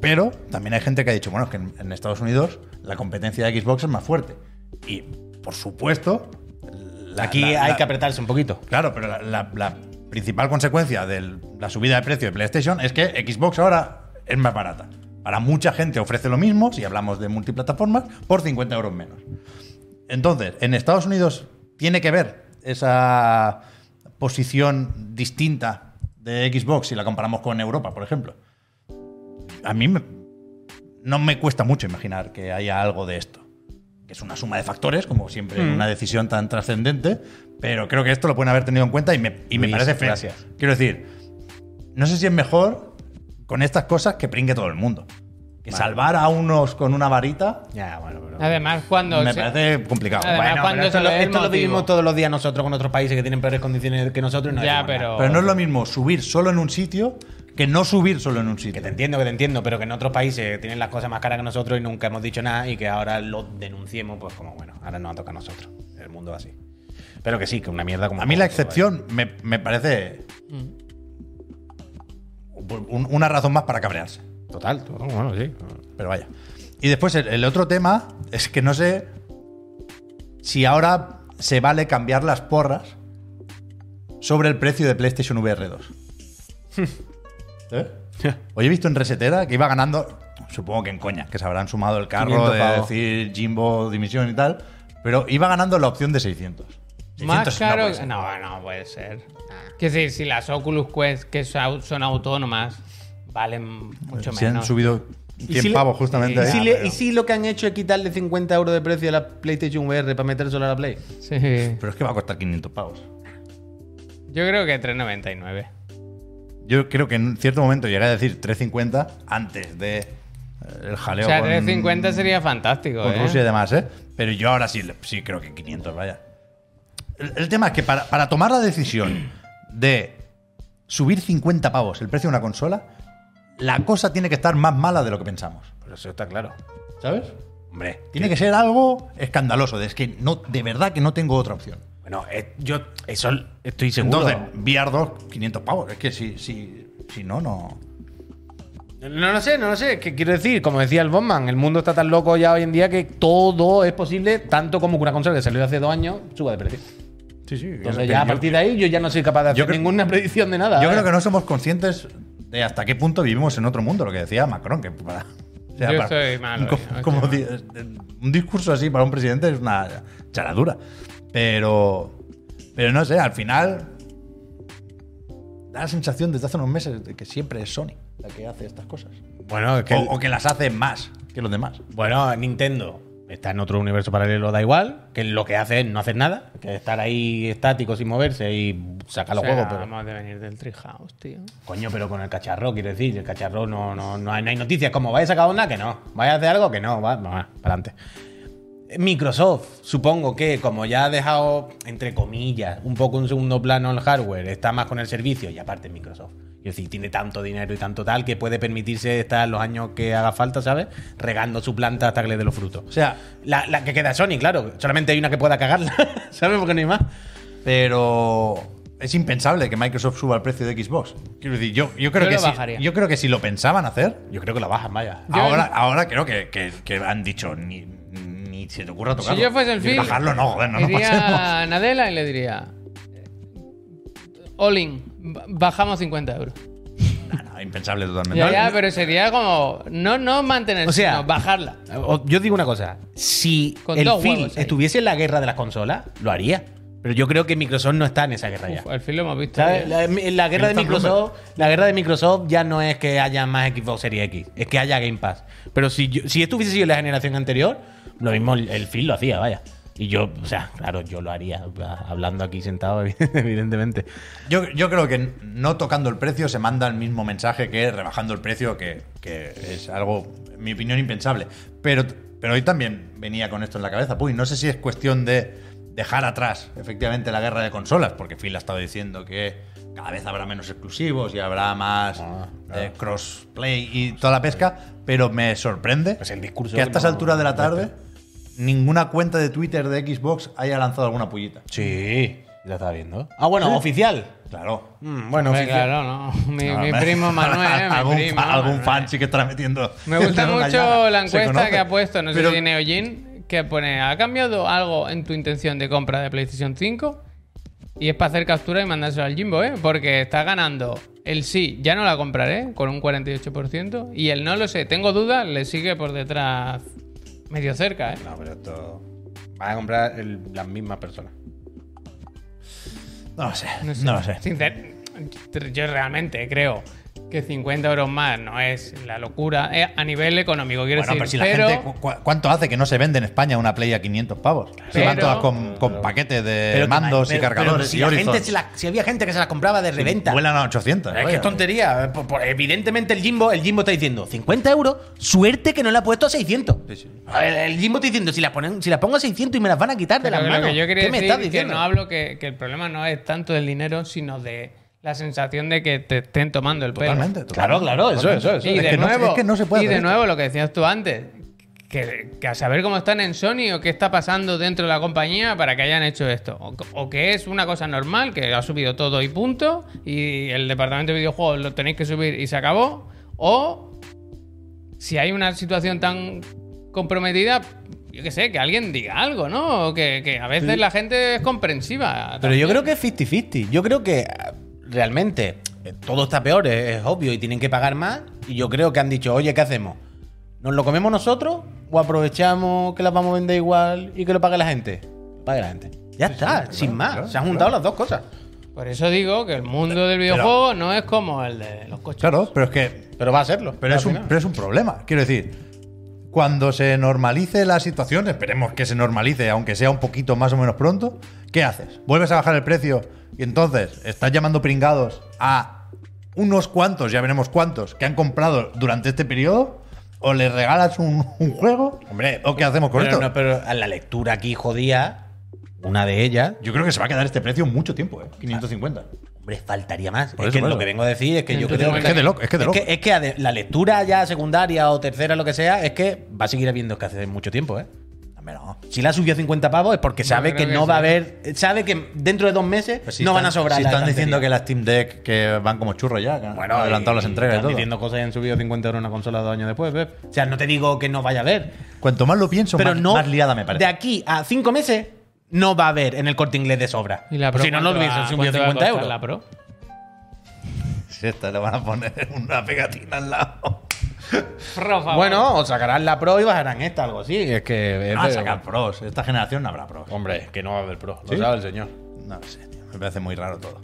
Speaker 2: Pero también hay gente que ha dicho, bueno, es que en, en Estados Unidos la competencia de Xbox es más fuerte. Y, por supuesto, la-
Speaker 5: Aquí
Speaker 2: la-
Speaker 5: hay
Speaker 2: la-
Speaker 5: que apretarse un poquito.
Speaker 2: Claro, pero la, la- la principal consecuencia de la subida de precio de PlayStation es que Xbox ahora es más barata. Para mucha gente ofrece lo mismo, si hablamos de multiplataformas, por 50 euros menos. Entonces, en Estados Unidos tiene que ver esa posición distinta de Xbox si la comparamos con Europa, por ejemplo. A mí me- no me cuesta mucho imaginar que haya algo de esto que es una suma de factores, como siempre en una decisión tan trascendente, pero creo que esto lo pueden haber tenido en cuenta y me, y me
Speaker 5: Luis,
Speaker 2: parece feo.
Speaker 5: gracias.
Speaker 2: Quiero decir, no sé si es mejor con estas cosas que pringue todo el mundo. Que salvar a unos con una varita
Speaker 5: Ya, bueno, pero.
Speaker 3: Además, cuando.
Speaker 2: me
Speaker 3: se-
Speaker 2: parece complicado.
Speaker 3: Además,
Speaker 2: Bueno,
Speaker 3: cuando
Speaker 5: Pero esto
Speaker 3: se
Speaker 5: lo,
Speaker 3: ve el
Speaker 5: esto lo
Speaker 3: motivo.
Speaker 5: vivimos todos los días nosotros con otros países que tienen peores condiciones que nosotros. y no
Speaker 3: Ya,
Speaker 5: decimos nada.
Speaker 3: pero.
Speaker 2: pero no es lo mismo subir solo en un sitio que no subir solo en un
Speaker 5: Que
Speaker 2: sitio.
Speaker 5: te entiendo, que te entiendo, pero que en otros países tienen las cosas más caras que nosotros y nunca hemos dicho nada y que ahora lo denunciemos, pues como bueno, ahora nos toca a nosotros. El mundo es así. Pero que sí, que una mierda como.
Speaker 2: A mí la
Speaker 5: como todo,
Speaker 2: excepción me, me parece un- una razón más para cabrearse.
Speaker 5: ¿vale? Total, tú- bueno, sí.
Speaker 2: Pero vaya. Y después el, el otro tema es que no sé si ahora se vale cambiar las porras sobre el precio de PlayStation VR
Speaker 3: *laughs*
Speaker 2: 2. ¿Eh? Hoy he visto en Resetera que iba ganando, supongo que en coña, que se habrán sumado el carro
Speaker 5: 500
Speaker 2: de
Speaker 5: pavos.
Speaker 2: decir Jimbo dimisión y tal, pero iba ganando la opción de 600.
Speaker 3: Más
Speaker 2: 600 no
Speaker 3: caro.
Speaker 2: puede ser.
Speaker 3: No, no puede ser. Quiero decir, si las Oculus Quest, que son son autónomas, valen mucho
Speaker 2: Se han
Speaker 3: menos.
Speaker 2: subido 100 pavos justamente
Speaker 5: ¿Y
Speaker 2: ahí.
Speaker 5: si, le- y si lo que han hecho es quitarle 50 euros de precio a la PlayStation VR para meter solo a la Play?
Speaker 3: Sí.
Speaker 2: Pero es que va a costar 500 pavos.
Speaker 3: Yo creo que 3.99.
Speaker 2: Yo creo que en cierto momento llegué a decir 3.50 antes de eh, el
Speaker 3: O
Speaker 2: jaleo.
Speaker 3: sea,
Speaker 2: con-
Speaker 3: 3.50 sería fantástico,
Speaker 2: con
Speaker 3: ¿eh?
Speaker 2: Rusia y demás, ¿eh? Pero yo ahora sí, le- sí creo que 500, vaya. El, el tema es que para, para tomar la decisión de subir 50 pavos el precio de una consola, la cosa tiene que estar más mala de lo que pensamos,
Speaker 5: Pero eso está claro.
Speaker 2: ¿sabes?
Speaker 5: Hombre,
Speaker 2: Tiene que ser algo escandaloso, de, es que no, de verdad que no tengo otra opción.
Speaker 5: Bueno, eh, yo eso estoy seguro.
Speaker 2: Entonces, VR 2, 500 pavos, es que si, si, si no, no...
Speaker 5: No lo sé, no lo sé. ¿Qué quiero decir? Como decía el Bondman, el mundo está tan loco ya hoy en día que todo es posible, tanto como que una consola que salió hace dos años suba de precio.
Speaker 2: Sí, sí.
Speaker 5: Entonces, ya a partir de ahí, yo ya no soy capaz de hacer
Speaker 2: creo-
Speaker 5: ninguna predicción de nada.
Speaker 2: Yo
Speaker 5: ¿eh?
Speaker 2: creo que no somos conscientes de hasta qué punto vivimos en otro mundo, lo que decía Macron, que para. o
Speaker 3: Yo
Speaker 2: para-
Speaker 3: soy malo,
Speaker 2: co-
Speaker 3: yo soy
Speaker 2: como
Speaker 3: malo.
Speaker 2: di- un discurso así para un presidente es una charadura. Pero. Pero no sé, al final. Da la sensación desde hace unos meses de que siempre es Sony la que hace estas cosas.
Speaker 5: Bueno, es que.
Speaker 2: o, o que las hace más que los demás.
Speaker 5: Bueno, Nintendo está en otro universo paralelo, da igual. Que lo que hace es no hacer nada. Que estar ahí estático sin moverse y sacar los
Speaker 3: O sea,
Speaker 5: juegos. Pero,
Speaker 3: Vamos de venir del Treehouse, tío.
Speaker 5: coño, pero con el cacharro, quiero decir. El cacharro no, no, no, hay, no hay noticias. Como vaya a sacar una, que no. Vaya a hacer algo, que no. Va, va, para adelante. Microsoft, supongo que como ya ha dejado, entre comillas, un poco un segundo plano el hardware, está más con el servicio y aparte Microsoft. Quiero decir, tiene tanto dinero y tanto tal que puede permitirse estar los años que haga falta, ¿sabes? Regando su planta hasta que le dé los frutos.
Speaker 2: O sea,
Speaker 5: La, la que queda es Sony, claro. Solamente hay una que pueda cagarla, *laughs* ¿sabes? Porque no hay más.
Speaker 2: pero es impensable que Microsoft suba el precio de Xbox. Quiero decir, yo, yo creo
Speaker 3: Yo
Speaker 2: que
Speaker 3: lo
Speaker 2: si-
Speaker 3: bajaría.
Speaker 2: yo creo que si lo pensaban hacer,
Speaker 5: Yo creo que la bajan, vaya.
Speaker 3: Yo-
Speaker 2: Ahora, ahora creo que, que- que han dicho ni, ni se te ocurra tocarlo.
Speaker 3: Si yo fuese el Phil,
Speaker 2: Bajarlo no, joder, no nos pasemos.
Speaker 3: Iría a Nadela y le diría: All in, ba- bajamos 50 euros.
Speaker 2: No, no, *laughs* impensable totalmente.
Speaker 3: Ya,
Speaker 2: No,
Speaker 3: ya,
Speaker 2: no,
Speaker 3: pero sería como no, no mantener,
Speaker 5: O sea,
Speaker 3: sino bajarla.
Speaker 5: O- Yo digo una cosa. Si
Speaker 3: Con
Speaker 5: el
Speaker 3: dos
Speaker 5: Phil
Speaker 3: huevos ahí.
Speaker 5: estuviese en la guerra de las consolas, lo haría. Pero yo creo que Microsoft no está en esa guerra ya.
Speaker 3: Uf, al fin lo hemos visto.
Speaker 5: ¿Sabes?
Speaker 3: tío.
Speaker 5: La, la guerra de
Speaker 2: Está
Speaker 5: Microsoft, la guerra de Microsoft ya no es que haya más Xbox Series X, es que haya Game Pass. Pero si yo, si esto hubiese sido la generación anterior, lo mismo el, el Phil lo hacía, vaya. Y yo, o sea, claro, yo lo haría ah, hablando aquí sentado, *laughs* evidentemente.
Speaker 2: Yo, yo creo que no tocando el precio se manda el mismo mensaje que rebajando el precio, que, que es algo, en mi opinión, impensable. Pero, pero hoy también venía con esto en la cabeza. Puy, no sé si es cuestión de dejar atrás efectivamente la guerra de consolas, porque Phil ha estado diciendo que cada vez habrá menos exclusivos y habrá más
Speaker 5: Ah,
Speaker 2: eh, crossplay y toda la pesca, pero me sorprende
Speaker 5: Pues el discurso
Speaker 2: que a
Speaker 5: que
Speaker 2: estas
Speaker 5: no-
Speaker 2: alturas de la tarde ninguna cuenta de Twitter de Xbox haya lanzado alguna pullita.
Speaker 5: Sí, ya estaba viendo. Ah, bueno, oficial.
Speaker 2: Pues Claro.
Speaker 5: Mm, bueno,
Speaker 3: Hombre,
Speaker 5: oficial.
Speaker 3: claro, no. Mi,
Speaker 2: No,
Speaker 3: mi
Speaker 2: hombre. *laughs*
Speaker 3: primo Manuel, eh, mi
Speaker 2: Ah, algún,
Speaker 3: primo
Speaker 2: algún
Speaker 3: Manuel.
Speaker 2: fan sí que está metiendo.
Speaker 3: Me gusta
Speaker 2: *laughs* metiendo
Speaker 3: mucho
Speaker 2: gallada.
Speaker 3: la
Speaker 2: Se
Speaker 3: encuesta
Speaker 2: conoce.
Speaker 3: que ha puesto, no
Speaker 2: Pero
Speaker 3: sé si Neojin, que pone, ¿ha cambiado algo en tu intención de compra de PlayStation 5? Y es para hacer captura y mandárselo al Jimbo, ¿eh? Porque está ganando el sí, ya no la compraré, con un 48%. Y el no lo sé, tengo dudas, le sigue por detrás, medio cerca, ¿eh?
Speaker 5: No, pero esto. Van a comprar el- las mismas personas.
Speaker 2: No lo sé, no lo sé.
Speaker 3: Sincer- yo realmente creo que 50 euros más no es la locura eh, a nivel económico, quiero
Speaker 2: Bueno, pero si
Speaker 3: decir.
Speaker 2: la
Speaker 3: pero
Speaker 2: gente. cu- cu- ¿Cuánto hace que no se vende en España una Play a 500 pavos? se van
Speaker 3: Pero-
Speaker 2: todas con, con paquetes de
Speaker 5: Pero que-
Speaker 2: mandos
Speaker 5: pero-
Speaker 2: y
Speaker 5: pero
Speaker 2: cargadores
Speaker 5: si
Speaker 2: y
Speaker 5: la gente
Speaker 2: Horizons.
Speaker 5: se la- si había gente que se las compraba de reventa.
Speaker 2: Vuelan a 800.
Speaker 5: Es que
Speaker 2: vaya.
Speaker 5: es tontería. eh, por- por- evidentemente el Jimbo, el Jimbo está diciendo 50 euros, suerte que no le ha puesto a 600. A ver, El, Jimbo está diciendo, si las, ponen, si las pongo a 600 y me las van a quitar de
Speaker 3: pero
Speaker 5: las
Speaker 3: lo
Speaker 5: manos.
Speaker 3: que yo quería
Speaker 5: ¿Qué me
Speaker 3: decir
Speaker 5: estás
Speaker 3: es que
Speaker 5: diciendo?
Speaker 3: no hablo que, que el problema no es tanto del dinero, sino de la sensación de que te estén tomando el pelo.
Speaker 2: Totalmente, totalmente.
Speaker 5: Claro, claro, eso, eso, eso.
Speaker 3: Y
Speaker 2: Pues Es
Speaker 3: de
Speaker 2: que no-
Speaker 3: nuevo,
Speaker 2: es que no se puede
Speaker 3: y
Speaker 2: hacer
Speaker 3: de
Speaker 2: esto.
Speaker 3: nuevo lo que decías tú antes, que, que a saber cómo están en Sony o qué está pasando dentro de la compañía para que hayan hecho esto. O, o que es una cosa normal, que ha subido todo y punto, y el departamento de videojuegos lo tenéis que subir y se acabó. O si hay una situación tan comprometida, yo qué sé, que alguien diga algo, ¿no? O Que, que a veces la gente es comprensiva.
Speaker 5: Pero yo creo que es 50-50. Yo creo que ah, realmente eh, todo está peor, es, es obvio, y tienen que pagar más. Y yo creo que han dicho, oye, ¿qué hacemos? ¿Nos lo comemos nosotros o aprovechamos que las vamos a vender igual y que lo pague la gente? Pague la gente. Ya está, sin más. Se han juntado las dos cosas.
Speaker 3: Por eso digo que el mundo del videojuego no es como el de los coches.
Speaker 2: Claro, pero es que
Speaker 5: Pero va a serlo.
Speaker 2: Pero
Speaker 5: al
Speaker 2: es, un,
Speaker 5: final.
Speaker 2: pero es un problema. Quiero decir, cuando se normalice la situación, esperemos que se normalice, aunque sea un poquito más o menos pronto, ¿qué haces? ¿Vuelves a bajar el precio y entonces estás llamando pringados a unos cuantos, ya veremos cuántos, que han comprado durante este periodo? ¿O les regalas un, un juego? Hombre, ¿o qué hacemos con
Speaker 5: Pero,
Speaker 2: esto?
Speaker 5: no, pero a la lectura aquí jodía, una de ellas.
Speaker 2: Yo creo que se va a quedar este precio mucho tiempo, ¿eh? 550.
Speaker 5: Hombre, faltaría más.
Speaker 2: Por
Speaker 5: es
Speaker 2: eso,
Speaker 5: que
Speaker 2: por
Speaker 5: lo
Speaker 2: eso.
Speaker 5: que vengo a decir es que yo
Speaker 2: Es
Speaker 5: creo
Speaker 2: que
Speaker 5: que.
Speaker 2: es de loco, es que es de
Speaker 5: Es
Speaker 2: loco.
Speaker 5: que, ade- la lectura ya secundaria o tercera, lo que sea, es que va a seguir habiendo que hace mucho tiempo, ¿eh?
Speaker 2: Hombre, no.
Speaker 5: Si la subió a 50 pavos es porque sabe
Speaker 3: creo
Speaker 5: que
Speaker 3: que
Speaker 5: no
Speaker 3: sí.
Speaker 5: va a haber. Sabe que dentro de dos meses no van a sobrar.
Speaker 2: Pues Si
Speaker 5: la
Speaker 2: están diciendo que
Speaker 5: estantería.
Speaker 2: las Team Deck que van como churros ya, que han
Speaker 5: Bueno,
Speaker 2: adelantado
Speaker 5: y-
Speaker 2: las entregas y
Speaker 5: están
Speaker 2: todo.
Speaker 5: diciendo cosas y han subido 50 euros una consola dos años después, Pep. O sea, no te digo que no vaya a haber.
Speaker 2: Cuanto más lo pienso,
Speaker 5: pero
Speaker 2: más,
Speaker 5: no.
Speaker 2: más liada me parece.
Speaker 5: De aquí a cinco meses no va a haber en el corte inglés de sobra. Pues
Speaker 3: ¿Y la Pro
Speaker 5: si no, no lo
Speaker 3: cuánto
Speaker 5: hubiesen
Speaker 3: va-
Speaker 5: subido
Speaker 3: cuánto va a
Speaker 5: 50
Speaker 3: costar
Speaker 5: euros.
Speaker 3: La Pro?
Speaker 2: Si esta le van a poner *laughs* una pegatina al lado.
Speaker 3: Por favor.
Speaker 5: Bueno, o sacarán la Pro y bajarán esta, algo así. Es que. es
Speaker 2: No van a
Speaker 5: de-
Speaker 2: Ah, sacar pros. Esta generación no habrá pros.
Speaker 5: Hombre, que no va a haber Pro.
Speaker 2: ¿Sí?
Speaker 5: Lo sabe el señor.
Speaker 2: No lo sé, tío. Me parece muy raro todo.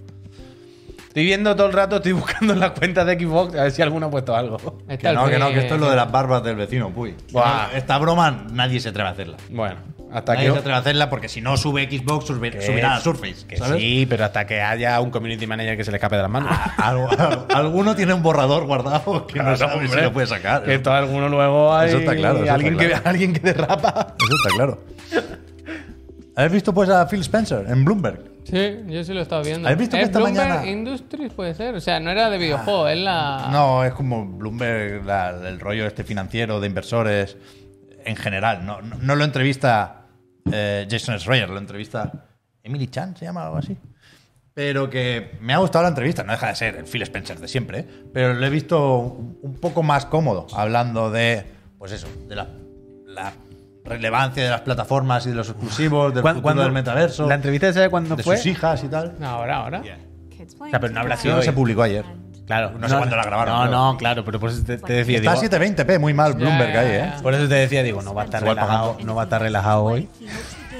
Speaker 5: Estoy viendo todo el rato, estoy *laughs* buscando en las cuentas de Xbox a ver si alguno ha puesto algo.
Speaker 3: Está
Speaker 2: Que no,
Speaker 3: el
Speaker 2: que no, que
Speaker 3: Play-
Speaker 2: esto es lo de las barbas del vecino, puy.
Speaker 5: Buah.
Speaker 2: Esta broma nadie se atreve a hacerla.
Speaker 5: Bueno, hasta
Speaker 2: Nadie
Speaker 5: que.
Speaker 2: se atreve a hacerla porque si no sube Xbox, sube-
Speaker 5: que
Speaker 2: subirá a
Speaker 5: es-
Speaker 2: Surface.
Speaker 5: que
Speaker 2: ¿sabes? Ah,
Speaker 5: sí, pero hasta que haya un community manager que se le escape de las *laughs* manos.
Speaker 2: *laughs* Algo- al- alguno tiene un borrador guardado que no
Speaker 5: Claro,
Speaker 2: sabe si
Speaker 5: hombre.
Speaker 2: lo puede sacar.
Speaker 5: Que todo alguno luego hay.
Speaker 2: Eso está claro, eso
Speaker 5: alguien,
Speaker 2: está claro.
Speaker 5: Que, *laughs* alguien que derrapa.
Speaker 2: Eso está claro. ¿Habéis visto pues a Phil Spencer en Bloomberg?
Speaker 3: Sí, yo sí lo he estado viendo.
Speaker 2: ¿Has visto que
Speaker 3: ¿Es
Speaker 2: esta
Speaker 3: Bloomberg
Speaker 2: mañana- Ah.
Speaker 3: Industries puede ser? O sea, no era de videojuego, es la.
Speaker 2: No, es como Bloomberg, la- el rollo este financiero de inversores en general. No, no, no lo entrevista eh, Jason Schreier, lo entrevista Emily Chan, se llama algo así. Pero que me ha gustado la entrevista, no deja de ser el Phil Spencer de siempre, ¿eh? pero lo he visto un un poco más cómodo hablando de, pues eso, de la, la relevancia de las plataformas y de los exclusivos, del futuro del metaverso,
Speaker 5: La entrevista esa de cuando
Speaker 2: de
Speaker 5: fue.
Speaker 2: sus hijas y tal.
Speaker 3: Ahora, ahora.
Speaker 5: O sea, pero no habrá
Speaker 2: Sí,
Speaker 5: sido.
Speaker 2: no
Speaker 5: hoy.
Speaker 2: se publicó ayer.
Speaker 5: Claro.
Speaker 2: No sé cuándo la grabaron,
Speaker 5: No,
Speaker 2: pero-
Speaker 5: no, claro, pero por eso te, te decía.
Speaker 2: Está a
Speaker 5: digo,
Speaker 2: 720p, muy mal Bloomberg
Speaker 3: ya,
Speaker 2: ahí,
Speaker 3: ya.
Speaker 2: ¿eh?
Speaker 5: por eso te decía, digo, no va a estar
Speaker 2: Igual
Speaker 5: relajado,
Speaker 2: pagando.
Speaker 5: no va a estar relajado hoy.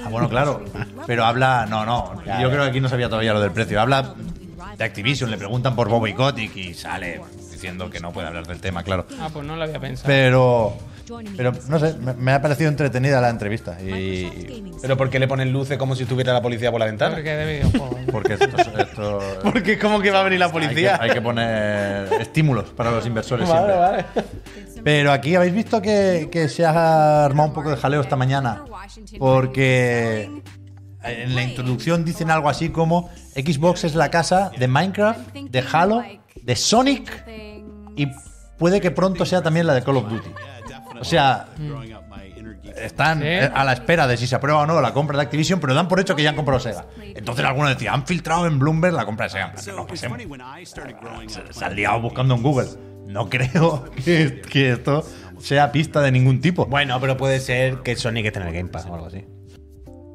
Speaker 2: Ah, bueno, claro. Pero habla. No, no.
Speaker 5: Ya,
Speaker 2: yo
Speaker 5: ya.
Speaker 2: creo que aquí no sabía todavía lo del precio. Habla de Activision, le preguntan por Bobby Kotick y sale diciendo que no puede hablar del tema, claro.
Speaker 3: Ah, pues no lo había pensado.
Speaker 2: Pero. Pero no sé, me, me ha parecido entretenida la entrevista. Y.
Speaker 5: Pero ¿por qué le ponen luces como si estuviera la policía por la ventana?
Speaker 2: *laughs*
Speaker 3: Porque es de videojuego.
Speaker 2: Porque esto. esto-
Speaker 5: Porque es como que va a venir la
Speaker 2: hay, que, hay que poner estímulos para los inversores
Speaker 5: Vale,
Speaker 2: siempre.
Speaker 5: vale.
Speaker 2: Pero aquí habéis visto que, que se ha armado un poco de jaleo esta mañana. Porque en la introducción dicen algo así como Xbox es la casa de Minecraft, de Halo, de Sonic y puede que pronto sea también la de Call of Duty. O sea, están
Speaker 3: Sí.
Speaker 2: eh, a la espera de si se aprueba o no la compra de Activision, pero dan por hecho que ya han comprado Sega. Entonces algunos decían, han filtrado en Bloomberg la compra de Sega. Pero no pasemos. *laughs* Se, se han liado buscando en Google. No creo que, que esto sea pista de ningún tipo.
Speaker 5: Bueno, pero puede ser que Sonic esté en el Game Pass o algo así.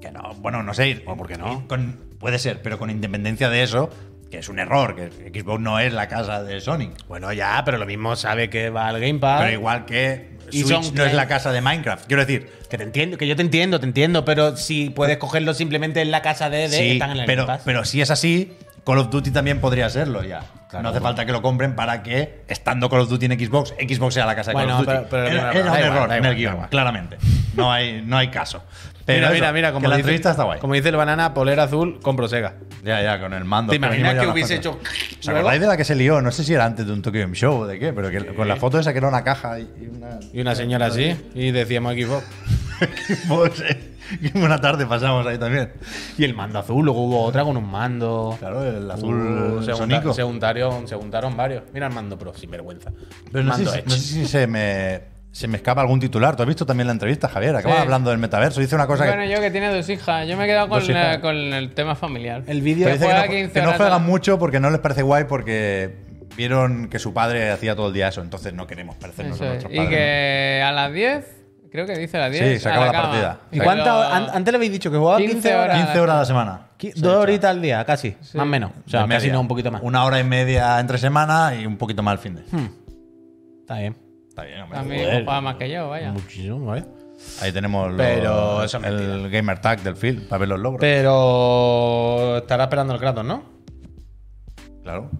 Speaker 2: Que no, bueno, no sé.
Speaker 5: ¿O por qué no?
Speaker 2: Con- puede ser, pero con independencia de eso, que es un error, que Xbox no es la casa de Sonic.
Speaker 5: Bueno, ya, pero lo mismo sabe que va al Game Pass.
Speaker 2: Pero igual que
Speaker 5: Y
Speaker 2: Switch
Speaker 5: son
Speaker 2: no es
Speaker 5: tres.
Speaker 2: la casa de Minecraft. Quiero decir,
Speaker 5: Que te entiendo, que yo te entiendo, te entiendo, pero si puedes cogerlo simplemente en la casa de, de
Speaker 2: sí,
Speaker 5: están en el
Speaker 2: pero,
Speaker 5: Game Pass.
Speaker 2: pero si es así, Call of Duty también podría serlo ya.
Speaker 5: Claro,
Speaker 2: no hace
Speaker 5: bueno.
Speaker 2: falta que lo compren para que, estando Call of Duty en Xbox, Xbox sea la casa de
Speaker 5: Bueno,
Speaker 2: Call of
Speaker 5: pero-
Speaker 2: Duty.
Speaker 5: pero-
Speaker 2: era
Speaker 5: pero-
Speaker 2: era
Speaker 5: da
Speaker 2: un
Speaker 5: igual,
Speaker 2: error
Speaker 5: da
Speaker 2: en
Speaker 5: igual,
Speaker 2: el guión,
Speaker 5: da igual.
Speaker 2: claramente. No hay, no
Speaker 5: *laughs*
Speaker 2: hay caso. Pero
Speaker 5: mira,
Speaker 2: eso,
Speaker 5: mira, mira,
Speaker 2: que
Speaker 5: como
Speaker 2: la
Speaker 5: dice-
Speaker 2: entrevista está guay.
Speaker 5: Como dice el banana, polera azul, compro Sega.
Speaker 2: Ya, ya, con el mando.
Speaker 5: ¿Te
Speaker 2: Pero
Speaker 5: imaginas
Speaker 2: mínimo
Speaker 5: que
Speaker 2: ya
Speaker 5: hubiese
Speaker 2: las fotos.
Speaker 5: hecho-
Speaker 2: ¿Os acordáis de la que se lió? No sé si era antes de un Tokyo Game Show o de qué, pero que con la foto esa que era una caja y y una.
Speaker 5: Y una señora así, y decíamos Xbox.
Speaker 2: *laughs* Qué buena tarde pasamos ahí también.
Speaker 5: *laughs* Y el mando azul, luego hubo otra con un mando.
Speaker 2: Claro, el azul
Speaker 5: Uh, se,
Speaker 2: sonico.
Speaker 5: junta- se juntaron, se juntaron varios. Mira el mando pro, sin vergüenza.
Speaker 2: Pero no, sé,
Speaker 5: mando
Speaker 2: si-
Speaker 5: Edge.
Speaker 2: no sé si se me, se me escapa algún titular. ¿Tú has visto también la entrevista, Javier? Acaban
Speaker 3: Sí.
Speaker 2: hablando del metaverso. Dice una cosa
Speaker 3: Bueno,
Speaker 2: que.
Speaker 3: yo que tiene dos hijas. Yo me he quedado con,
Speaker 2: Dos
Speaker 3: la-
Speaker 2: hijas.
Speaker 3: con el tema familiar.
Speaker 5: El
Speaker 2: pero
Speaker 5: vídeo
Speaker 2: dice que
Speaker 3: juega
Speaker 2: no,
Speaker 3: 15
Speaker 2: que no
Speaker 3: horas
Speaker 2: juegan
Speaker 3: al-
Speaker 2: mucho porque no les parece guay porque vieron que su padre hacía todo el día eso. Entonces no queremos parecernos
Speaker 3: Eso
Speaker 2: a
Speaker 3: es.
Speaker 2: nuestros
Speaker 3: Y
Speaker 2: padres.
Speaker 3: que a las 10, creo que dice a las 10.
Speaker 2: Sí, se
Speaker 3: a
Speaker 2: acaba la
Speaker 3: cama.
Speaker 2: partida.
Speaker 5: ¿Y
Speaker 3: Pero-
Speaker 5: cuántas horas- an- Antes le habéis dicho que jugaba 15,
Speaker 3: 15
Speaker 5: horas.
Speaker 3: horas.
Speaker 2: 15 horas a la semana.
Speaker 5: Qui- Dos horitas al día, casi. Más o menos. O sea,
Speaker 2: De
Speaker 5: casi
Speaker 2: media.
Speaker 5: no, un poquito más.
Speaker 2: Una hora y media entre semana y un poquito más al fin de.
Speaker 5: Está bien.
Speaker 3: Hmm.
Speaker 2: Está bien, hombre.
Speaker 3: A mí
Speaker 2: Joder.
Speaker 3: juega más que yo, vaya.
Speaker 5: Muchísimo, ¿vale?
Speaker 2: Ahí tenemos los-
Speaker 5: Pero eso es
Speaker 2: el gamer tag del field para ver los logros.
Speaker 5: Pero estará esperando el Kratos, ¿no?
Speaker 2: claro.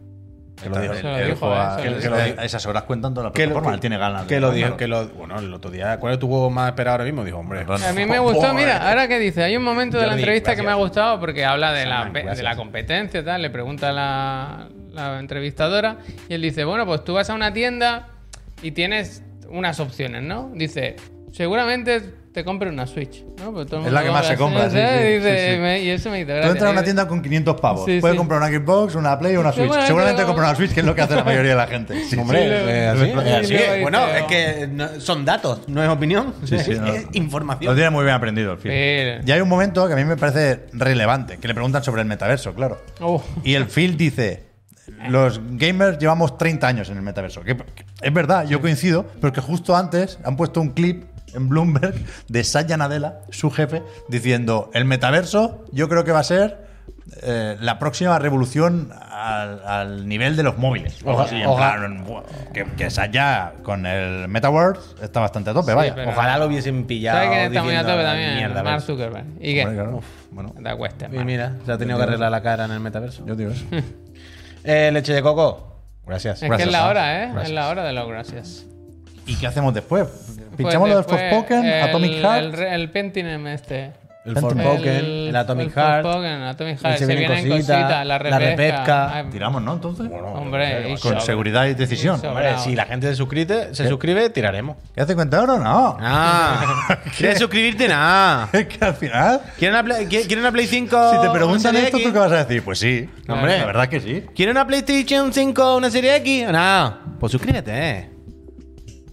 Speaker 5: Que lo dijo.
Speaker 2: Él-
Speaker 3: Se lo
Speaker 2: él
Speaker 3: dijo,
Speaker 2: juega-
Speaker 3: eh, se lo
Speaker 2: él-
Speaker 5: dijo.
Speaker 2: él- Esas horas cuentan todas las
Speaker 5: Que lo-
Speaker 2: plataformas.
Speaker 5: que-
Speaker 2: Él tiene ganas. de
Speaker 5: Ah, Que lo dijo,
Speaker 2: jugarlo.
Speaker 5: que lo. Bueno, el otro día. ¿Cuál es tu juego más esperado ahora mismo? Dijo, hombre.
Speaker 2: Run.
Speaker 3: A mí me gustó,
Speaker 5: Joder.
Speaker 3: mira, ahora que dice, hay un momento de la
Speaker 5: Jordi,
Speaker 3: entrevista que me ha
Speaker 5: gracias.
Speaker 3: gustado porque habla de la,
Speaker 5: Saman,
Speaker 3: pe- de
Speaker 5: gracias.
Speaker 3: la competencia y tal, le pregunta a la, la entrevistadora y él dice, bueno, pues tú vas a una tienda y tienes unas opciones, ¿no? Dice, seguramente te compre una Switch, ¿no? Pero todo el
Speaker 2: Es la
Speaker 3: mundo
Speaker 2: que más se compra, sí,
Speaker 3: ¿sabes?
Speaker 2: sí,
Speaker 3: Dice,
Speaker 2: sí, sí.
Speaker 3: me- y eso me hizo
Speaker 2: Tú
Speaker 3: gracia.
Speaker 2: entras a una
Speaker 3: Y-
Speaker 2: tienda con 500 pavos.
Speaker 3: Sí,
Speaker 2: Puedes
Speaker 3: sí.
Speaker 2: comprar una Xbox, una Play o una Switch.
Speaker 3: Seguramente
Speaker 2: Seguramente
Speaker 3: lo-
Speaker 2: compra una Switch, que es lo que hace la mayoría de la gente.
Speaker 5: *laughs*
Speaker 2: Sí,
Speaker 5: Hombre,
Speaker 2: sí.
Speaker 5: eh, así,
Speaker 2: lo-
Speaker 5: eh, así.
Speaker 3: lo dice,
Speaker 5: Bueno, es
Speaker 3: o-
Speaker 5: que no- son datos, no es opinión.
Speaker 2: sí,
Speaker 5: es,
Speaker 2: no.
Speaker 5: es
Speaker 2: Lo
Speaker 5: información.
Speaker 2: tiene muy bien aprendido el Phil.
Speaker 3: Phil.
Speaker 2: Y hay un momento que a mí me parece relevante, que le preguntan sobre el metaverso, claro.
Speaker 3: Oh.
Speaker 2: Y el Phil dice, los gamers llevamos 30 años en el metaverso. Que- que es verdad, yo coincido, pero es que justo antes han puesto un clip en Bloomberg de Satya Nadella, su jefe, diciendo, el metaverso yo creo que va a ser eh, la próxima revolución al, al nivel de los móviles.
Speaker 5: Oja-
Speaker 2: Así, en
Speaker 5: oja-
Speaker 2: plan, buah, que, que Satya con el Metaverse está bastante a tope, vaya.
Speaker 3: pero-
Speaker 5: Ojalá lo hubiesen pillado.
Speaker 3: ¿Sabes quién está muy a
Speaker 5: diciendo,
Speaker 3: tope también?
Speaker 5: "Mierda,
Speaker 3: Mark
Speaker 5: ¿ves?".
Speaker 3: Zuckerberg. ¿Y qué?
Speaker 2: pues. Hombre, claro, uf, bueno,
Speaker 3: Da cuesta.
Speaker 5: Y mira, se ha tenido que arreglar la cara en el metaverso.
Speaker 2: yo digo
Speaker 3: *laughs*
Speaker 2: eso.
Speaker 5: Eh, leche de coco. Gracias.
Speaker 3: Es que
Speaker 2: Gracias,
Speaker 3: es la
Speaker 2: ¿eh?
Speaker 3: hora, ¿eh?
Speaker 2: Gracias.
Speaker 3: Es la hora de los gracias.
Speaker 2: ¿Y qué hacemos después? ¿Pinchamos lo del
Speaker 3: Pues
Speaker 2: Forspoken,
Speaker 3: después
Speaker 2: Atomic
Speaker 3: el-
Speaker 2: Heart?
Speaker 3: El, re- el Pentinem este.
Speaker 5: El
Speaker 2: Phantom
Speaker 5: Forspoken, el, Atomic Heart.
Speaker 3: Forspoken, el Atomic Heart.
Speaker 5: el
Speaker 3: Se vienen cositas, la repesca. Ay,
Speaker 2: Tiramos, ¿no? Entonces.
Speaker 3: hombre, y
Speaker 2: Con
Speaker 3: sobra.
Speaker 2: seguridad y decisión.
Speaker 3: Eso.
Speaker 5: Hombre, si la gente se suscribe, se suscribe tiraremos.
Speaker 2: ¿Qué hace 50 euros? No.
Speaker 5: *laughs* Ah, ¿quieres suscribirte? Nah.
Speaker 2: *laughs* Es que al final,
Speaker 5: ¿Quieren una, Play, qui- ¿Quieren una Play 5?
Speaker 2: si te
Speaker 3: Oh,
Speaker 5: una
Speaker 2: preguntan
Speaker 5: serie
Speaker 2: esto,
Speaker 5: X?
Speaker 2: ¿tú qué vas a decir? Pues sí.
Speaker 5: Hombre.
Speaker 2: La verdad que sí.
Speaker 5: ¿Quieren una PlayStation 5 una serie X? Nah. Pues suscríbete, eh.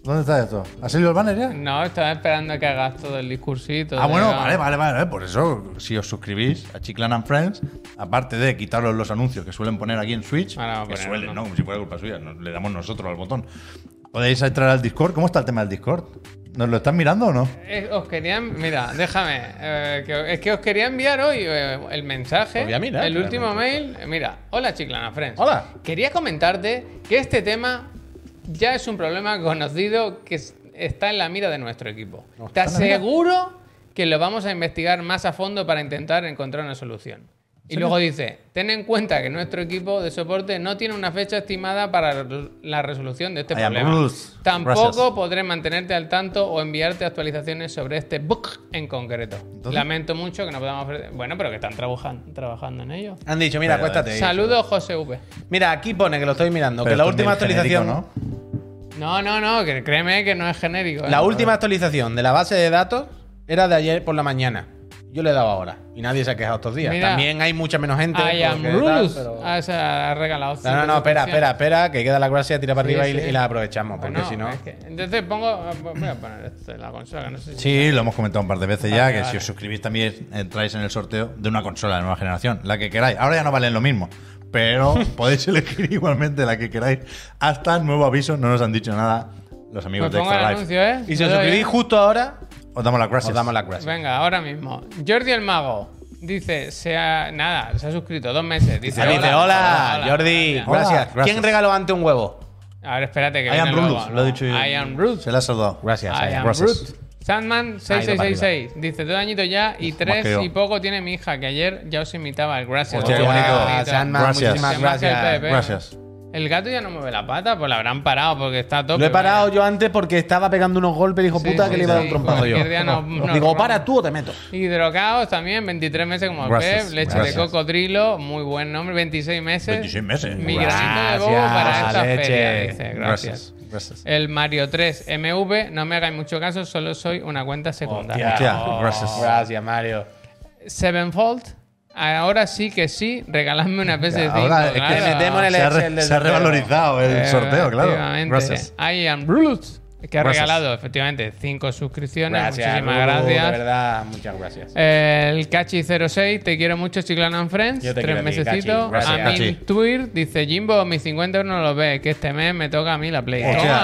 Speaker 2: ¿Dónde está esto? ¿Ha salido el banner ya?
Speaker 3: No, estaba esperando que hagas todo el discursito.
Speaker 2: Ah,
Speaker 3: de-
Speaker 2: bueno, vale, vale, vale. Por eso, si os suscribís a Chiclan and Friends, aparte de quitaros los anuncios que suelen poner aquí en Switch,
Speaker 3: Ah, no,
Speaker 2: que
Speaker 3: poner,
Speaker 2: suelen,
Speaker 3: no.
Speaker 2: ¿no? Como si fuera culpa suya, no- le damos nosotros al botón. Podéis entrar al Discord. ¿Cómo está el tema del Discord? ¿Nos lo están mirando o no?
Speaker 3: Eh, os quería. Mira, déjame. eh, que- es que os quería enviar hoy eh, el mensaje.
Speaker 5: Lo voy a mirar,
Speaker 3: el último mail. Eh, Mira, hola Chiclana Friends. Hola. Quería comentarte que este tema ya es un problema conocido que es- está en la mira de nuestro equipo. Te aseguro que lo vamos a investigar más a fondo para intentar encontrar una solución. Y luego dice, ten en cuenta que nuestro equipo de soporte no tiene una fecha estimada para la resolución de este
Speaker 2: I am
Speaker 3: problema.
Speaker 2: Bruce.
Speaker 3: Tampoco
Speaker 2: Gracias.
Speaker 3: podré mantenerte al tanto o enviarte actualizaciones sobre este book en concreto. Lamento mucho que no podamos ofrecer. Bueno, pero que están trabajan- trabajando en ello.
Speaker 5: Han dicho, mira,
Speaker 2: Pero,
Speaker 5: acuéstate.
Speaker 3: Saludos, José V.
Speaker 5: Mira, aquí pone que lo estoy mirando,
Speaker 2: Pero
Speaker 5: que la
Speaker 2: esto
Speaker 5: última
Speaker 2: es genérico,
Speaker 5: actualización.
Speaker 2: ¿no?
Speaker 3: No, no, no, que créeme que no es genérico. ¿eh?
Speaker 5: La última actualización de la base de datos era de ayer por la mañana. Yo le he dado ahora. Y nadie se ha quejado estos días.
Speaker 3: Mira.
Speaker 5: También hay mucha menos gente.
Speaker 3: I am
Speaker 5: porque tal,
Speaker 3: Bruce.
Speaker 5: pero-
Speaker 3: Ah, se ha regalado.
Speaker 5: No, no, no, espera, espera, espera, que queda la gracia, tira para
Speaker 3: Sí,
Speaker 5: arriba y-
Speaker 3: sí.
Speaker 5: y la aprovechamos, porque
Speaker 3: Bueno,
Speaker 5: si no.
Speaker 3: es que- entonces pongo. ah, Voy a poner esto en la consola, que no sé si.
Speaker 2: Sí, lo hemos comentado un par de veces ya,
Speaker 3: Vale,
Speaker 2: que
Speaker 3: vale.
Speaker 2: si os suscribís también entráis en el sorteo de una consola de nueva generación, la que queráis. Ahora ya no valen lo mismo, pero podéis elegir igualmente la que queráis. Hasta nuevo aviso, no nos han dicho nada los
Speaker 3: Me
Speaker 2: amigos de
Speaker 3: pongo el
Speaker 2: Extra Life.
Speaker 3: anuncio, ¿eh?
Speaker 5: Y si
Speaker 3: Me
Speaker 5: os
Speaker 3: doy,
Speaker 5: suscribís
Speaker 3: ¿eh?
Speaker 5: justo ahora,
Speaker 2: Os damos las gracias.
Speaker 5: os damos las gracias.
Speaker 3: Venga, ahora mismo. Jordi el Mago dice, se ha, nada, se ha suscrito dos meses. Dice,
Speaker 5: Dice, hola, Jordi.
Speaker 3: gracias".
Speaker 2: Hola.
Speaker 5: Gracias.
Speaker 2: Gracias.
Speaker 5: ¿Quién regaló ante un huevo?
Speaker 3: A ver, espérate que
Speaker 2: I am
Speaker 3: viene el
Speaker 2: Rudolph,
Speaker 3: nuevo.
Speaker 2: lo he dicho yo.
Speaker 3: I am Ruth.
Speaker 2: Se la ha saludado.
Speaker 5: Gracias.
Speaker 3: I am
Speaker 2: Gracias.
Speaker 3: Ruth. Sandman
Speaker 5: Ha
Speaker 3: 6666 dice dos añitos ya y tres
Speaker 2: que yo.
Speaker 3: y poco tiene mi hija que ayer ya os imitaba. Gracias.
Speaker 2: Hostia, qué bonito.
Speaker 5: Sandman,
Speaker 2: Gracias.
Speaker 5: muchísimas
Speaker 3: Gracias,
Speaker 5: gracias.
Speaker 3: Pepe.
Speaker 2: Gracias.
Speaker 3: El gato ya no mueve la pata, pues la habrán parado porque está a tope.
Speaker 1: Lo he parado
Speaker 3: vaya.
Speaker 1: yo antes porque estaba pegando unos golpes, dijo
Speaker 3: Sí,
Speaker 1: puta,
Speaker 3: sí,
Speaker 1: que le iba a dar un
Speaker 3: sí,
Speaker 1: trompado yo.
Speaker 3: cualquier
Speaker 5: *laughs*
Speaker 3: día nos- nos
Speaker 1: Digo,
Speaker 3: rompe.
Speaker 1: para tú o te meto.
Speaker 3: Hidrocaos también, 23 meses como
Speaker 2: Gracias,
Speaker 3: Pep, leche
Speaker 2: gracias.
Speaker 3: de cocodrilo, muy buen nombre, 26 meses.
Speaker 2: 26 meses.
Speaker 3: Mi
Speaker 2: Gracias,
Speaker 3: granito de bobo para esta
Speaker 5: leche.
Speaker 3: feria, dice. Gracias.
Speaker 2: Gracias. Gracias.
Speaker 3: El Mario 3 MV, no me hagáis mucho caso, solo soy una cuenta secundaria.
Speaker 2: Hostia, gracias.
Speaker 5: Gracias, Mario.
Speaker 3: Sevenfold, ahora sí que sí, regaladme una PS5.
Speaker 2: Ahora es que
Speaker 3: claro.
Speaker 5: le metemos en el
Speaker 2: se ha, re-
Speaker 5: Excel del
Speaker 2: se ha
Speaker 5: sorteo.
Speaker 2: revalorizado el sorteo, claro.
Speaker 3: Eh, Efectivamente.
Speaker 2: Gracias.
Speaker 3: I am Brulux, que ha
Speaker 2: Gracias.
Speaker 3: regalado efectivamente 5 suscripciones.
Speaker 5: Gracias.
Speaker 3: Muchísimas
Speaker 5: Ruth, De
Speaker 3: gracias.
Speaker 5: verdad, muchas gracias.
Speaker 3: El Cachi06, te quiero mucho, Chiclana and Friends.
Speaker 5: Yo te
Speaker 3: tres
Speaker 5: quiero a ti,
Speaker 3: mesecitos.
Speaker 5: Cachi. Gracias,
Speaker 3: Amin
Speaker 2: Cachi.
Speaker 3: Twir dice: Jimbo, mis 50 euros no lo ve, que este mes me toca a mí la Play.
Speaker 2: Hostia,
Speaker 3: Toma.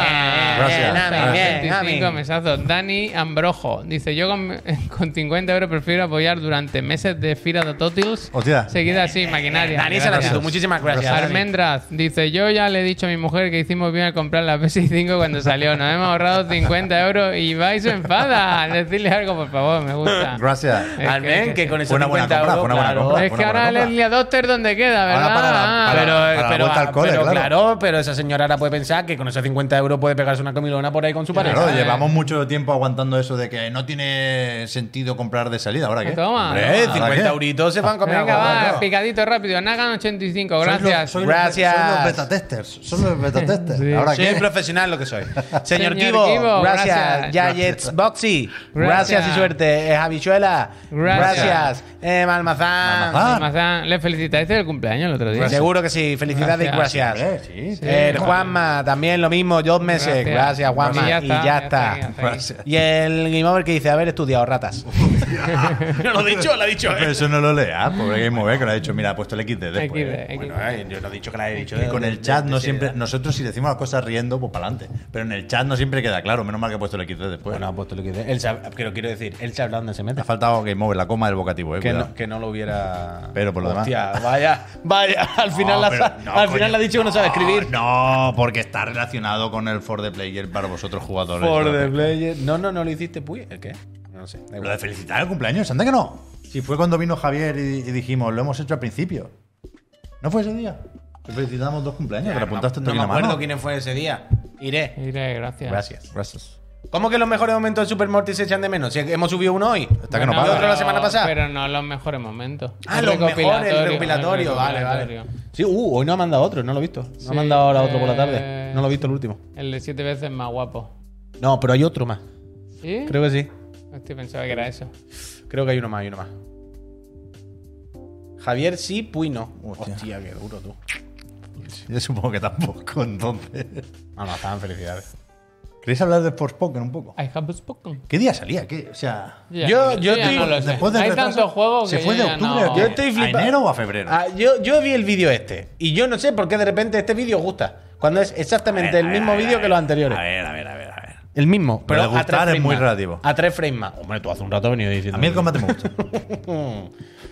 Speaker 2: gracias,
Speaker 3: Toma,
Speaker 5: gracias.
Speaker 3: 25
Speaker 5: Amin.
Speaker 3: mesazos. Dani Ambrojo dice: Yo con, *laughs* con 50 euros prefiero apoyar durante meses de Fira de Totils.
Speaker 2: Hostia.
Speaker 3: Seguida así, maquinaria.
Speaker 5: Dani, esa es la
Speaker 3: Gracias.
Speaker 5: actitud. Muchísimas gracias. Dani.
Speaker 3: Almendraz dice: Yo ya le he dicho a mi mujer que hicimos bien al comprar la PS5 cuando salió. Nos hemos ahorrado 50 euros y vais se enfada. Decirle algo, por favor, me gusta.
Speaker 2: Gracias.
Speaker 3: Es
Speaker 5: Almen,
Speaker 3: que-
Speaker 5: que, con esos
Speaker 2: Fue una buena
Speaker 5: 50
Speaker 2: compra,
Speaker 5: euros,
Speaker 2: fue una buena
Speaker 5: claro.
Speaker 2: compra.
Speaker 3: Es que ahora
Speaker 2: compra.
Speaker 3: Leslie Adopter, ¿dónde queda, verdad?
Speaker 2: Ahora para la-
Speaker 3: Ah,
Speaker 2: para-
Speaker 5: pero, eh,
Speaker 2: para la
Speaker 5: pero-
Speaker 2: vuelta al cole,
Speaker 5: pero
Speaker 2: claro.
Speaker 5: claro. pero esa señora ahora puede pensar que con esos 50 euros puede pegarse una comilona por ahí con su pareja.
Speaker 2: Claro, llevamos mucho tiempo aguantando eso de que no tiene sentido comprar de salida. ¿Ahora qué?
Speaker 3: Toma.
Speaker 2: Hombre,
Speaker 5: Eh, 50
Speaker 2: euros.
Speaker 5: euritos se van a comer
Speaker 3: Venga,
Speaker 5: algo,
Speaker 3: va,
Speaker 5: claro.
Speaker 3: picadito rápido. Nagan85, gracias.
Speaker 2: Son los,
Speaker 5: Gracias.
Speaker 2: Son los beta testers. Son los beta testers.
Speaker 3: Sí.
Speaker 2: ¿Ahora
Speaker 5: Soy
Speaker 2: qué?
Speaker 5: un profesional lo que *laughs* soy.
Speaker 3: Señor
Speaker 5: Señor Kibo,
Speaker 3: Kibo,
Speaker 5: gracias.
Speaker 3: gracias.
Speaker 5: Yayets Boxy,
Speaker 3: Gracias.
Speaker 5: gracias. y suerte. Eh, Habichuela,
Speaker 3: Gracias.
Speaker 5: gracias. Eh, Malmazán,
Speaker 2: Malmazán. Ah.
Speaker 3: Mazán, Le felicitaste del cumpleaños el otro día.
Speaker 5: seguro que sí. Felicidades
Speaker 3: Gracias.
Speaker 5: y gracias.
Speaker 2: Eh, sí.
Speaker 5: El *laughs* Juanma, también lo mismo, dos meses. Gracias, Juanma. Y ya está.
Speaker 2: Gracias.
Speaker 5: Y el Game Over que dice haber estudiado *laughs* ratas. no lo he dicho, lo he dicho. ¿eh?
Speaker 2: Pero eso no lo lea, pobre Game Over, que lo ha dicho. Mira, ha puesto el XD después.
Speaker 3: XD.
Speaker 5: Bueno, eh, yo no he dicho que la he dicho.
Speaker 2: Y con
Speaker 5: de-
Speaker 2: el
Speaker 5: de-
Speaker 2: chat
Speaker 5: de
Speaker 2: no
Speaker 5: seriedad.
Speaker 2: siempre. Nosotros si decimos las cosas riendo, pues para adelante. Pero en el chat no siempre queda claro. Menos mal que ha puesto el XD después.
Speaker 5: Bueno, ha puesto lo que dice. Él sabe- pero quiero decir, él sabrá dónde se mete.
Speaker 2: ha faltado Game Over, la coma del vocativo, eh.
Speaker 5: Que
Speaker 2: cuidado.
Speaker 5: no, que no lo hubiera.
Speaker 2: Pero por lo demás.
Speaker 5: Hostia, vaya, vaya. Al final,
Speaker 2: No,
Speaker 5: la,
Speaker 2: pero no,
Speaker 5: al
Speaker 2: coño.
Speaker 5: final la ha dicho que no sabe escribir.
Speaker 2: No, porque está relacionado con el For the Player para vosotros jugadores.
Speaker 5: For the player. No, no, no lo hiciste, pues. ¿El qué? No sé. da
Speaker 2: Lo de
Speaker 5: igual.
Speaker 2: felicitar el cumpleaños, anda que no. Si fue cuando vino Javier y, y dijimos, lo hemos hecho al principio. ¿No fue ese día? Te felicitamos dos cumpleaños, te lo apuntaste
Speaker 5: no me
Speaker 2: tú aquí en la
Speaker 5: acuerdo
Speaker 2: mano.
Speaker 5: quién fue ese día. Iré.
Speaker 3: Iré, gracias.
Speaker 5: Gracias.
Speaker 2: Gracias.
Speaker 5: ¿Cómo que los mejores momentos de Super Morty se echan de menos? Si hemos subido uno hoy.
Speaker 2: Hasta que no
Speaker 5: Bueno,
Speaker 2: paga.
Speaker 5: y otro la semana pasada.
Speaker 3: Pero no los mejores momentos.
Speaker 5: Ah,
Speaker 3: El
Speaker 5: los mejores, el
Speaker 3: el
Speaker 5: recopilatorio. Vale, vale.
Speaker 3: recopilatorio.
Speaker 5: Sí, uh, hoy no ha mandado otro, no lo he visto. No
Speaker 3: Sí,
Speaker 5: ha mandado ahora otro por la tarde.
Speaker 3: eh,
Speaker 5: No lo he visto el último.
Speaker 3: El de siete veces más guapo.
Speaker 5: No, pero hay otro más.
Speaker 3: ¿Sí?
Speaker 5: Creo que sí.
Speaker 3: Hostia, pensaba que era eso.
Speaker 5: Creo que hay uno más, hay uno más. Javier sí, Puy no.
Speaker 2: Hostia.
Speaker 5: Hostia, qué duro tú.
Speaker 2: Yo supongo que tampoco, entonces.
Speaker 5: Ah, No, no, estaban felicidades.
Speaker 2: ¿Queréis hablar de Forspoken un poco?
Speaker 3: I have spoken.
Speaker 2: ¿Qué día salía? ¿Qué? O sea,
Speaker 3: Ya,
Speaker 5: Yo-
Speaker 3: ya
Speaker 5: yo estoy-
Speaker 3: no lo sé.
Speaker 2: después del
Speaker 3: Hay
Speaker 2: retraso,
Speaker 3: tantos juegos que
Speaker 2: se fue
Speaker 3: yo
Speaker 2: de
Speaker 3: ya
Speaker 2: octubre
Speaker 3: no-
Speaker 2: a-
Speaker 5: Yo estoy
Speaker 2: ¿A
Speaker 5: flipando.
Speaker 2: enero o a febrero?
Speaker 5: Ah, yo, yo vi el vídeo este y yo no sé por qué de repente este vídeo gusta. Cuando es exactamente el mismo vídeo que los anteriores.
Speaker 2: A ver, a ver, a ver, a ver.
Speaker 5: El mismo,
Speaker 2: Pero
Speaker 5: pero
Speaker 2: de
Speaker 5: a
Speaker 2: gustar
Speaker 5: tres
Speaker 2: es
Speaker 5: frames
Speaker 2: muy
Speaker 5: más.
Speaker 2: relativo.
Speaker 5: A tres frames más. Hombre, tú hace un rato has venido diciendo.
Speaker 2: A mí el combate me *laughs* gusta.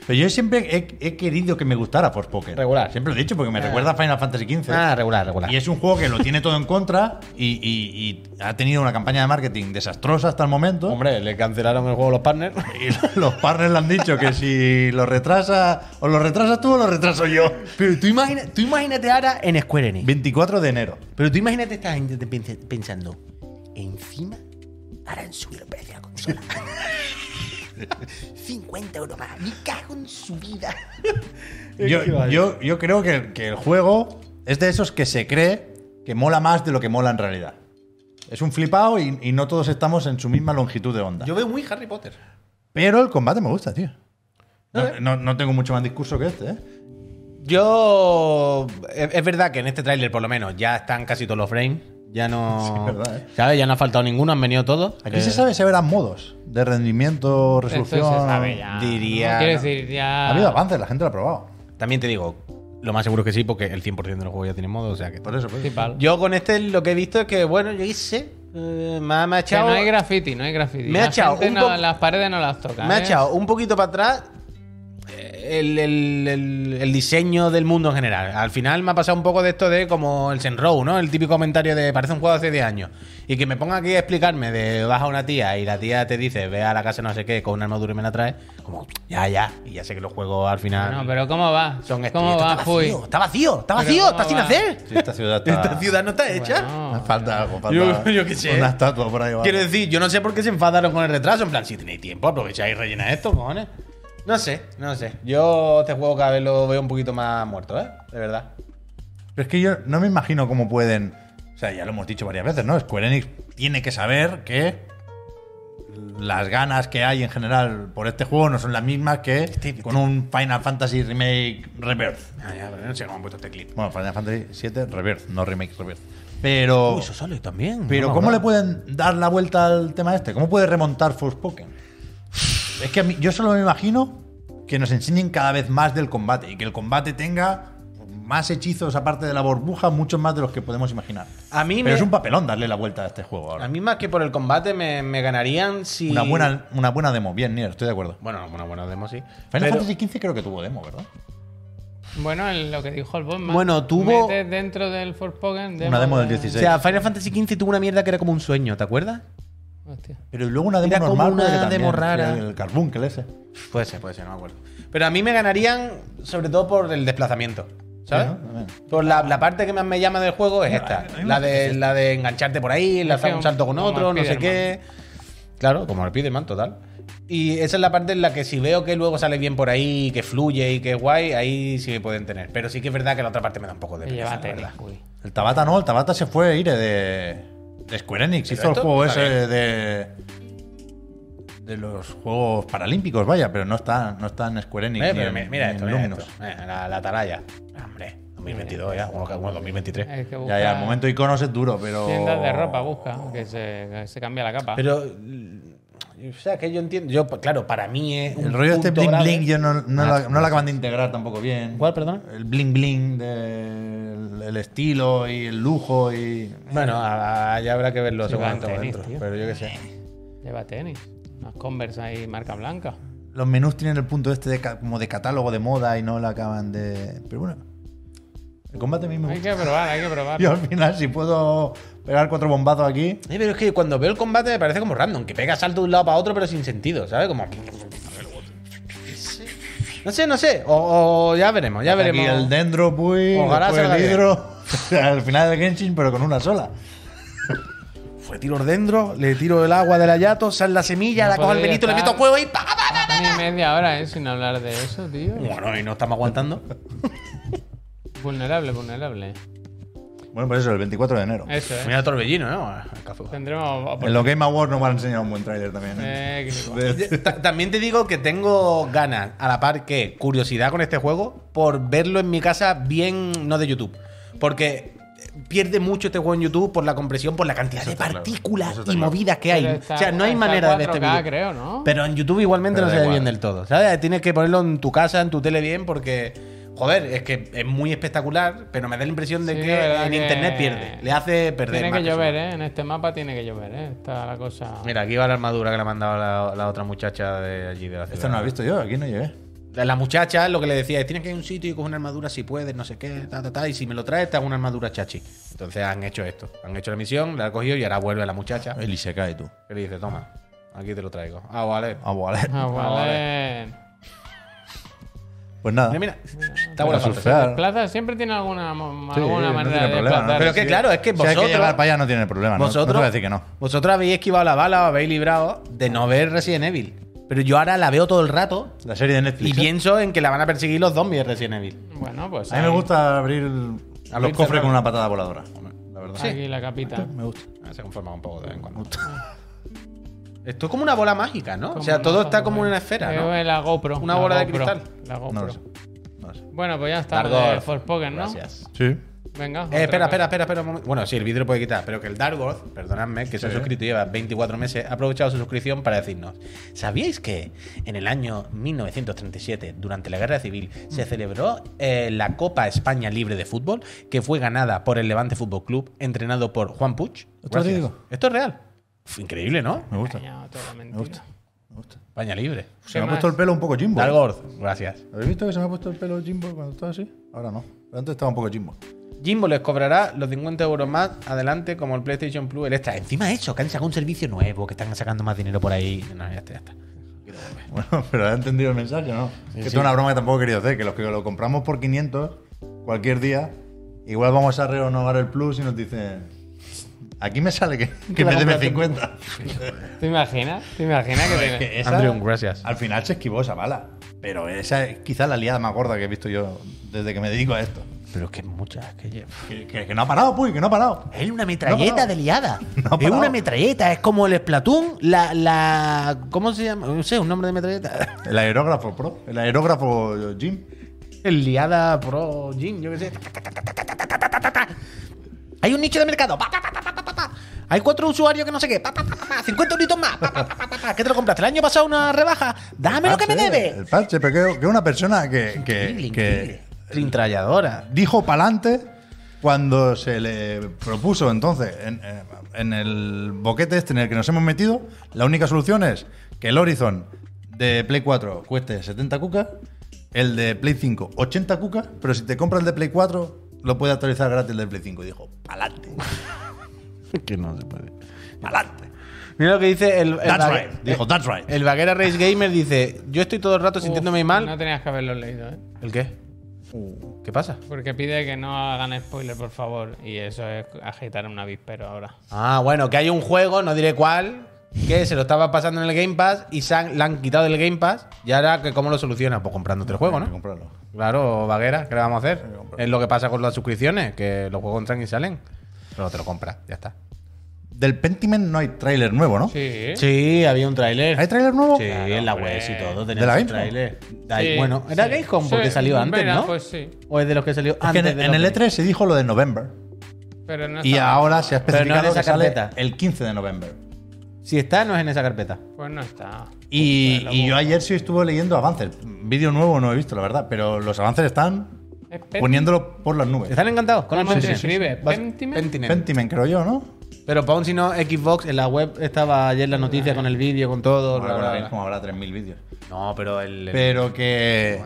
Speaker 2: Pero yo siempre he, he querido que me gustara Forspoken.
Speaker 5: Regular.
Speaker 2: Siempre lo he dicho porque me recuerda a Final Fantasy XV.
Speaker 5: Ah, regular, regular.
Speaker 2: Y es un juego que lo tiene todo en contra y, y- y ha tenido una campaña de marketing desastrosa hasta el momento.
Speaker 5: Hombre, le cancelaron el juego a los *laughs* partners.
Speaker 2: Y *laughs* los partners le han dicho que si lo retrasa, o lo retrasas tú o lo retraso yo.
Speaker 5: Pero tú, imagina- tú imagínate ahora en Square Enix.
Speaker 2: 24 de enero.
Speaker 5: Pero tú imagínate esta gente te pense- pensando, encima harán subir el precio de la consola. *laughs* 50 euros más, me cago en su vida.
Speaker 2: Yo, yo, yo creo que, que el juego es de esos que se cree que mola más de lo que mola en realidad. Es un flipado y, y no todos estamos en su misma longitud de onda.
Speaker 5: veo muy Harry Potter.
Speaker 2: Pero el combate me gusta, tío. No, no- no tengo mucho más discurso que este, ¿eh?
Speaker 5: Yo. Es, es verdad que en este tráiler, por lo menos, ya están casi todos los frames. Ya
Speaker 2: Sí,
Speaker 5: no.
Speaker 2: es verdad, ¿eh?
Speaker 5: ¿Sabes? Ya no ha faltado ninguno, han venido todos.
Speaker 2: Aquí
Speaker 5: Eh,
Speaker 2: se sabe si verán modos de rendimiento,
Speaker 3: Esto se
Speaker 2: resolución.
Speaker 3: sabe ya.
Speaker 5: diría-
Speaker 3: Quiero decir, ya.
Speaker 2: Ha habido avances, la gente lo ha probado.
Speaker 5: También te digo, lo más seguro es que sí, porque el 100% de los juegos ya tienen modo, o sea que.
Speaker 2: Por eso, pues, por eso.
Speaker 3: Principal.
Speaker 5: Yo con este lo que he visto es que, bueno, yo qué sé. Eh, me ha, me ha
Speaker 3: Que
Speaker 5: echado,
Speaker 3: no hay graffiti, no hay graffiti.
Speaker 5: Me ha
Speaker 3: La
Speaker 5: echado
Speaker 3: gente
Speaker 5: un
Speaker 3: no-
Speaker 5: poco-
Speaker 3: las paredes no las toca.
Speaker 5: me ha
Speaker 3: ¿eh?
Speaker 5: echado un poquito para atrás eh, el, el- el- el diseño del mundo en general. Al final me ha pasado un poco de esto de como el Senrow, ¿no? El típico comentario de parece un juego de hace 10 años. Y que me ponga aquí a explicarme de vas a una tía y la tía te dice ve a la casa no sé qué con una armadura y me la trae. Como ya, ya. Y ya sé que los juegos al final
Speaker 3: No, pero ¿cómo va?
Speaker 5: son esto. Y
Speaker 3: ¿Cómo
Speaker 5: esto
Speaker 3: va,
Speaker 5: está
Speaker 3: Fui?
Speaker 5: vacío, está vacío, está
Speaker 3: Pero
Speaker 5: vacío,
Speaker 3: ¿cómo
Speaker 5: está sin
Speaker 3: va?
Speaker 5: hacer.
Speaker 2: Sí, esta ciudad está.
Speaker 5: Esta ciudad no está hecha.
Speaker 2: Falta algo, falta
Speaker 5: Yo- yo qué sé.
Speaker 2: Una estatua por ahí. o
Speaker 5: Quiero
Speaker 2: algo.
Speaker 5: decir, yo no sé por qué se enfadaron con el retraso. En plan, si tenéis tiempo, aprovecháis y rellenáis esto, cojones. No sé, no sé. Yo este juego cada vez lo veo un poquito más muerto, ¿eh? De verdad.
Speaker 2: Pero es que yo no me imagino cómo pueden. O sea, ya lo hemos dicho varias veces, ¿no? Square Enix tiene que saber que las ganas que hay en general por este juego no son las mismas que
Speaker 5: Este
Speaker 2: con un Final Fantasy Remake Rebirth.
Speaker 5: Ah, ya, pero no sé cómo han puesto este clip.
Speaker 2: Bueno, Final Fantasy VII Rebirth, no Remake Rebirth. Pero.
Speaker 5: Uy, eso sale también.
Speaker 2: Pero
Speaker 5: No,
Speaker 2: ¿cómo
Speaker 5: no.
Speaker 2: le pueden dar la vuelta al tema este? ¿Cómo puede remontar Forspoken? Es que a mí- yo solo me imagino que nos enseñen cada vez más del combate y que el combate tenga más hechizos aparte de la burbuja, muchos más de los que podemos imaginar.
Speaker 5: A mí
Speaker 2: Pero
Speaker 5: me-
Speaker 2: es un papelón darle la vuelta a este juego ahora.
Speaker 5: A mí más que por el combate me, me ganarían si...
Speaker 2: Una, buena, una buena demo, bien, Nier, estoy de acuerdo.
Speaker 5: Bueno, una buena demo, sí.
Speaker 2: Final
Speaker 5: Pero-
Speaker 2: Fantasy XV creo que tuvo demo, ¿verdad?
Speaker 3: Bueno, el- lo que dijo el Botman.
Speaker 5: Bueno, tuvo-
Speaker 3: Metes dentro del Forspoken.
Speaker 2: Una demo del
Speaker 3: de-
Speaker 2: 16.
Speaker 5: eh, O sea, Final Fantasy XV tuvo una mierda que era como un sueño, ¿te acuerdas?
Speaker 3: Hostia.
Speaker 2: Pero luego una demo
Speaker 5: Era como
Speaker 2: normal.
Speaker 5: una
Speaker 2: creo que
Speaker 5: demo
Speaker 2: también,
Speaker 5: rara.
Speaker 2: El Carbuncle ese.
Speaker 5: Puede ser, puede ser, no me acuerdo. Pero a mí me ganarían sobre todo por el desplazamiento. ¿Sabes?
Speaker 2: Sí, ¿no? También.
Speaker 5: Por Pues la, la parte que más me llama del juego es esta. La de, la de engancharte por ahí, lanzar un salto con
Speaker 3: como
Speaker 5: otro, no sé
Speaker 3: Spiderman.
Speaker 5: qué. Claro, como el Spiderman, total. Y esa es la parte en la que si veo que luego sale bien por ahí, que fluye y que es guay, ahí sí me pueden tener. Pero sí que es verdad que la otra parte me da un poco de
Speaker 3: Que
Speaker 5: pereza,
Speaker 3: lleva
Speaker 5: la
Speaker 3: tenis.
Speaker 5: verdad.
Speaker 3: uy.
Speaker 2: El Tabata no, el Tabata se fue Ire de, de Square Enix.
Speaker 5: Pero
Speaker 2: Hizo el
Speaker 5: esto
Speaker 2: juego
Speaker 5: está
Speaker 2: ese de. De los Juegos Paralímpicos, vaya, pero no está, no está en Square Enix.
Speaker 5: Eh,
Speaker 2: ni
Speaker 5: pero
Speaker 2: en-
Speaker 5: mi- mira
Speaker 2: ni
Speaker 5: esto,
Speaker 2: en
Speaker 5: mira
Speaker 2: Luminous.
Speaker 5: esto. Eh, La, la atalaya. Hombre, 2022 ya, bueno, que- bueno, 2023.
Speaker 3: Hay que
Speaker 2: Ya,
Speaker 3: buscar
Speaker 2: ya, el momento iconos es duro, pero.
Speaker 3: Tiendas de ropa, busca. Que se, que se cambia la capa.
Speaker 5: Pero. mm, O sea, que yo entiendo. Yo, pues, claro, para mí es.
Speaker 2: El
Speaker 5: un
Speaker 2: rollo este
Speaker 5: punto
Speaker 2: Bling
Speaker 5: grave.
Speaker 2: Bling, yo no, no, la, no la acaban de integrar tampoco bien.
Speaker 5: ¿Cuál, perdona?
Speaker 2: El Bling Bling del el estilo y el lujo y.
Speaker 5: Bueno, a- a- Ah, ya habrá que verlo
Speaker 3: Sí,
Speaker 5: según
Speaker 3: van
Speaker 5: entremos
Speaker 3: tenis,
Speaker 5: dentro.
Speaker 3: tío.
Speaker 5: Pero yo qué sé.
Speaker 3: Lleva tenis. Unas Converse ahí, marca blanca.
Speaker 2: los menús tienen el punto este de ca- como de catálogo de moda y no la acaban de. Pero bueno, el combate mismo.
Speaker 3: Hay que probar, hay que probar.
Speaker 2: *laughs* Yo al final, si puedo pegar cuatro bombazos aquí.
Speaker 5: Eh, pero es que cuando veo el combate me parece como random, que pega salto de un lado para otro, pero sin sentido, ¿sabes? Como. No sé, no sé. O, o ya veremos, ya
Speaker 2: Y
Speaker 5: veremos.
Speaker 2: el dendro, pues.
Speaker 5: Ojalá
Speaker 2: después
Speaker 5: salga
Speaker 2: el
Speaker 5: bien.
Speaker 2: hidro. *laughs* O sea, al final del Genshin, pero con una sola.
Speaker 5: Fue tiro el dendro, le tiro el agua del ayato, sal la semilla,
Speaker 3: No
Speaker 5: la cojo al
Speaker 3: podría
Speaker 5: benito, le
Speaker 3: estar.
Speaker 5: meto huevo y pa, pa, pa.
Speaker 3: Ni media hora, ¿eh? Sin hablar de eso, tío.
Speaker 5: Bueno, y no estamos aguantando.
Speaker 3: Vulnerable, vulnerable.
Speaker 2: Bueno, por eso, el 24 de enero.
Speaker 3: Eso, ¿eh?
Speaker 5: Mira el torbellino, ¿no? El café.
Speaker 3: Tendremos
Speaker 2: En los Game Awards nos van a enseñar un buen trailer también. ¿eh?
Speaker 3: Eh, que-
Speaker 5: Ta- También te digo que tengo ganas, a la par que curiosidad con este juego, por verlo en mi casa bien, no de YouTube. Porque pierde mucho este juego en YouTube por la compresión, por la cantidad de partículas y movidas que hay.
Speaker 3: pero está-
Speaker 5: o sea, no hay
Speaker 3: está
Speaker 5: manera de ver este
Speaker 3: 4K,
Speaker 5: vídeo.
Speaker 3: creo, ¿no?
Speaker 5: Pero en YouTube igualmente
Speaker 2: Pero
Speaker 5: no
Speaker 2: da
Speaker 5: se ve
Speaker 2: igual.
Speaker 5: bien del todo. ¿Sabes? Tienes que ponerlo en tu casa, en tu tele bien, porque, joder, es que es muy espectacular, pero me da la impresión de
Speaker 3: Sí, la
Speaker 5: que
Speaker 3: verdad
Speaker 5: en
Speaker 3: que-
Speaker 5: internet pierde. Le hace perder.
Speaker 3: Tiene
Speaker 5: más
Speaker 3: que
Speaker 5: su-
Speaker 3: llover, ¿eh? En este mapa tiene que llover, ¿eh? Está la cosa.
Speaker 5: Mira, aquí va la armadura que le ha mandado la, la otra muchacha de allí de la ciudad.
Speaker 2: Esto no lo he visto yo, aquí no llegué.
Speaker 5: La la muchacha lo que le decía es, tienes que ir a un sitio y coger una armadura si puedes, no sé qué, ta, ta, ta, y si me lo traes, te hago una armadura chachi. Entonces han hecho esto. Han hecho la misión, la han cogido y ahora vuelve la muchacha.
Speaker 2: El Isekai, tú.
Speaker 5: Que le dice, toma, aquí te lo traigo. Ah, vale.
Speaker 2: Ah, vale.
Speaker 3: Ah, vale.
Speaker 2: Pues nada.
Speaker 5: Mira, mira. Está buena
Speaker 2: Para
Speaker 5: fantasía.
Speaker 2: surfear.
Speaker 3: Plaza siempre tiene alguna, mo-
Speaker 2: Sí,
Speaker 3: alguna
Speaker 2: no
Speaker 3: manera
Speaker 2: tiene problema,
Speaker 3: de ¿eh?
Speaker 2: ¿no?
Speaker 3: desplazarse.
Speaker 5: Pero que claro, es que
Speaker 2: Si hay
Speaker 5: vosotros...
Speaker 2: que llegar para allá no tiene problema. ¿no?
Speaker 5: Vosotros,
Speaker 2: No, te voy a decir que no.
Speaker 5: vosotros habéis esquivado la bala, os habéis librado de no ver Resident Evil. Pero yo ahora la veo todo el rato
Speaker 2: La serie de Netflix.
Speaker 5: y
Speaker 2: ¿eh?
Speaker 5: pienso en que la van a perseguir los zombies de Resident Evil.
Speaker 3: Bueno, pues.
Speaker 2: A mí me
Speaker 3: ahí-
Speaker 2: gusta abrir los
Speaker 5: Abrir
Speaker 2: cofres
Speaker 5: cerrar.
Speaker 2: con una patada voladora. La verdad.
Speaker 3: Aquí la capita.
Speaker 2: Me gusta.
Speaker 5: Ah, Se conforma un poco de vez en cuando.
Speaker 2: *laughs*
Speaker 5: Esto es como una bola mágica, ¿no? O sea, todo
Speaker 3: una-
Speaker 5: está como en una esfera, ¿no?
Speaker 3: Eh, La GoPro.
Speaker 5: Una
Speaker 3: la
Speaker 5: bola de
Speaker 3: GoPro,
Speaker 5: cristal.
Speaker 3: La GoPro.
Speaker 2: No lo sé. No lo sé.
Speaker 3: Bueno, pues ya está.
Speaker 5: Ardor.
Speaker 3: Por Pokémon, ¿no?
Speaker 5: Gracias.
Speaker 2: Sí.
Speaker 3: Venga.
Speaker 5: Eh, espera,
Speaker 3: otra
Speaker 5: espera, espera, espera un momento. Bueno, sí, el vidrio puede quitar, pero que el Darkworth, perdonadme, que se ha suscrito y lleva 24 meses, ha aprovechado su suscripción para decirnos: ¿Sabíais que en el año 1937, durante la Guerra Civil, se celebró eh, la Copa España Libre de Fútbol, que fue ganada por el Levante Fútbol Club, entrenado por Juan Puch?
Speaker 2: Otro
Speaker 5: Gracias.
Speaker 2: digo.
Speaker 5: Esto es real. Uf, increíble, ¿no?
Speaker 2: Me gusta.
Speaker 3: caña, otra
Speaker 2: Me
Speaker 3: mentira.
Speaker 2: gusta. Me gusta.
Speaker 5: España Libre.
Speaker 2: Se me ha
Speaker 3: más?
Speaker 2: puesto el pelo un poco Jimbo.
Speaker 5: Darkworth, gracias.
Speaker 2: ¿Habéis visto que se me ha puesto el pelo Jimbo cuando estaba así? Ahora no. Pero antes estaba un poco Jimbo.
Speaker 5: Jimbo les cobrará los 50 euros más adelante como el PlayStation Plus el extra. Encima eso, que han sacado un servicio nuevo, que están sacando más dinero por ahí. No, ya está, ya está.
Speaker 2: *laughs* Bueno, pero ha entendido el mensaje, ¿no? Es que esto es una broma que tampoco he querido hacer, que los que lo compramos por 500 cualquier día, igual vamos a renovar el plus y nos dicen, aquí me sale que, que me debe 50.
Speaker 3: ¿Te imaginas? ¿Te imaginas que te-
Speaker 2: Que
Speaker 5: Andrew, gracias.
Speaker 2: Al final se esquivó esa bala. Pero esa es quizás la liada más gorda que he visto yo desde que me dedico a esto.
Speaker 5: Pero es que muchas, es que lle-
Speaker 2: Que, que- que no ha parado, Puy, que no ha parado.
Speaker 5: Es una
Speaker 2: No ha
Speaker 5: metralleta
Speaker 2: parado.
Speaker 5: de *laughs* liada.
Speaker 2: No ha
Speaker 5: es
Speaker 2: parado.
Speaker 5: una metralleta, es como el Splatoon, la, la. ¿Cómo se llama? No sé, un nombre de metralleta.
Speaker 2: El aerógrafo pro, el aerógrafo Jim.
Speaker 5: El liada pro Jim, yo qué sé. Hay un nicho de mercado. Pa, pa, pa, pa, pa, pa, pa, pa. Hay cuatro usuarios que no sé qué. Pa, pa, pa, pa, pa. 50 euritos más. Pa, pa, pa, pa, pa, pa. ¿Qué te lo compraste? El año pasado una rebaja. Dame lo que me
Speaker 2: Parche,
Speaker 5: debe.
Speaker 2: El parche, pero que, que una persona que, que,
Speaker 5: Increíble,
Speaker 2: que
Speaker 5: increíble. Trintralladora.
Speaker 2: dijo pa'lante cuando se le propuso entonces en, eh, en el boquete este en el que nos hemos metido, la única solución es que el Horizon de Play 4 cueste 70 cucas, el de Play 5 80 cucas, pero si te compras el de Play 4 lo puede actualizar gratis el de Play 5. Y dijo, pa'lante,
Speaker 5: Que no se puede.
Speaker 2: pa'lante.
Speaker 5: Mira lo que dice el. el
Speaker 2: That's
Speaker 5: vague-
Speaker 2: right, dijo, that's right.
Speaker 5: eh, El Vaguera Race Gamer dice: Yo estoy todo el rato
Speaker 3: Uf,
Speaker 5: sintiéndome mal.
Speaker 3: No tenías que haberlo leído, ¿eh?
Speaker 5: ¿El qué? ¿Qué pasa?
Speaker 3: Porque pide que no hagan spoiler, por favor. Y eso es agitar un avispero ahora.
Speaker 5: Ah, bueno, que hay un juego, no diré cuál, que se lo estaba pasando en el Game Pass y se han, la han quitado del Game Pass. Y ahora, que ¿cómo lo soluciona? Pues comprándote el juego,
Speaker 2: Hay que
Speaker 5: ¿no?
Speaker 2: comprarlo.
Speaker 5: Claro, vaguera, ¿qué le vamos a hacer?
Speaker 2: que comprarlo.
Speaker 5: Es lo que pasa con las suscripciones, que los juegos entran y salen. Pero te lo compras, ya está.
Speaker 2: Del Pentiment no hay tráiler nuevo, ¿no?
Speaker 3: Sí.
Speaker 5: Sí, había un tráiler.
Speaker 2: ¿Hay tráiler nuevo?
Speaker 5: Sí, en la web y todo. Tenemos
Speaker 2: la
Speaker 5: un
Speaker 2: Gamescom?
Speaker 5: tráiler.
Speaker 3: Sí,
Speaker 5: Bueno, era
Speaker 3: sí.
Speaker 5: Gamescom porque
Speaker 3: Sí,
Speaker 5: salió antes,
Speaker 3: mira,
Speaker 5: ¿no?
Speaker 3: Pues sí.
Speaker 5: O es de los que E salió
Speaker 2: Es que
Speaker 5: antes
Speaker 2: en,
Speaker 5: de
Speaker 2: en
Speaker 5: los
Speaker 2: el
Speaker 5: que-
Speaker 2: E3 se dijo lo de November.
Speaker 3: Pero no
Speaker 2: Y
Speaker 3: está-
Speaker 2: ahora se ha
Speaker 5: Pero no
Speaker 2: especificado
Speaker 5: en esa
Speaker 2: que sale
Speaker 5: carpeta.
Speaker 2: el 15 de noviembre.
Speaker 5: Si está, no es en esa carpeta.
Speaker 3: Pues no está.
Speaker 2: Y, y yo ayer sí estuve leyendo avances. Vídeo nuevo no he visto, la verdad, pero los avances están
Speaker 3: Es Pent-
Speaker 2: poniéndolo por las nubes.
Speaker 5: Están encantados con el
Speaker 3: ¿Cómo se
Speaker 5: Pentiment.
Speaker 3: escribe?
Speaker 5: Vas-
Speaker 3: ¿Pentiment?
Speaker 2: Pentiment, creo yo, ¿no?
Speaker 5: Pero aún si no, Xbox en la web estaba ayer la noticia con el vídeo, con todo.
Speaker 2: Ahora
Speaker 5: bla, bla,
Speaker 2: habrá,
Speaker 5: bla.
Speaker 2: como habrá 3.000 vídeos.
Speaker 5: No, pero el.
Speaker 2: Pero que.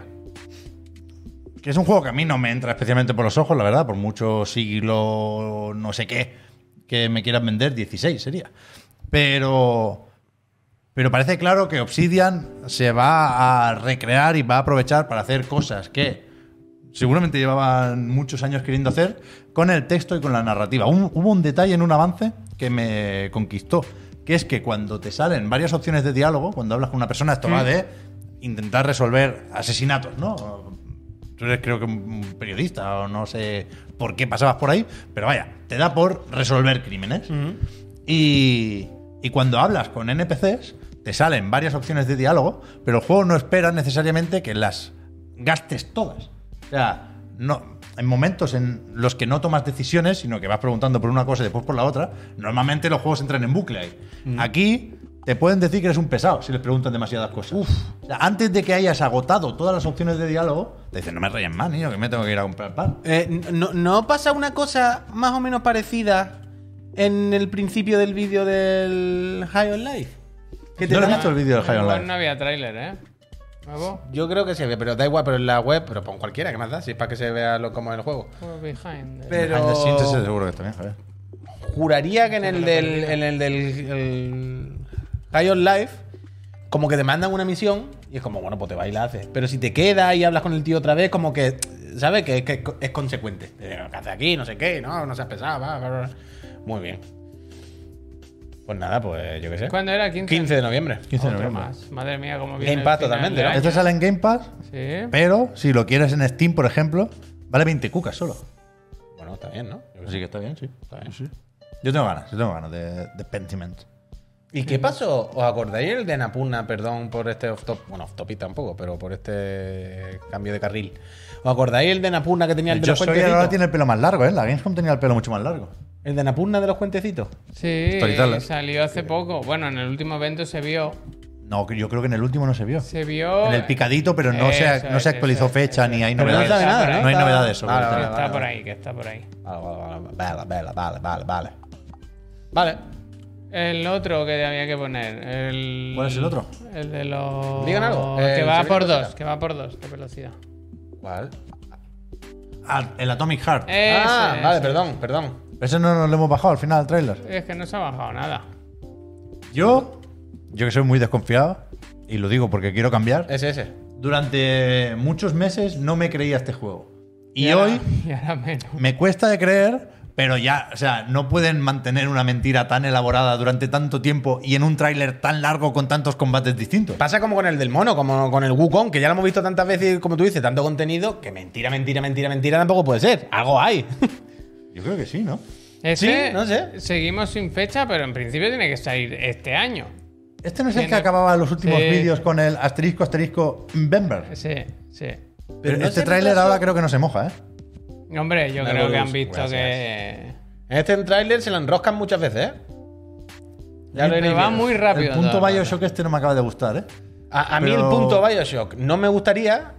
Speaker 2: Que es un juego que a mí no me entra especialmente por los ojos, la verdad, por mucho siglo no sé qué que me quieran vender, 16 sería. Pero. Pero parece claro que Obsidian se va a recrear y va a aprovechar para hacer cosas que seguramente llevaban muchos años queriendo hacer con el texto y con la narrativa. Un- hubo un detalle en un avance que me conquistó, que es que cuando te salen varias opciones de diálogo, cuando hablas con una persona, esto va de intentar resolver asesinatos, ¿no? Tú eres creo que un periodista o no sé por qué pasabas por ahí, pero vaya, te da por resolver crímenes. Y, y cuando hablas con NPCs, te salen varias opciones de diálogo, pero el juego no espera necesariamente que las gastes todas. O sea, no, en momentos en los que no tomas decisiones, sino que vas preguntando por una cosa y después por la otra, normalmente los juegos entran en bucle ahí.
Speaker 5: Mm.
Speaker 2: Aquí te pueden decir que eres un pesado si les preguntan demasiadas cosas. O sea, antes de que hayas agotado todas las opciones de diálogo, te dicen, no me rayes más, niño, que me tengo que ir a comprar pan.
Speaker 5: Eh, no, no pasa una cosa más o menos parecida en el principio del vídeo del High on Life? Que te
Speaker 2: No lo he
Speaker 5: da-
Speaker 2: visto el vídeo del High
Speaker 3: Igual
Speaker 2: Online.
Speaker 3: No había tráiler, ¿eh? ¿Nuevo?
Speaker 5: Yo creo que sí, pero da igual, pero en la web, pero pon cualquiera, que más da, si es para que se vea lo, como en el juego.
Speaker 3: Fue Behind. the-
Speaker 5: Pero-
Speaker 2: Behind the scenes ese seguro que está bien, Javier.
Speaker 5: Juraría que en el del, en el del el High on Life, como que te mandan una misión y es como, bueno, pues te vas y la haces. Pero si te quedas y hablas con el tío otra vez, como que, ¿sabes? Que, que es consecuente. Te digo, ¿Qué haces aquí? No sé qué, no, no seas pesado, va, bla, bla, bla. Muy bien. Pues nada, pues yo qué sé.
Speaker 3: ¿Cuándo era? 15,
Speaker 5: 15 de noviembre.
Speaker 2: 15 de
Speaker 3: Otro
Speaker 2: noviembre.
Speaker 3: más. Madre mía, cómo viene. el
Speaker 5: Pass
Speaker 3: final
Speaker 5: totalmente,
Speaker 3: de
Speaker 5: ¿no?
Speaker 2: Este
Speaker 3: año.
Speaker 2: sale en Game Pass,
Speaker 3: Sí.
Speaker 2: pero si lo quieres en Steam, por ejemplo, vale 20 cucas solo.
Speaker 5: Bueno, está bien, ¿no? Yo qué sé.
Speaker 2: Así que está bien, sí. Está bien. Yo tengo ganas, yo tengo ganas de, de Pentiment.
Speaker 5: ¿Y qué pasó? ¿Os acordáis el de Napuna, perdón por este off top? Bueno, off topic tampoco, pero por este cambio de carril. ¿Os acordáis el de Napuna que tenía el de
Speaker 2: Yo
Speaker 5: los
Speaker 2: soy
Speaker 5: cuentecitos?
Speaker 2: ahora tiene el pelo más largo, ¿eh? La Gamescom tenía el pelo mucho más largo.
Speaker 5: El de Napuna de los cuentecitos.
Speaker 3: Sí,
Speaker 2: Storyteller.
Speaker 3: salió hace poco. Bueno, en el último evento se vio.
Speaker 2: No, yo creo que en el último no se vio.
Speaker 3: Se vio.
Speaker 2: En el picadito, pero no,
Speaker 3: Eso
Speaker 2: se, no
Speaker 3: es,
Speaker 2: se actualizó
Speaker 3: eso es,
Speaker 2: fecha
Speaker 3: eso
Speaker 2: ni hay
Speaker 5: Pero no
Speaker 2: novedades.
Speaker 5: sabe nada, ¿no?
Speaker 2: hay
Speaker 5: Está-
Speaker 2: novedades sobre
Speaker 5: Vale,
Speaker 2: el
Speaker 3: Que
Speaker 2: tema.
Speaker 5: vale,
Speaker 3: está por ahí, que está por ahí.
Speaker 5: Vale, vale, vale, vale, vale, vale, vale.
Speaker 3: Vale. El otro que había que poner. El,
Speaker 2: ¿Cuál es el otro?
Speaker 3: El de los.
Speaker 5: Digan algo. Eh,
Speaker 3: Que
Speaker 5: El
Speaker 3: va
Speaker 5: Sevilla
Speaker 3: por
Speaker 5: Velocidad.
Speaker 3: dos, que va por dos de velocidad.
Speaker 5: ¿Cuál?
Speaker 2: Ah, el Atomic Heart.
Speaker 3: Ese,
Speaker 5: ah, vale,
Speaker 3: ese.
Speaker 5: perdón, perdón.
Speaker 2: Ese no nos lo hemos bajado al final del tráiler.
Speaker 3: Es que no se ha bajado nada.
Speaker 2: Yo, yo que soy muy desconfiado, y lo digo porque quiero cambiar,
Speaker 3: Eh.
Speaker 5: Ese, ese.
Speaker 2: durante muchos meses no me creía este juego. Y
Speaker 3: ahora-
Speaker 2: hoy
Speaker 3: *laughs* Y ahora menos.
Speaker 2: me cuesta de creer, pero ya, o sea, no pueden mantener una mentira tan elaborada durante tanto tiempo y en un tráiler tan largo con tantos combates distintos.
Speaker 5: Pasa como con el del mono, como con el Wukong, que ya lo hemos visto tantas veces, y, como tú dices, tanto contenido, que mentira, mentira, mentira, mentira tampoco puede ser. Algo hay. *laughs*
Speaker 2: Yo creo que sí, ¿no?
Speaker 3: Ese,
Speaker 5: Sí, no sé.
Speaker 3: Seguimos sin fecha, pero en principio tiene que salir este año.
Speaker 2: Este no es el que
Speaker 3: Tiene-
Speaker 2: acababa los últimos
Speaker 3: Sí.
Speaker 2: vídeos con el asterisco asterisco Bember.
Speaker 3: Sí, sí.
Speaker 2: Pero
Speaker 5: no
Speaker 2: este
Speaker 5: se
Speaker 2: tráiler
Speaker 5: retrasó.
Speaker 2: ahora creo que no se moja, ¿eh?
Speaker 3: Hombre, yo
Speaker 5: No
Speaker 3: creo
Speaker 5: lo
Speaker 3: que han
Speaker 5: uso,
Speaker 3: visto
Speaker 5: gracias.
Speaker 3: que.
Speaker 5: En este tráiler se lo enroscan muchas veces, ¿eh? Ya lo
Speaker 3: Pero
Speaker 5: iréis
Speaker 3: va
Speaker 5: viendo.
Speaker 3: muy rápido.
Speaker 2: El punto
Speaker 3: todo el
Speaker 2: Bioshock este no me acaba de gustar, ¿eh?
Speaker 5: A, a mí
Speaker 2: Pero-
Speaker 5: el punto Bioshock no me gustaría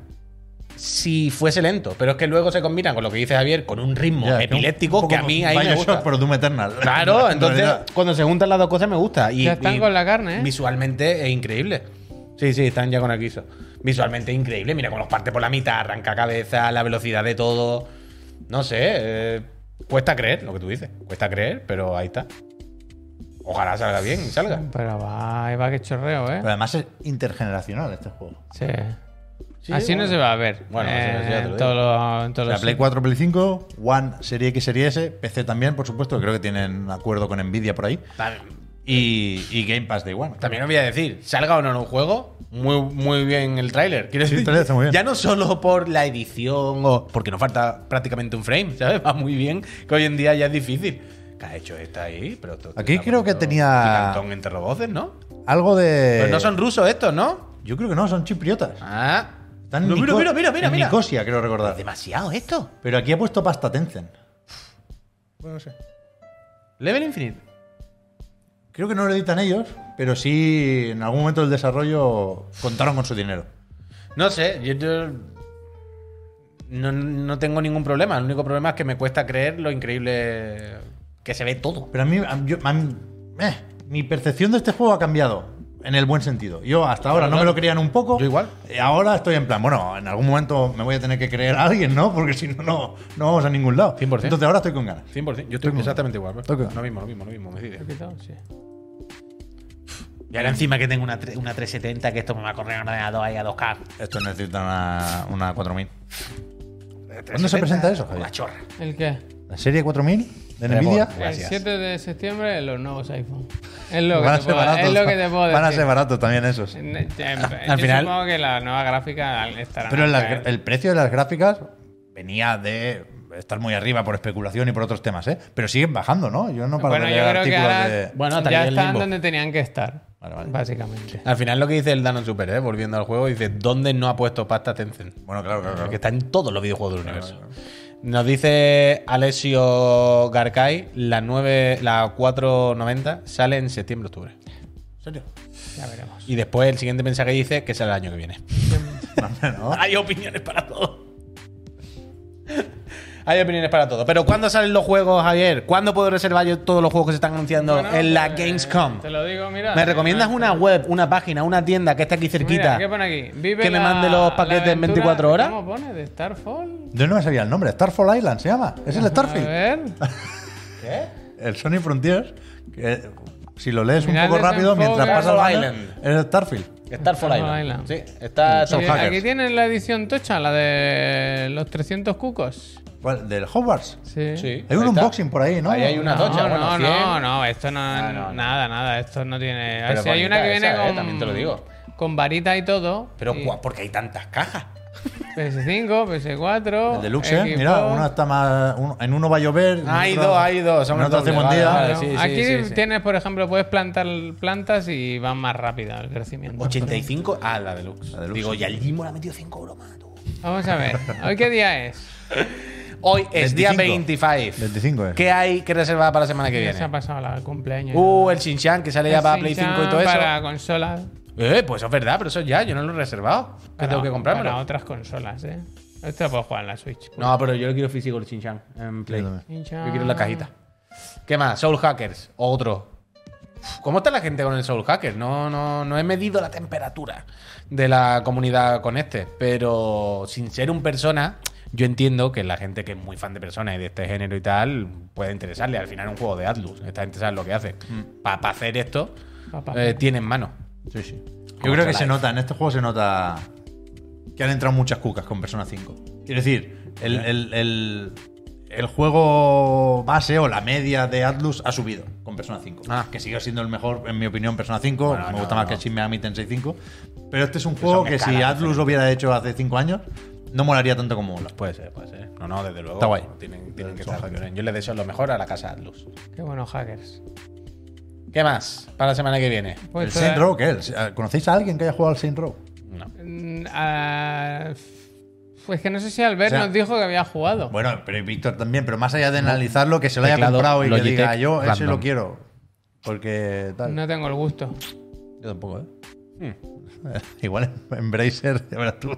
Speaker 5: si fuese lento, pero es que luego se combina con lo que dice Javier, con un ritmo
Speaker 2: Ya, es un
Speaker 5: epiléptico
Speaker 2: poco
Speaker 5: que a mí ahí me
Speaker 2: Bioshock,
Speaker 5: gusta.
Speaker 2: pero Doom Eternal.
Speaker 5: Claro,
Speaker 2: *laughs* En
Speaker 5: entonces
Speaker 2: realidad.
Speaker 5: cuando se juntan las dos cosas me gusta. Y,
Speaker 3: Ya están
Speaker 5: y
Speaker 3: con la carne, ¿eh?
Speaker 5: Visualmente es increíble. Sí, sí, están ya con el guiso. Visualmente es increíble. Mira, con los partes por la mitad, arranca cabeza, la velocidad de todo. No sé, eh, cuesta creer lo que tú dices. Cuesta creer, pero ahí está. Ojalá salga bien y salga.
Speaker 3: rato. Pero va, ahí va que chorreo, ¿eh?
Speaker 2: Pero además es intergeneracional este juego.
Speaker 3: Sí.
Speaker 5: Sí,
Speaker 3: Así
Speaker 5: bueno.
Speaker 3: no se va a ver.
Speaker 5: Bueno,
Speaker 3: eh,
Speaker 5: eso- eso ya te lo
Speaker 3: en
Speaker 5: digo.
Speaker 3: todos los- en
Speaker 2: O
Speaker 3: todos
Speaker 2: sea,
Speaker 3: los
Speaker 2: Play
Speaker 3: sitios.
Speaker 2: 4, Play 5, One, Serie X, Serie S, PC también, por supuesto, que creo que tienen un acuerdo con Nvidia por ahí.
Speaker 5: También,
Speaker 2: Y, y Game Pass de One.
Speaker 5: también os voy a decir, salga o no en un juego, muy, muy bien el tráiler. Quiero
Speaker 2: Sí, el
Speaker 5: decir,
Speaker 2: tráiler está muy bien.
Speaker 5: Ya no solo por la edición o porque no falta prácticamente un frame, *laughs* ¿sabes? Va muy bien, que hoy en día ya es difícil. ¿Qué ha hecho esta ahí? Pero esto-
Speaker 2: Aquí
Speaker 5: está
Speaker 2: creo que
Speaker 5: poniendo
Speaker 2: tenía- Eh.
Speaker 5: Gigantón entre los voces, ¿no?
Speaker 2: Algo de.
Speaker 5: Pero Pues no son rusos estos, ¿no?
Speaker 2: Yo creo que no, son chipriotas.
Speaker 5: Ah.
Speaker 2: Están en
Speaker 5: No, mira,
Speaker 2: Nico-
Speaker 5: mira, mira, mira,
Speaker 2: en
Speaker 5: mira.
Speaker 2: Nicosia, creo recordar.
Speaker 5: Demasiado esto.
Speaker 2: Pero aquí ha puesto pasta Tencent. Bueno, no sé.
Speaker 5: Level Infinite.
Speaker 2: Creo que no lo editan ellos, pero sí en algún momento del desarrollo contaron con su dinero.
Speaker 5: No sé, yo, yo- no, no tengo ningún problema. El único problema es que me cuesta creer lo increíble que se ve todo.
Speaker 2: Pero a mí, a- yo- a mí- eh, mi percepción de este juego ha cambiado en el buen sentido. Yo hasta ahora no me lo creían un poco.
Speaker 5: Yo igual.
Speaker 2: Y Eh, ahora estoy en plan, bueno, en algún momento me voy a tener que creer a alguien, ¿no? Porque si no, no, no vamos a ningún lado.
Speaker 5: 100%.
Speaker 2: Entonces ahora estoy con ganas.
Speaker 5: 100%, yo estoy exactamente igual. ¿eh?
Speaker 2: Estoy con-
Speaker 5: Lo mismo, lo mismo, lo mismo, me diré.
Speaker 3: Sí.
Speaker 5: Y ahora encima que tengo una, tre- una 370, que esto me va a correr en ordenador ahí a 2K.
Speaker 2: Esto necesita una, una 4000. ¿Dónde se presenta eso, Javier?
Speaker 5: Una chorra.
Speaker 3: ¿El qué?
Speaker 2: ¿La serie 4000 de Nvidia?
Speaker 5: Gracias.
Speaker 3: El 7 de septiembre los nuevos iPhone. Es lo que,
Speaker 2: Van a
Speaker 3: te
Speaker 2: ser
Speaker 3: puedo,
Speaker 2: baratos.
Speaker 3: es lo que te puedo
Speaker 2: Van a
Speaker 3: decir.
Speaker 2: ser baratos también esos.
Speaker 3: En- en- Yo
Speaker 5: Al final-
Speaker 3: supongo que la nueva gráfica estará.
Speaker 2: Pero las-
Speaker 3: eh,
Speaker 2: el precio de las gráficas venía de estar muy arriba por especulación y por otros temas, ¿eh? Pero siguen bajando, ¿no? Yo no paro
Speaker 3: bueno,
Speaker 2: de
Speaker 3: yo
Speaker 2: leer
Speaker 3: creo que
Speaker 2: artículos
Speaker 3: ahora
Speaker 2: de...
Speaker 5: Bueno, hasta
Speaker 3: ya
Speaker 5: que llegue el
Speaker 3: están
Speaker 5: limbo.
Speaker 3: donde tenían que estar.
Speaker 2: Vale, vale.
Speaker 3: Básicamente.
Speaker 5: Al final lo que dice el Danon Super, ¿eh? volviendo al juego, dice, ¿dónde no ha puesto pasta Tencent?
Speaker 2: Bueno, claro, claro, claro.
Speaker 5: Que está en todos los videojuegos del universo. Nos dice Alessio Garcay, la, 9, la 490 sale en septiembre-octubre.
Speaker 2: ¿En serio?
Speaker 3: Ya veremos.
Speaker 5: Y después el siguiente mensaje dice que sale el año que viene.
Speaker 2: No,
Speaker 5: Hay opiniones para todo. Hay opiniones para todo. Pero ¿cuándo salen los juegos, Javier? ¿Cuándo puedo reservar yo todos los juegos que se están anunciando
Speaker 3: Bueno,
Speaker 5: en la
Speaker 3: pues,
Speaker 5: Gamescom?
Speaker 3: Te lo digo, mira.
Speaker 5: ¿Me recomiendas
Speaker 3: no,
Speaker 5: una web, una página, una tienda que esté aquí
Speaker 3: Mira,
Speaker 5: cerquita?
Speaker 3: ¿qué pone aquí? Vive
Speaker 5: que me
Speaker 3: la-
Speaker 5: mande los
Speaker 3: la
Speaker 5: paquetes en
Speaker 3: aventura-
Speaker 5: 24 horas.
Speaker 3: ¿Cómo pone? ¿De Starfall?
Speaker 2: Yo no me sabía el nombre. Starfall Island se llama. Es el
Speaker 3: A
Speaker 2: Starfield.
Speaker 3: ver.
Speaker 2: El Sony Frontiers. que, si lo lees un
Speaker 3: Final
Speaker 2: poco
Speaker 3: de
Speaker 2: rápido,
Speaker 3: Desenfoque.
Speaker 2: mientras pasa el
Speaker 5: Starfall
Speaker 2: Island.
Speaker 5: Island.
Speaker 2: Es el Starfield.
Speaker 5: Starfall
Speaker 3: Starfall
Speaker 5: Island.
Speaker 3: Island.
Speaker 5: Sí, está Ah, son
Speaker 3: Eh,
Speaker 5: hackers.
Speaker 3: aquí tienen la edición tocha, la de los 300 cucos.
Speaker 2: ¿Cuál? Del Hogwarts.
Speaker 3: Sí.
Speaker 5: Sí,
Speaker 2: Hay un
Speaker 5: ahí está.
Speaker 2: unboxing por ahí, ¿no?
Speaker 5: Ahí hay una
Speaker 3: No,
Speaker 5: tocha.
Speaker 3: no,
Speaker 5: bueno,
Speaker 3: no,
Speaker 5: 100.
Speaker 3: no, esto no,
Speaker 5: no, no.
Speaker 3: nada, nada, esto no tiene.
Speaker 5: Pero
Speaker 3: si hay una que
Speaker 5: bonita
Speaker 3: viene
Speaker 5: esa, eh,
Speaker 3: con.
Speaker 5: también te lo digo.
Speaker 3: Con varita y todo.
Speaker 5: Pero
Speaker 3: y-
Speaker 5: ¿cuá- ¿por qué hay tantas cajas?
Speaker 3: PS5, PS4.
Speaker 2: El deluxe, eh, mira,
Speaker 3: Xbox.
Speaker 2: uno está más. uno- en uno va a llover. en
Speaker 5: Hay
Speaker 2: otro-
Speaker 5: dos, hay dos, son
Speaker 2: en otro
Speaker 5: doble,
Speaker 2: hace buen
Speaker 5: vale,
Speaker 2: día.
Speaker 5: vale.
Speaker 3: Claro,
Speaker 5: sí, sí,
Speaker 3: Aquí
Speaker 5: sí, sí.
Speaker 3: tienes, por ejemplo, puedes plantar plantas y van más rápida el crecimiento.
Speaker 5: 85. Ah, la deluxe.
Speaker 2: La deluxe.
Speaker 5: Digo, y al Limo le ha metido 5 euros más. tú.
Speaker 3: Vamos a ver, ¿hoy qué día es?
Speaker 5: Hoy es día
Speaker 2: 25.
Speaker 5: 25.
Speaker 2: 25 es.
Speaker 5: ¿Qué hay que reservar para la semana que
Speaker 3: Ya se ha
Speaker 5: viene?
Speaker 3: pasado la- el cumpleaños.
Speaker 5: Uh, el Shinchan que sale ya
Speaker 3: El
Speaker 5: para Play 5
Speaker 3: Shin-chan
Speaker 5: y todo eso.
Speaker 3: Para consolas.
Speaker 5: Eh, pues es verdad, pero eso ya, yo no lo he reservado. Que
Speaker 3: para-
Speaker 5: tengo que comprármelo.
Speaker 3: Para otras consolas, ¿eh? Esto lo puedo jugar en la Switch.
Speaker 5: No, pero yo lo quiero físico el Shinchan en Play.
Speaker 2: Yo
Speaker 5: Yo
Speaker 2: también.
Speaker 5: quiero la cajita. ¿Qué más? Soul Hackers, otro. Uf, ¿Cómo está la gente con el Soul Hacker? No, no, no he medido la temperatura de la comunidad con este, pero sin ser un persona, yo entiendo que la gente que es muy fan de personas y de este género y tal puede interesarle. Al final es un juego de Atlus, esta gente sabe lo que hace. Para hacer esto,
Speaker 3: Pa- pa-
Speaker 5: eh, tienen mano.
Speaker 2: Sí, sí. Yo
Speaker 5: Como
Speaker 2: creo
Speaker 5: Life.
Speaker 2: que se nota, en este juego se nota que han entrado muchas cucas con Persona 5. Quiero decir, el, el- el- el juego base o la media de Atlus ha subido con Persona 5.
Speaker 5: Ah.
Speaker 2: Que sigue siendo el mejor, en mi opinión, Persona 5.
Speaker 5: Bueno,
Speaker 2: me
Speaker 5: no,
Speaker 2: gusta más
Speaker 5: no.
Speaker 2: que Shin Megami Tensei 5. Pero este es un juego
Speaker 5: son
Speaker 2: que si
Speaker 5: escalas
Speaker 2: Atlus lo hubiera hecho hace 5 años, no molaría tanto como mola.
Speaker 5: Puede ser, puede ser. No, no, desde luego.
Speaker 2: Está guay.
Speaker 5: Tienen, tienen que estar bien. Yo les deseo lo mejor a la casa Atlus.
Speaker 3: Qué buenos hackers.
Speaker 5: ¿Qué más para la semana que viene?
Speaker 3: Pues
Speaker 2: ¿El
Speaker 3: toda-
Speaker 2: Saint Row qué es? ¿Conocéis a alguien que haya jugado al Saint Row?
Speaker 5: No.
Speaker 3: Mm, ah, Pues que no sé si Albert
Speaker 2: O sea-
Speaker 3: nos dijo que había jugado.
Speaker 2: Bueno, pero y Víctor también, pero más allá de analizarlo, que se lo haya
Speaker 5: Teclado
Speaker 2: comprado y
Speaker 5: Logitech
Speaker 2: que diga yo, ese
Speaker 5: random.
Speaker 2: lo quiero. Porque tal.
Speaker 3: No tengo el gusto.
Speaker 2: Yo tampoco, ¿eh? *laughs* Igual en Bracer, ya verás tú,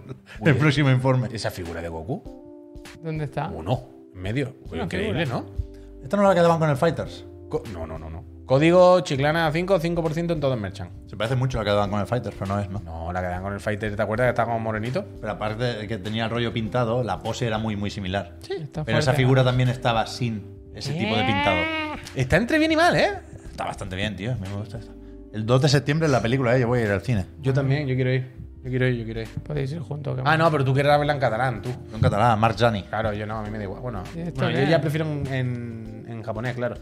Speaker 2: el próximo informe.
Speaker 5: Esa figura de Goku.
Speaker 3: ¿Dónde
Speaker 5: Ah.
Speaker 3: está?
Speaker 5: Uno. En medio. Uy,
Speaker 3: Una
Speaker 5: increíble,
Speaker 3: figura.
Speaker 5: ¿no?
Speaker 2: Esta no es la que daban con el Fighters.
Speaker 5: Co- no, no, no, no. Código Chiclana 5, 5% en todo el merchant.
Speaker 2: Se parece mucho a la que daban con el Fighters, pero no es, ¿no?
Speaker 5: No, la que dan con el Fighter, ¿te acuerdas que estaba como morenito?
Speaker 2: Pero aparte de que tenía el rollo pintado, la pose era muy, muy similar.
Speaker 3: Sí, está
Speaker 2: Pero esa
Speaker 3: fuerte.
Speaker 2: figura también estaba sin ese tipo de pintado.
Speaker 5: Está entre bien y mal, ¿eh?
Speaker 2: Está bastante bien, tío. A mí me gusta esta. El 2 de septiembre es la película, ¿eh? Yo voy a ir al cine.
Speaker 5: Yo también, yo quiero ir. Yo quiero ir, yo quiero ir.
Speaker 3: Podéis ir juntos. que
Speaker 5: Ah, no, pero tú quieres verla en catalán, tú.
Speaker 2: No En catalán, Mark Jani.
Speaker 5: Claro, yo no, a mí me da igual. Bueno,
Speaker 3: Sí, está
Speaker 5: bueno, yo
Speaker 3: bien.
Speaker 5: ya prefiero en, en- en japonés, claro.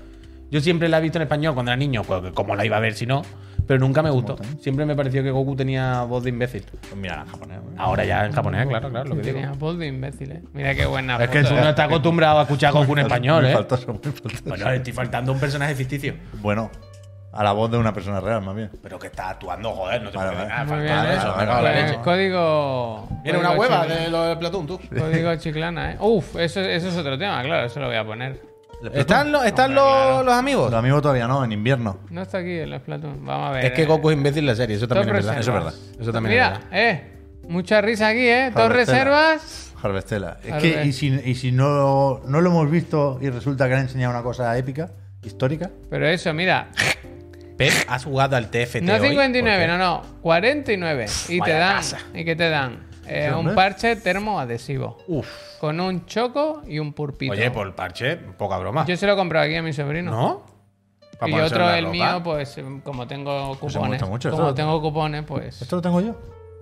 Speaker 5: Yo siempre la he visto en español cuando era niño, co- como la iba a ver si no, pero nunca me gustó. Siempre me pareció que Goku tenía voz de imbécil.
Speaker 2: Pues mira, en japonés. ¿eh?
Speaker 5: Ahora ya en japonés, claro, claro, lo que digo.
Speaker 3: Tenía voz de imbécil, ¿eh? Mira qué buena
Speaker 5: Es que
Speaker 3: foto,
Speaker 5: tú
Speaker 3: ¿eh?
Speaker 5: no estás acostumbrado a escuchar *laughs* a Goku en español,
Speaker 2: Muy
Speaker 5: ¿eh?
Speaker 2: faltoso, muy faltoso.
Speaker 5: Bueno, le estoy faltando un personaje ficticio.
Speaker 2: Bueno, a la voz de una persona real, más bien.
Speaker 5: Pero que está actuando, joder, no te
Speaker 2: Vale,
Speaker 5: puedes
Speaker 2: vale.
Speaker 5: nada,
Speaker 3: Muy
Speaker 5: falta
Speaker 3: bien,
Speaker 5: de
Speaker 3: ¿eh?
Speaker 5: eso,
Speaker 2: Vale,
Speaker 5: me cago en la
Speaker 3: Pues,
Speaker 5: leche.
Speaker 3: Código.
Speaker 5: Era una
Speaker 3: código
Speaker 5: hueva ¿eh?
Speaker 3: chiclana.
Speaker 5: de lo de Platón, tú.
Speaker 3: Código chiclana, ¿eh? Uf, eso, eso es otro tema, claro, eso lo voy a poner.
Speaker 5: ¿Están, los, están los, los amigos?
Speaker 2: Los amigos todavía no, en invierno.
Speaker 3: No está aquí el Splatoon. Vamos a ver.
Speaker 5: Es que
Speaker 3: eh.
Speaker 5: Goku es imbécil en la serie, eso también es verdad.
Speaker 3: reservas.
Speaker 5: Eso es verdad. Eso también
Speaker 3: Mira,
Speaker 5: es verdad.
Speaker 3: eh. Mucha risa aquí, ¿eh? Dos
Speaker 2: Joder,
Speaker 3: reservas.
Speaker 2: Harvestella. Es
Speaker 3: Harvest.
Speaker 2: que, y si, y si no, no lo hemos visto y resulta que han enseñado una cosa épica, histórica,
Speaker 3: Pero eso, mira.
Speaker 5: Pep, has jugado al TFT.
Speaker 3: No
Speaker 5: hoy?
Speaker 3: 59,
Speaker 5: ¿Por
Speaker 3: no, no. 49. Y te
Speaker 5: Vaya
Speaker 3: dan.
Speaker 5: casa.
Speaker 3: ¿Y qué te dan? Eh,
Speaker 2: Sí,
Speaker 3: un
Speaker 2: hombre.
Speaker 3: parche termoadhesivo.
Speaker 5: qué? Uf.
Speaker 3: Con un choco y un purpito.
Speaker 5: Oye, por el parche, poca broma.
Speaker 3: Yo se lo compro aquí a mi sobrino.
Speaker 5: ¿No? Para
Speaker 3: Y
Speaker 5: ponérselo en
Speaker 3: otro,
Speaker 5: la
Speaker 3: el
Speaker 5: ropa.
Speaker 3: mío, pues eh, como tengo cupones.
Speaker 2: gusta mucho
Speaker 3: como
Speaker 2: esto.
Speaker 3: tengo cupones, pues.
Speaker 2: esto lo tengo yo.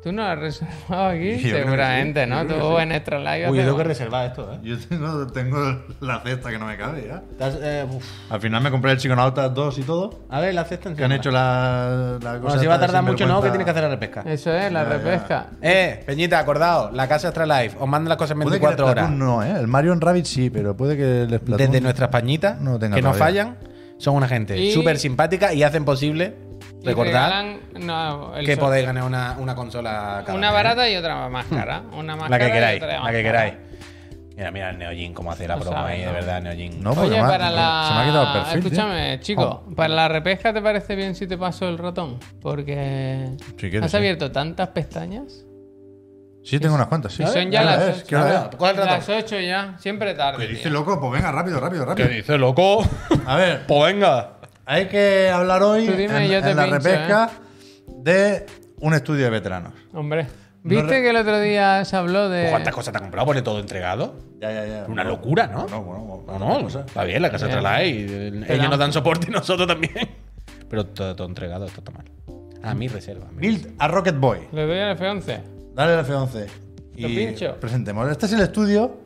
Speaker 3: Tú no lo has reservado
Speaker 5: *laughs*
Speaker 3: aquí,
Speaker 2: Yo creo que
Speaker 3: seguramente,
Speaker 2: sí, yo
Speaker 3: ¿no?
Speaker 2: creo que
Speaker 3: Tú
Speaker 2: sí.
Speaker 3: en Extra Live.
Speaker 5: Uy, yo tengo
Speaker 3: hacemos-
Speaker 5: que reservar esto, ¿eh?
Speaker 2: Yo tengo, la cesta que no me cabe ya.
Speaker 5: Estás, eh, uf.
Speaker 2: Al final me compré el Psiconautas 2 y todo.
Speaker 5: A ver, la cesta
Speaker 2: Que han hecho la, la cosa.
Speaker 5: Bueno, si va a
Speaker 2: esta de
Speaker 5: tardar mucho, no, que
Speaker 2: sinvergüenza.
Speaker 5: tienes que hacer la repesca.
Speaker 3: Eso es, la repesca.
Speaker 5: Eh, Peñita, acordaos, la casa Extra Life. Os manda las cosas en
Speaker 2: Puede que el
Speaker 5: 24 horas.
Speaker 2: Splatoon No, ¿eh? El Mario en Rabbit sí, pero puede que el Splatoon.
Speaker 5: Desde nuestras pañitas,
Speaker 2: No lo tenga
Speaker 5: que no
Speaker 2: todavía.
Speaker 5: fallan. Son una gente
Speaker 3: Y-
Speaker 5: súper simpática y hacen posible,
Speaker 3: Y
Speaker 5: recordad,
Speaker 3: regalan- no, el
Speaker 5: que
Speaker 3: sol-
Speaker 5: podéis ganar una, una consola cada
Speaker 3: Una
Speaker 5: mes, ¿eh?
Speaker 3: barata y otra más cara. Una más
Speaker 5: Hmm. La que
Speaker 3: cara y
Speaker 5: queráis,
Speaker 3: otra
Speaker 5: la
Speaker 3: más
Speaker 5: que
Speaker 3: cara.
Speaker 5: queráis. Mira, mira el Neojin cómo hace la
Speaker 3: No
Speaker 5: broma
Speaker 3: sabe,
Speaker 5: ahí, de
Speaker 3: no.
Speaker 5: verdad, Neojin.
Speaker 2: No, porque
Speaker 3: Oye,
Speaker 2: me ha-
Speaker 3: para la.
Speaker 2: se me ha quitado el perfil. tío.
Speaker 3: Escúchame, chico, para la repesca te parece bien si te paso el ratón. Porque.
Speaker 2: Si quieres,
Speaker 3: has
Speaker 2: sí.
Speaker 3: abierto tantas pestañas.
Speaker 2: Sí, tengo unas cuantas. Sí.
Speaker 3: Y son ya las
Speaker 2: ¿Qué hora es? ¿Qué hora es?
Speaker 3: ocho. Las 8 ya, siempre tarde.
Speaker 2: ¿Qué dice
Speaker 3: tío.
Speaker 2: loco? Pues venga, rápido, rápido, rápido.
Speaker 5: dice, loco? *laughs*
Speaker 2: A ver,
Speaker 5: pues venga.
Speaker 2: hay que hablar hoy
Speaker 3: Tú dime,
Speaker 2: en,
Speaker 3: yo
Speaker 2: en
Speaker 3: te
Speaker 2: la
Speaker 3: pincho, ¿eh?
Speaker 2: repesca de un estudio de veteranos.
Speaker 3: Hombre. ¿Viste
Speaker 2: re-
Speaker 3: que el otro día se habló de.
Speaker 5: Pues ¿Cuántas cosas te ha comprado? ¿Pone todo entregado?
Speaker 2: Ya, ya, ya.
Speaker 5: Una locura, ¿no?
Speaker 2: No, bueno,
Speaker 5: No, no, está bien, la casa
Speaker 3: Bien.
Speaker 5: trae y eh, ellos
Speaker 3: dan-
Speaker 5: nos dan soporte y nosotros también. Pero todo, todo entregado, esto está mal. A mi reserva. mi
Speaker 2: Build a Rocket Boy.
Speaker 3: Le doy al F11.
Speaker 2: Dale al F11.
Speaker 3: Lo pincho.
Speaker 2: presentemos. Este es el estudio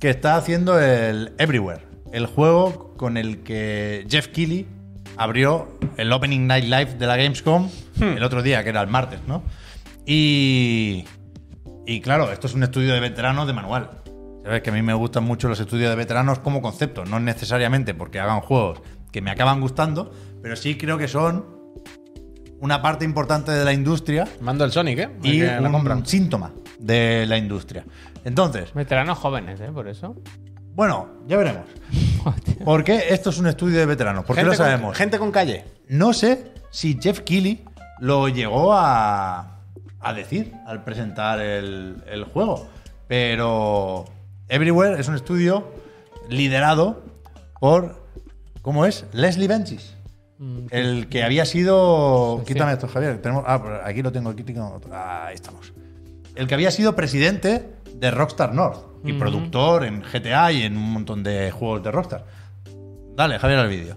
Speaker 2: que está haciendo el Everywhere, el juego con el que Jeff Keighley abrió el Opening Night
Speaker 3: Hmm.
Speaker 2: Live de la Gamescom el otro día, que era el martes, ¿no? Y Y claro, esto es un estudio de veteranos de manual. Sabes que a mí me gustan mucho los estudios de veteranos como concepto, no necesariamente porque hagan juegos que me acaban gustando, pero sí creo que son una parte importante de la industria
Speaker 5: Mando el Sonic, ¿eh?
Speaker 2: y
Speaker 5: Que la
Speaker 2: un
Speaker 5: compran.
Speaker 2: síntoma de la industria. Entonces,
Speaker 3: Veteranos jóvenes, ¿eh? Por eso.
Speaker 2: bueno, ya veremos. ¿Por qué esto es un estudio de veteranos? ¿Por qué lo
Speaker 5: Gente con-
Speaker 2: sabemos?
Speaker 5: gente con calle.
Speaker 2: No sé si Jeff Keighley lo llegó a, a decir al presentar el, el juego, pero Everywhere es un estudio liderado por, ¿cómo es? Leslie Benchis. El que había sido. Quítame esto, Javier. Tenemos, ah, por aquí lo tengo. Aquí tengo- ahí estamos. El que había sido presidente de Rockstar North y productor en GTA y en un montón de juegos de Rockstar. Dale, Javier, al vídeo.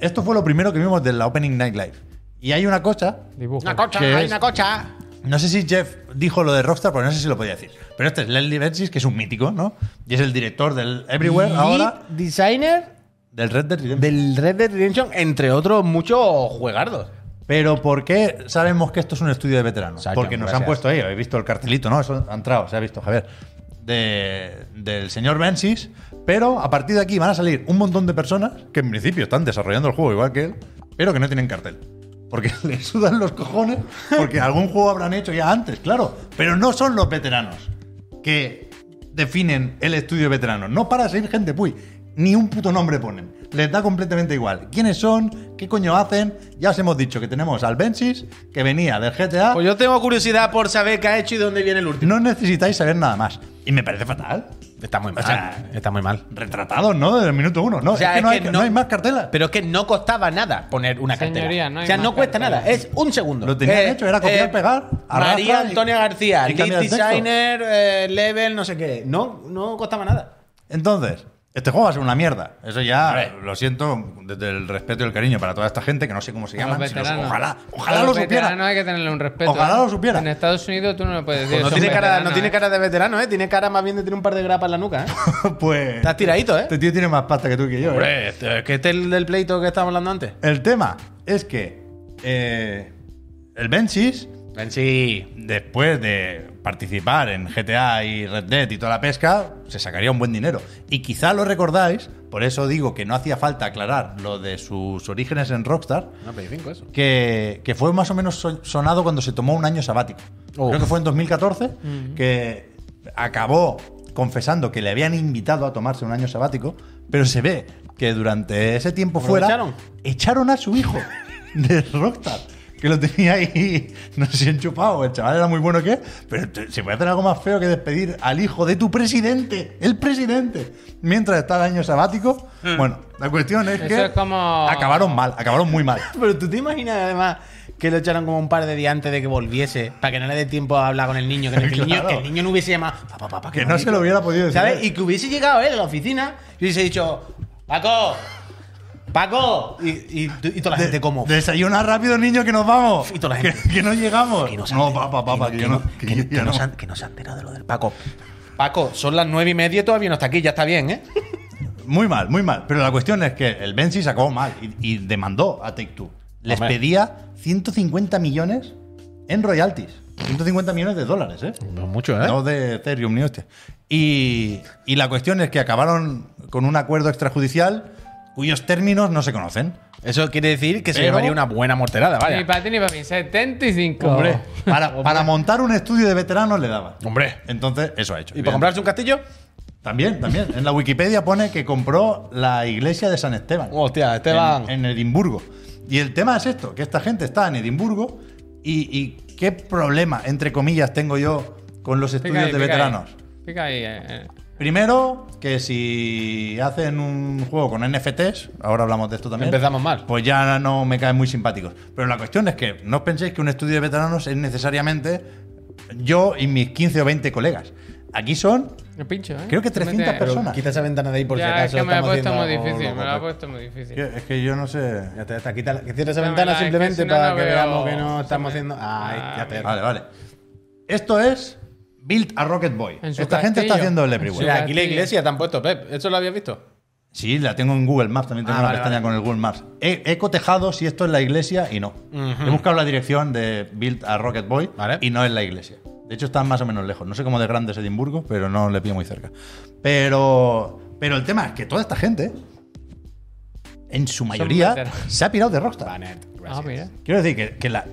Speaker 2: Esto fue lo primero que vimos de la Opening Night Live. Y hay una cosa.
Speaker 3: Dibujo.
Speaker 5: Una cocha,
Speaker 2: ¿Qué
Speaker 5: hay
Speaker 2: es?
Speaker 5: una cocha.
Speaker 2: No sé si Jeff dijo lo de Rockstar, pero no sé si lo podía decir. Pero este es Leslie Benchis, que es un mítico, ¿no? Y es el director del Everywhere ahora,
Speaker 1: Lead designer
Speaker 2: del Red Dead Redemption.
Speaker 1: del Red Dead Redemption, entre otros muchos juegardos.
Speaker 2: Pero ¿por qué sabemos que esto es un estudio de veteranos?
Speaker 1: Sacan,
Speaker 2: Porque nos
Speaker 1: gracias.
Speaker 2: han puesto ahí, habéis eh, visto el cartelito, ¿no? Eso ha entrado, se ha visto, Javier. De- del señor Bensis, pero a partir de aquí van a salir un montón de personas que en principio están desarrollando el juego igual que él, pero que no tienen cartel. Porque *laughs* les sudan los cojones, porque algún juego habrán hecho ya antes, claro. Pero no son los veteranos que definen el estudio de veteranos. No para de seguir gente, puy. Ni un puto nombre ponen. Les da completamente igual. ¿Quiénes son? ¿Qué coño hacen? Ya os hemos dicho que tenemos al Bensis, que venía del GTA.
Speaker 5: Pues yo tengo curiosidad por saber qué ha hecho y de dónde viene el último.
Speaker 2: No necesitáis saber nada más. Y me parece fatal.
Speaker 5: Está muy mal.
Speaker 2: O sea,
Speaker 5: está muy mal.
Speaker 2: Retratados, ¿no? Desde el minuto uno. No,
Speaker 5: O sea,
Speaker 2: es que, no,
Speaker 5: es
Speaker 2: hay,
Speaker 5: que
Speaker 2: no
Speaker 5: no-
Speaker 2: hay más cartela.
Speaker 5: Pero es que no costaba nada poner una cartera.
Speaker 3: Señoría, no hay
Speaker 5: o sea,
Speaker 3: más
Speaker 5: no cuesta
Speaker 3: cartera.
Speaker 5: nada. Es un segundo. Eh,
Speaker 2: Lo tenían hecho, era copiar, pegar, arrastra
Speaker 5: María
Speaker 2: y-
Speaker 5: Antonia García,
Speaker 2: y cambia
Speaker 5: lead
Speaker 2: el texto.
Speaker 5: designer, eh, level, no sé qué. No, no costaba nada.
Speaker 2: Entonces, este juego va a ser una mierda. Eso ya lo siento desde el respeto y el cariño para toda esta gente que no sé cómo se
Speaker 3: A
Speaker 2: llaman.
Speaker 3: los
Speaker 2: si no-
Speaker 3: veteranos.
Speaker 2: ojalá,
Speaker 3: A
Speaker 2: ojalá lo
Speaker 3: los
Speaker 2: supiera.
Speaker 3: veteranos hay que tenerle un respeto.
Speaker 2: Ojalá
Speaker 3: ¿eh?
Speaker 2: lo supiera.
Speaker 3: En Estados Unidos tú no le puedes decir.
Speaker 2: Pues no
Speaker 3: son
Speaker 2: tiene cara-
Speaker 3: veteranos, ¿eh?
Speaker 5: de veterano, ¿eh? Tiene cara más bien de tener un par de grapas en la nuca, ¿eh? *laughs*
Speaker 2: *laughs* pues.
Speaker 5: Estás tiradito, ¿eh?
Speaker 2: Este tío tiene más pasta que tú y que yo. ¿eh?
Speaker 5: Hombre, este- es que este es el del pleito que estábamos hablando antes.
Speaker 2: El tema es que eh, el Benchis,
Speaker 5: Ven, sí.
Speaker 2: después de participar en GTA y Red Dead y toda la pesca, se sacaría un buen dinero. Y quizá lo recordáis, por eso digo que no hacía falta aclarar lo de sus orígenes en Rockstar,
Speaker 5: Una Play 5 eso.
Speaker 2: que, que fue más o menos so- sonado cuando se tomó un año sabático.
Speaker 5: Oh.
Speaker 2: Creo que fue en 2014 que acabó confesando que le habían invitado a tomarse un año sabático, pero se ve que durante ese tiempo fuera
Speaker 5: Aprovecharon.
Speaker 2: echaron a su
Speaker 3: *laughs*
Speaker 2: hijo de Rockstar. Que lo tenía ahí, no sé si enchufado, el chaval era muy bueno que, pero te- se puede hacer algo más feo que despedir al hijo de tu presidente, el presidente, mientras está el año sabático. Bueno, la cuestión es
Speaker 3: Hmm. Eso
Speaker 2: que
Speaker 3: es como-
Speaker 2: acabaron mal, acabaron muy mal.
Speaker 5: Pero tú te imaginas además que lo echaron como un par de días antes de que volviese, para que no le dé tiempo a hablar con el niño, que,
Speaker 2: *laughs*
Speaker 5: el,
Speaker 2: Claro.
Speaker 5: niño, que el niño no hubiese llamado, papá, papá,
Speaker 2: Que no se lo hubiera podido decir
Speaker 5: ¿Sabes?
Speaker 2: él.
Speaker 5: Y que hubiese llegado él a la oficina y hubiese dicho, Paco, Paco, y, y- y toda la gente como...
Speaker 2: Desayuna rápido, niño, que nos vamos.
Speaker 5: Y toda la gente.
Speaker 2: Que, *laughs* que no llegamos.
Speaker 5: "Que
Speaker 2: no,
Speaker 5: se han-
Speaker 2: papá, papá, que,
Speaker 5: que
Speaker 2: yo no.
Speaker 5: no-
Speaker 2: que
Speaker 5: que
Speaker 2: yo
Speaker 5: no- que
Speaker 2: ya
Speaker 5: no
Speaker 2: no.
Speaker 5: se han- que no se han enterado de lo del Paco. Paco, son las nueve y media y todavía no está aquí, ya está bien, ¿eh?
Speaker 2: Muy mal, muy mal. Pero la cuestión es que el Benzi sacó mal y, y demandó a Take Two. Les
Speaker 5: Hombre.
Speaker 2: pedía 150 millones en royalties. 150 millones de dólares, ¿eh?
Speaker 5: Mucho,
Speaker 2: No de Ethereum ni hostia. Y, y la cuestión es que acabaron con un acuerdo extrajudicial cuyos términos no se conocen.
Speaker 5: Eso quiere decir que se
Speaker 2: Pero-
Speaker 5: llevaría una buena morterada,
Speaker 3: Ni
Speaker 5: vaya.
Speaker 3: para ti ni para mí. 75.
Speaker 2: Hombre,
Speaker 5: *laughs*
Speaker 2: para, para montar un estudio de veteranos le daba.
Speaker 5: Hombre.
Speaker 2: Entonces, eso ha hecho.
Speaker 5: ¿Y para comprarse un castillo?
Speaker 2: También, también. En la Wikipedia pone que compró la iglesia de San Esteban.
Speaker 5: Hostia, Esteban.
Speaker 2: En, en Edimburgo. Y el tema es esto, que esta gente está en Edimburgo y, y qué problema, entre comillas, tengo yo con los estudios
Speaker 3: Pica
Speaker 2: de
Speaker 3: ahí, pica ahí.
Speaker 2: veteranos.
Speaker 3: Pica ahí. eh, eh.
Speaker 2: Primero, que si hacen un juego con NFTs, ahora hablamos de esto también.
Speaker 5: Empezamos mal.
Speaker 2: Pues ya no me caen muy simpáticos. Pero la cuestión es que no os penséis que un estudio de veteranos es necesariamente yo y mis 15 o 20 colegas. Aquí son
Speaker 3: Me pincho, ¿eh?
Speaker 2: Creo que
Speaker 3: Se
Speaker 2: 300
Speaker 3: mete-
Speaker 2: personas.
Speaker 5: Quita esa ventana de ahí por si
Speaker 3: Ya, es
Speaker 5: acaso.
Speaker 3: que me lo
Speaker 5: estamos
Speaker 3: ha puesto muy
Speaker 5: haciendo algo
Speaker 3: difícil.
Speaker 5: loco.
Speaker 3: Me lo ha puesto muy difícil. Ah,
Speaker 2: Que- Es que yo no sé.
Speaker 5: Ya está, ya está. Quita, la- que cierra esa
Speaker 3: No,
Speaker 5: ventana
Speaker 3: verdad, es que
Speaker 5: simplemente
Speaker 3: si no,
Speaker 5: para
Speaker 3: no
Speaker 5: que
Speaker 3: veo-
Speaker 5: veamos que
Speaker 3: se
Speaker 5: no
Speaker 3: me-
Speaker 5: estamos haciendo. Ay,
Speaker 3: Ah,
Speaker 5: ya perro.
Speaker 2: Vale, vale. Esto es Build a Rocket Boy.
Speaker 3: En su
Speaker 2: Esta gente está
Speaker 3: castillo.
Speaker 2: haciendo el
Speaker 3: En
Speaker 2: Everywhere.
Speaker 3: su
Speaker 5: Mira, aquí la
Speaker 3: castillo.
Speaker 5: iglesia te han puesto, Pep. ¿Eso lo habías visto?
Speaker 2: Sí, la tengo en Google Maps, también tengo
Speaker 5: Ah,
Speaker 2: una
Speaker 5: vale,
Speaker 2: pestaña
Speaker 5: vale.
Speaker 2: con el Google Maps. He, he cotejado si esto es la iglesia y no. He buscado la dirección de Build a Rocket Boy
Speaker 5: Vale.
Speaker 2: y no es la iglesia. De hecho, están más o menos lejos. No sé cómo de grande es Edimburgo, pero no le pillo muy cerca. Pero, pero el tema es que toda esta gente, en su mayoría,
Speaker 3: punteros.
Speaker 2: se ha pirado de Rockstar.
Speaker 3: Ah, mira.
Speaker 2: ¿eh? Quiero decir que, que la-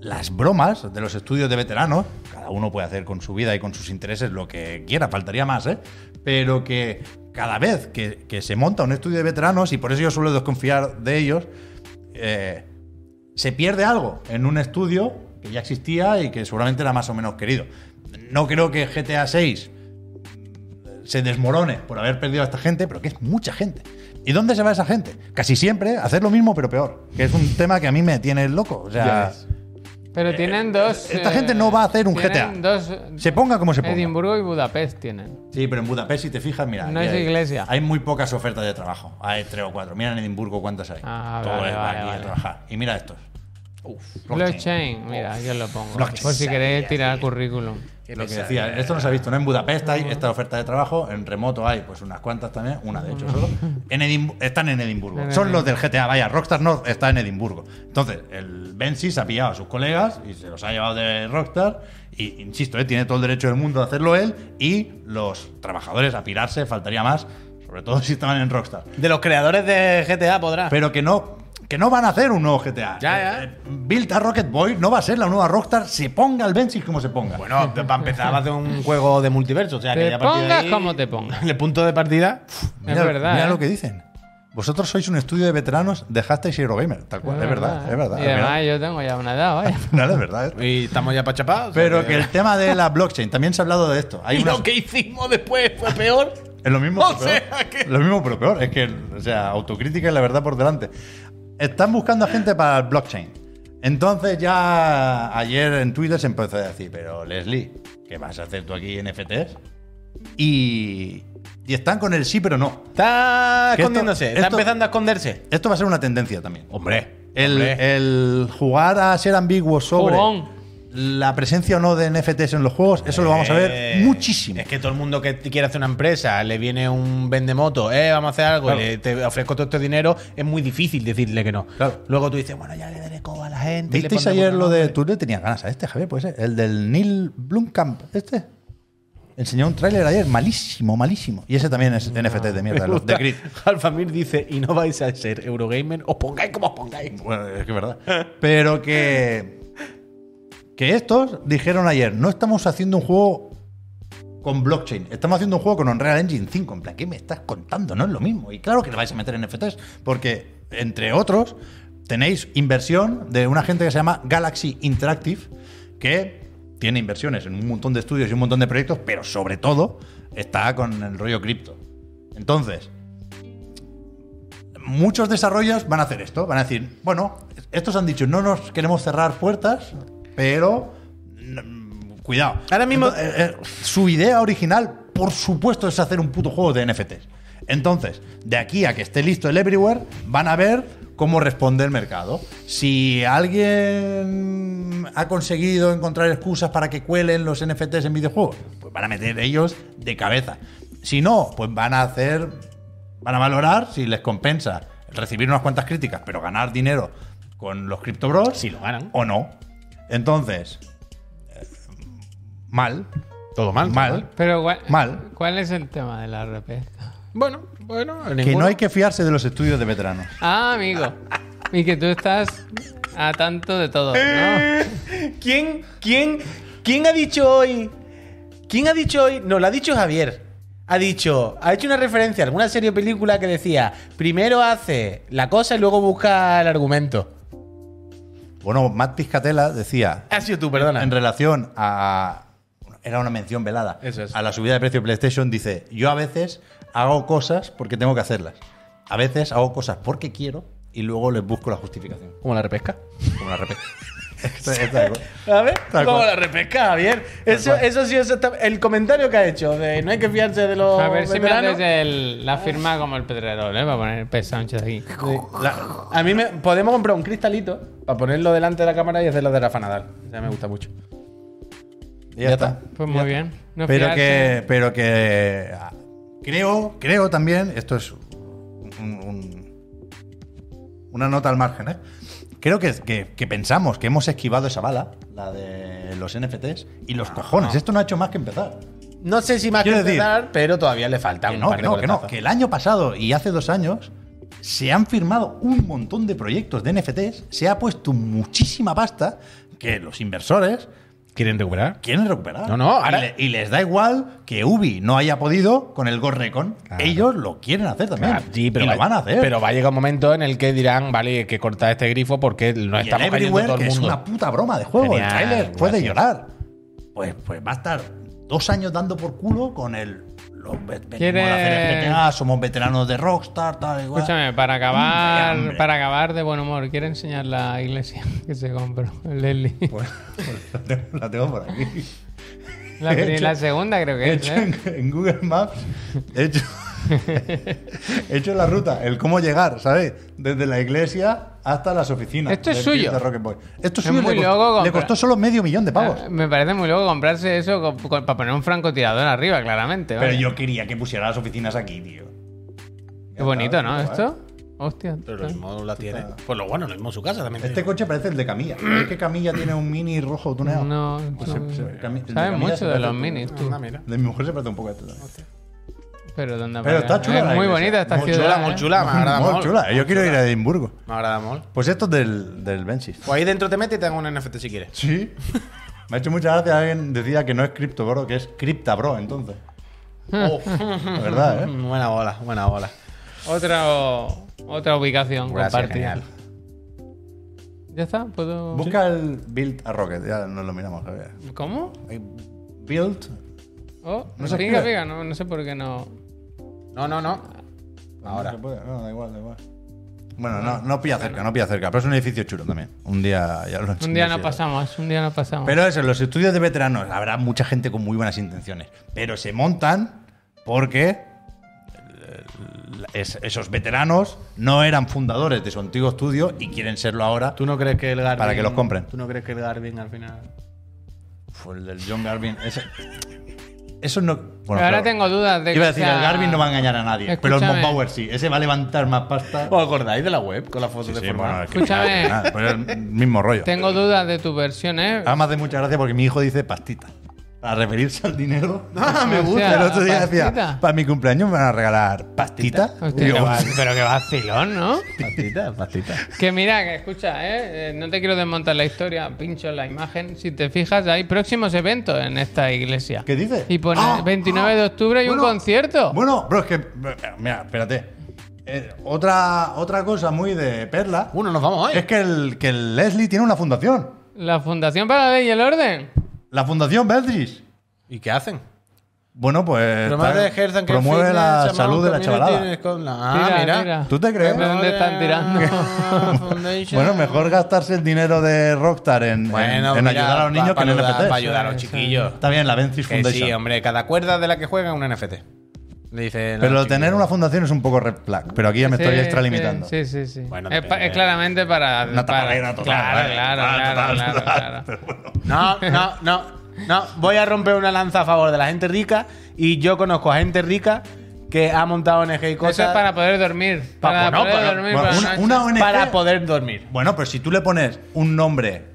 Speaker 2: las bromas de los estudios de veteranos, cada uno puede hacer con su vida y con sus intereses lo que quiera, faltaría más, ¿eh? Pero que cada vez que, que se monta un estudio de veteranos, y por eso yo suelo desconfiar de ellos, eh, se pierde algo en un estudio que ya existía y que seguramente era más o menos querido. No creo que GTA 6 se desmorone por haber perdido a esta gente, pero que es mucha gente. ¿Y dónde se va esa gente? Casi siempre a hacer lo mismo pero peor, que es un tema que a mí me tiene loco. O sea,
Speaker 3: Pero tienen dos.
Speaker 2: Eh, esta gente no va a hacer un GTA.
Speaker 3: tienen Dos,
Speaker 2: se ponga como se ponga.
Speaker 3: Edimburgo y Budapest tienen.
Speaker 2: Sí, pero en Budapest, si te fijas, mira.
Speaker 3: No
Speaker 2: aquí
Speaker 3: es
Speaker 2: hay-
Speaker 3: iglesia.
Speaker 2: Hay muy pocas ofertas de trabajo. Hay tres o cuatro. Mira en Edimburgo cuántas hay.
Speaker 3: Ah,
Speaker 2: Todo
Speaker 3: vale,
Speaker 2: es va
Speaker 3: vale,
Speaker 2: aquí a
Speaker 3: vale.
Speaker 2: trabajar. Y mira estos. Uf,
Speaker 3: Blockchain, mira, yo lo pongo.
Speaker 2: Blockchain.
Speaker 3: Por si queréis tirar currículum.
Speaker 2: Lo que decía,
Speaker 5: eh,
Speaker 2: esto no se ha visto, ¿no? En Budapest hay esta oferta de trabajo, en remoto hay pues unas cuantas también, una de hecho
Speaker 5: *laughs*
Speaker 2: solo. En Edimbu- están en Edimburgo,
Speaker 3: En
Speaker 2: son los del GTA, vaya, Rockstar North está en Edimburgo. Entonces, el Bensis ha pillado a sus colegas y se los ha llevado de Rockstar y, insisto, ¿eh? tiene todo el derecho del mundo a hacerlo él y los trabajadores a pirarse, faltaría más, sobre todo si estaban en Rockstar.
Speaker 5: De los creadores de GTA podrá.
Speaker 2: Pero que no, que no van a hacer un nuevo
Speaker 5: Ya,
Speaker 2: GTA.
Speaker 5: ya.
Speaker 2: Eh, Build a Rocket Boy no va a ser la nueva Rockstar, se ponga el Bensis como se ponga. *laughs*
Speaker 5: Bueno, para empezar va a hacer un juego de multiverso. O sea, que
Speaker 3: Te
Speaker 5: ya a partir de
Speaker 3: pongas
Speaker 5: ahí-
Speaker 3: como te pongas.
Speaker 5: El punto de partida.
Speaker 3: es verdad.
Speaker 2: Mira
Speaker 3: ¿eh?
Speaker 2: lo que dicen. Vosotros sois un estudio de veteranos de hashtag Zero Gamer. Tal cual, es, verdad,
Speaker 3: ¿eh?
Speaker 2: es verdad.
Speaker 3: Y
Speaker 2: Al final-
Speaker 3: además yo tengo ya una edad, vaya.
Speaker 2: al final es verdad.
Speaker 3: *laughs*
Speaker 2: ¿eh?
Speaker 5: Y estamos ya para chapar. o sea
Speaker 2: Pero que el tema de la blockchain, también se ha hablado de esto.
Speaker 5: *laughs*
Speaker 2: Hay
Speaker 5: Y
Speaker 2: unas-
Speaker 5: lo que hicimos después fue peor.
Speaker 2: Es lo mismo,
Speaker 5: O
Speaker 2: pero peor.
Speaker 5: sea que-
Speaker 2: Lo mismo, pero peor. Es que, o sea, autocrítica y la verdad por delante. Están buscando a gente para el blockchain. Entonces ya ayer en Twitter se empezó a decir, pero Leslie, ¿qué vas a hacer tú aquí NFTs? Y, y están con el sí, pero no.
Speaker 5: Está
Speaker 2: Que esto-
Speaker 5: escondiéndose. está
Speaker 2: esto-
Speaker 5: empezando a esconderse.
Speaker 2: Esto va a ser una tendencia también.
Speaker 5: Hombre.
Speaker 2: El,
Speaker 5: hombre.
Speaker 2: el jugar a ser ambiguo sobre
Speaker 3: Jugón.
Speaker 2: la presencia o no de NFTs en los juegos, eso lo vamos a ver
Speaker 5: Eh,
Speaker 2: muchísimo.
Speaker 5: Es que todo el mundo que quiere hacer una empresa le viene un vendemoto, eh, vamos a hacer algo,
Speaker 2: Claro.
Speaker 5: y le- te ofrezco todo este dinero, es muy difícil decirle que no.
Speaker 2: Claro.
Speaker 5: Luego tú dices, bueno, ya le daré coba a la gente. le
Speaker 2: ¿Visteis
Speaker 5: pondremos
Speaker 2: ayer lo de.
Speaker 5: nombre.
Speaker 2: Tú le tenías ganas a este, Javier, puede ser. El del Neil Blomkamp, este. Enseñó un tráiler ayer, malísimo, malísimo. Y ese también es NFT de mierda, los de Grid. *laughs*
Speaker 5: Alfamir dice, y no vais a ser Eurogamer, os pongáis como os pongáis.
Speaker 2: Bueno, es que es verdad. Pero que. Que estos dijeron ayer, no estamos haciendo un juego con blockchain, estamos haciendo un juego con Unreal Engine 5. En plan, ¿qué me estás contando? No es lo mismo. Y claro que le vais a meter NFTs, porque, entre otros, tenéis inversión de una gente que se llama Galaxy Interactive, que tiene inversiones en un montón de estudios y un montón de proyectos, pero sobre todo está con el rollo cripto. Entonces, muchos desarrollos van a hacer esto, van a decir, bueno, estos han dicho, no nos queremos cerrar puertas, pero mm, cuidado.
Speaker 5: Ahora mismo-
Speaker 2: Entonces, eh, eh, su idea original, por supuesto, es hacer un puto juego de NFTs. Entonces, de aquí a que esté listo el Everywhere, van a ver cómo responde el mercado. Si alguien ha conseguido encontrar excusas para que cuelen los NFTs en videojuegos, pues van a meter ellos de cabeza. Si no, pues van a hacer van a valorar si les compensa recibir unas cuantas críticas, pero ganar dinero con los Crypto Bros.
Speaker 5: Si lo ganan.
Speaker 2: O no. Entonces, eh, mal. Todo mal. Mal.
Speaker 3: Pero ¿cuál,
Speaker 2: Mal.
Speaker 3: ¿cuál es el tema de la repesca?
Speaker 5: Bueno, bueno,
Speaker 2: Que no hay que fiarse de los estudios de veteranos.
Speaker 3: Ah, amigo. Y que tú estás a tanto de todo, ¿no?
Speaker 5: ¿Quién, quién, quién ha dicho hoy? ¿Quién ha dicho hoy? No, lo ha dicho Javier. Ha dicho, ha hecho una referencia a alguna serie o película que decía, primero hace la cosa y luego busca el argumento.
Speaker 2: Bueno, Matt Piscatella decía,
Speaker 5: Ha sido tú, perdona.
Speaker 2: en relación a. Era una mención velada.
Speaker 5: Eso es.
Speaker 2: A la subida de precio de PlayStation, dice: Yo a veces hago cosas porque tengo que hacerlas. A veces hago cosas porque quiero y luego les busco la justificación.
Speaker 5: Como la repesca.
Speaker 2: Como la repesca. *laughs* Esto- esto
Speaker 5: *laughs*
Speaker 2: es algo.
Speaker 5: A ver,
Speaker 2: Tal
Speaker 5: como
Speaker 2: cual.
Speaker 5: la repesca, Javier. Eso,
Speaker 2: cual.
Speaker 5: eso sí es exacta- el comentario que ha hecho de no hay que fiarse de los
Speaker 3: A ver si me
Speaker 5: veteranos.
Speaker 3: haces el- la firma como el pedrerol, ¿eh? Para poner P. Sánchez aquí.
Speaker 5: La- a mí me podemos comprar un cristalito para ponerlo delante de la cámara y hacerlo de Rafa Nadal. O sea, me gusta mucho.
Speaker 2: Y ya, está.
Speaker 3: Pues muy bien. No
Speaker 2: pero
Speaker 3: fiarse.
Speaker 2: que pero que ah, creo creo también esto es un- un- una nota al margen ¿eh? creo que, que- que pensamos que hemos esquivado esa bala, la de los NFTs, y
Speaker 5: Ah,
Speaker 2: los cojones. Esto no ha hecho más que empezar.
Speaker 5: No sé si más que
Speaker 2: Quiero decir-
Speaker 5: empezar, pero todavía le falta
Speaker 2: Que
Speaker 5: un
Speaker 2: no,
Speaker 5: par
Speaker 2: que
Speaker 5: de
Speaker 2: no, que no.
Speaker 5: coletazos.
Speaker 2: Que el año pasado y hace dos años se han firmado un montón de proyectos de NFTs, se ha puesto muchísima pasta que los inversores
Speaker 1: ¿Quieren recuperar?
Speaker 2: quieren recuperar.
Speaker 1: No, no,
Speaker 2: Y
Speaker 1: ahora-
Speaker 2: le- y, les da igual que Ubi no haya podido con el Ghost Recon. Ellos lo quieren hacer también.
Speaker 5: Claro, sí, pero
Speaker 2: y lo
Speaker 5: va-
Speaker 2: van a hacer.
Speaker 5: Pero va a llegar un momento en el que dirán, vale, hay que cortar este grifo porque no
Speaker 2: y el
Speaker 5: estamos cayendo
Speaker 2: Everywhere,
Speaker 5: todo el
Speaker 2: que es
Speaker 5: mundo.
Speaker 2: una puta broma de juego.
Speaker 5: Genial,
Speaker 2: el trailer puede
Speaker 5: gracias.
Speaker 2: llorar. Pues, pues va a estar dos años dando por culo con el. Los vet-
Speaker 3: ¿Quieres-
Speaker 2: venimos a hacer GTA, somos veteranos de Rockstar, tal, igual.
Speaker 3: Escúchame, para acabar,
Speaker 2: Hombre, hombre.
Speaker 3: para acabar de buen humor, quiero enseñar la iglesia *laughs* que se compró,
Speaker 2: *laughs*
Speaker 3: Leslie.
Speaker 2: Bueno, pues la tengo, la tengo por aquí.
Speaker 3: La, pri- la segunda creo
Speaker 2: He
Speaker 3: que es,
Speaker 2: hecho
Speaker 3: ¿eh?
Speaker 2: en, en Google Maps, he hecho, *laughs* he hecho la ruta, el cómo llegar, ¿sabes? Desde la iglesia hasta las oficinas.
Speaker 3: Esto es
Speaker 2: del
Speaker 3: suyo.
Speaker 2: Club de Rock and Boy. Esto es
Speaker 3: Es
Speaker 2: suyo.
Speaker 3: muy
Speaker 2: le, costó,
Speaker 3: loco
Speaker 2: le
Speaker 3: comprar-
Speaker 2: costó solo medio millón de pavos.
Speaker 3: Ah, Me parece muy loco comprarse eso co- co- para poner un francotirador arriba, claramente.
Speaker 2: Pero
Speaker 3: vale.
Speaker 2: yo quería que pusiera las oficinas aquí, tío.
Speaker 3: Qué bonito, ¿no? Esto.
Speaker 2: eh.
Speaker 3: Hostia.
Speaker 5: Pero los modos la tiene. Pues lo bueno, lo mismo en su casa también.
Speaker 2: Este coche parece el de
Speaker 3: *clears throat*
Speaker 2: Camilla. Es que Camilla tiene un mini rojo tuneado.
Speaker 3: No, no.
Speaker 2: Pues se- se- Cami- el de
Speaker 3: Sabes
Speaker 2: Camilla se
Speaker 3: mucho de
Speaker 2: parece
Speaker 3: los
Speaker 2: un-
Speaker 3: minis, tú.
Speaker 5: Ah,
Speaker 2: De mi mujer se parece un poco a este también.
Speaker 3: Pero, ¿dónde
Speaker 2: Pero está
Speaker 3: aparece?
Speaker 2: chula la
Speaker 3: Es muy
Speaker 2: iglesia.
Speaker 3: bonita esta
Speaker 5: Muy
Speaker 3: ciudad.
Speaker 5: chula,
Speaker 3: ¿eh?
Speaker 5: muy chula, me agrada
Speaker 2: *laughs* Muy
Speaker 5: mucho.
Speaker 2: chula. Yo quiero ir a Edimburgo.
Speaker 5: Me agrada mucho.
Speaker 2: Pues esto es del, del Benchis.
Speaker 5: Pues ahí dentro te metes y te dan un NFT
Speaker 1: *laughs*
Speaker 5: si quieres.
Speaker 2: Sí. Me ha hecho mucha gracia alguien decía que no es cripto, bro, que es cripta, bro, entonces. La verdad,
Speaker 3: *laughs*
Speaker 2: ¿eh?
Speaker 5: Buena bola, buena bola.
Speaker 3: Otra, otra ubicación
Speaker 5: Gracias,
Speaker 3: compartida.
Speaker 5: genial.
Speaker 3: Ya está, puedo.
Speaker 2: Busca el build a Rocket, ya nos lo miramos. a ver.
Speaker 3: ¿Cómo?
Speaker 2: Build.
Speaker 3: Oh,
Speaker 2: No se
Speaker 3: pinga,
Speaker 2: escribe.
Speaker 3: pinga, no, no sé por qué no.
Speaker 5: No, no, no. Ahora.
Speaker 2: No, se puede. No, da igual, da igual. Bueno, no, no pilla cerca, no pilla cerca, pero es un edificio chulo también. Un día ya lo
Speaker 3: Un día
Speaker 2: enseñé,
Speaker 3: no
Speaker 2: sí.
Speaker 3: pasamos, un día no pasamos.
Speaker 2: Pero eso, en los estudios de veteranos habrá mucha gente con muy buenas intenciones, pero se montan porque eh, es- esos veteranos no eran fundadores de su antiguo estudio y quieren serlo ahora.
Speaker 1: ¿Tú no crees que el Garvin.
Speaker 2: Para que los compren.
Speaker 1: ¿Tú no crees que el Garvin al final.
Speaker 2: Fue el del John Garvin. Ese- eso no. bueno,
Speaker 3: ahora
Speaker 2: claro.
Speaker 3: tengo dudas de
Speaker 2: Iba a
Speaker 3: que
Speaker 2: decir,
Speaker 3: sea-
Speaker 2: el Garvin no va a engañar a nadie, pero el
Speaker 3: Escúchame.
Speaker 2: Monpower sí. Ese va a levantar más pasta.
Speaker 1: ¿Os acordáis de la web con la foto
Speaker 2: Sí,
Speaker 1: de
Speaker 2: sí,
Speaker 1: forma?
Speaker 2: bueno, es que nada,
Speaker 3: Escúchame.
Speaker 2: nada, pero es el mismo rollo.
Speaker 3: Tengo dudas de tu versión, ¿eh?
Speaker 2: Además de mucha gracia porque mi hijo dice pastita. Para referirse al dinero.
Speaker 3: *laughs* Ah, me gusta.
Speaker 2: El otro día decía,
Speaker 3: Pastita.
Speaker 2: para mi cumpleaños me van a regalar pastita.
Speaker 3: Hostia,
Speaker 2: Y yo,
Speaker 3: qué va- pero qué vacilón, ¿no?
Speaker 1: Pastita, pastita.
Speaker 3: Que mira, que escucha, ¿eh? Eh, No te quiero desmontar la historia, pincho la imagen. Si te fijas, hay próximos eventos en esta iglesia.
Speaker 2: ¿Qué dice?
Speaker 3: Y pone
Speaker 2: Ah,
Speaker 3: 29 de octubre hay un
Speaker 2: bueno,
Speaker 3: concierto.
Speaker 2: Bueno, bro, es que. Mira, espérate. Eh, otra, otra cosa muy de perla.
Speaker 1: Uno, nos vamos hoy. *laughs*
Speaker 5: ¿eh?
Speaker 2: Es que el, que el Leslie tiene una fundación.
Speaker 3: La Fundación para la Ley y el Orden.
Speaker 2: La Fundación Beldris.
Speaker 5: ¿Y qué hacen?
Speaker 2: Bueno, pues.
Speaker 5: Promueve,
Speaker 2: está- promueve la salud de la chavalada.
Speaker 5: Ah, mira.
Speaker 2: ¿Tú te crees?
Speaker 3: ¿De dónde están
Speaker 5: *laughs*
Speaker 3: tirando?
Speaker 2: *laughs* Bueno, mejor gastarse el dinero de Rockstar en, en- en ayudar a los niños que en
Speaker 5: ayudar,
Speaker 2: NFTs.
Speaker 5: Para ayudar a los chiquillos.
Speaker 2: Está bien, la Bencis
Speaker 5: Que
Speaker 2: Foundation.
Speaker 5: sí, hombre, cada cuerda de la que juega un NFT. Le dice. no,
Speaker 2: pero
Speaker 5: chiquillo.
Speaker 2: tener una fundación es un poco red flag. Pero aquí ya me estoy
Speaker 3: Sí,
Speaker 2: extralimitando.
Speaker 3: Sí, sí, sí.
Speaker 5: Bueno,
Speaker 3: es, pa-
Speaker 5: depende.
Speaker 3: es claramente para.
Speaker 2: Una
Speaker 3: para-
Speaker 2: tapadera total.
Speaker 3: Claro,
Speaker 2: ¿eh?
Speaker 3: claro,
Speaker 2: Ah,
Speaker 3: claro,
Speaker 2: total,
Speaker 3: claro,
Speaker 2: total.
Speaker 3: claro.
Speaker 2: Pero bueno.
Speaker 5: No, no, no, no. Voy a romper una lanza a favor de la gente rica y yo conozco a gente rica que ha montado ONG y
Speaker 3: Eso
Speaker 5: cosas
Speaker 3: es para poder dormir.
Speaker 2: Ah,
Speaker 5: Pa-
Speaker 3: Para,
Speaker 5: bueno,
Speaker 3: poder
Speaker 5: para-
Speaker 3: dormir.
Speaker 2: pues bueno,
Speaker 3: por la
Speaker 2: una-
Speaker 3: noche.
Speaker 2: una ONG.
Speaker 5: para poder dormir.
Speaker 2: Bueno, pero si tú le pones un nombre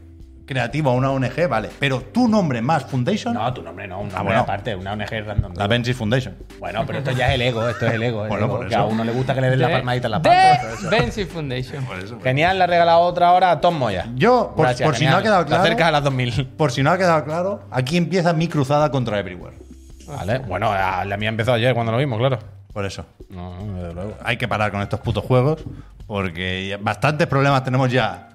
Speaker 2: creativo a una ONG, vale. Pero tu nombre más Foundation,
Speaker 5: No, tu nombre no, un nombre
Speaker 2: Ah, bueno.
Speaker 5: aparte, una ONG random.
Speaker 2: la Bencis Foundation.
Speaker 5: Bueno, pero esto ya es el ego, esto es el ego. el
Speaker 2: Bueno,
Speaker 5: ego,
Speaker 2: por
Speaker 5: que
Speaker 2: eso.
Speaker 5: a uno le gusta que le den la palmadita en la
Speaker 3: De
Speaker 5: palma.
Speaker 3: Benzi Foundation.
Speaker 2: Pues.
Speaker 5: Genial, le ha regalado otra hora a Tom Moya.
Speaker 2: Yo, por,
Speaker 5: Gracias,
Speaker 2: por si no
Speaker 5: genial.
Speaker 2: ha quedado
Speaker 5: Te
Speaker 2: claro,
Speaker 5: acercas a las 2000.
Speaker 2: por si no ha quedado claro, aquí empieza mi cruzada contra Everywhere.
Speaker 5: Vale, bueno, la la mía empezó ayer cuando lo vimos, claro.
Speaker 2: Por eso.
Speaker 5: No, no, desde luego.
Speaker 2: hay que parar con estos putos juegos porque ya- bastantes problemas tenemos ya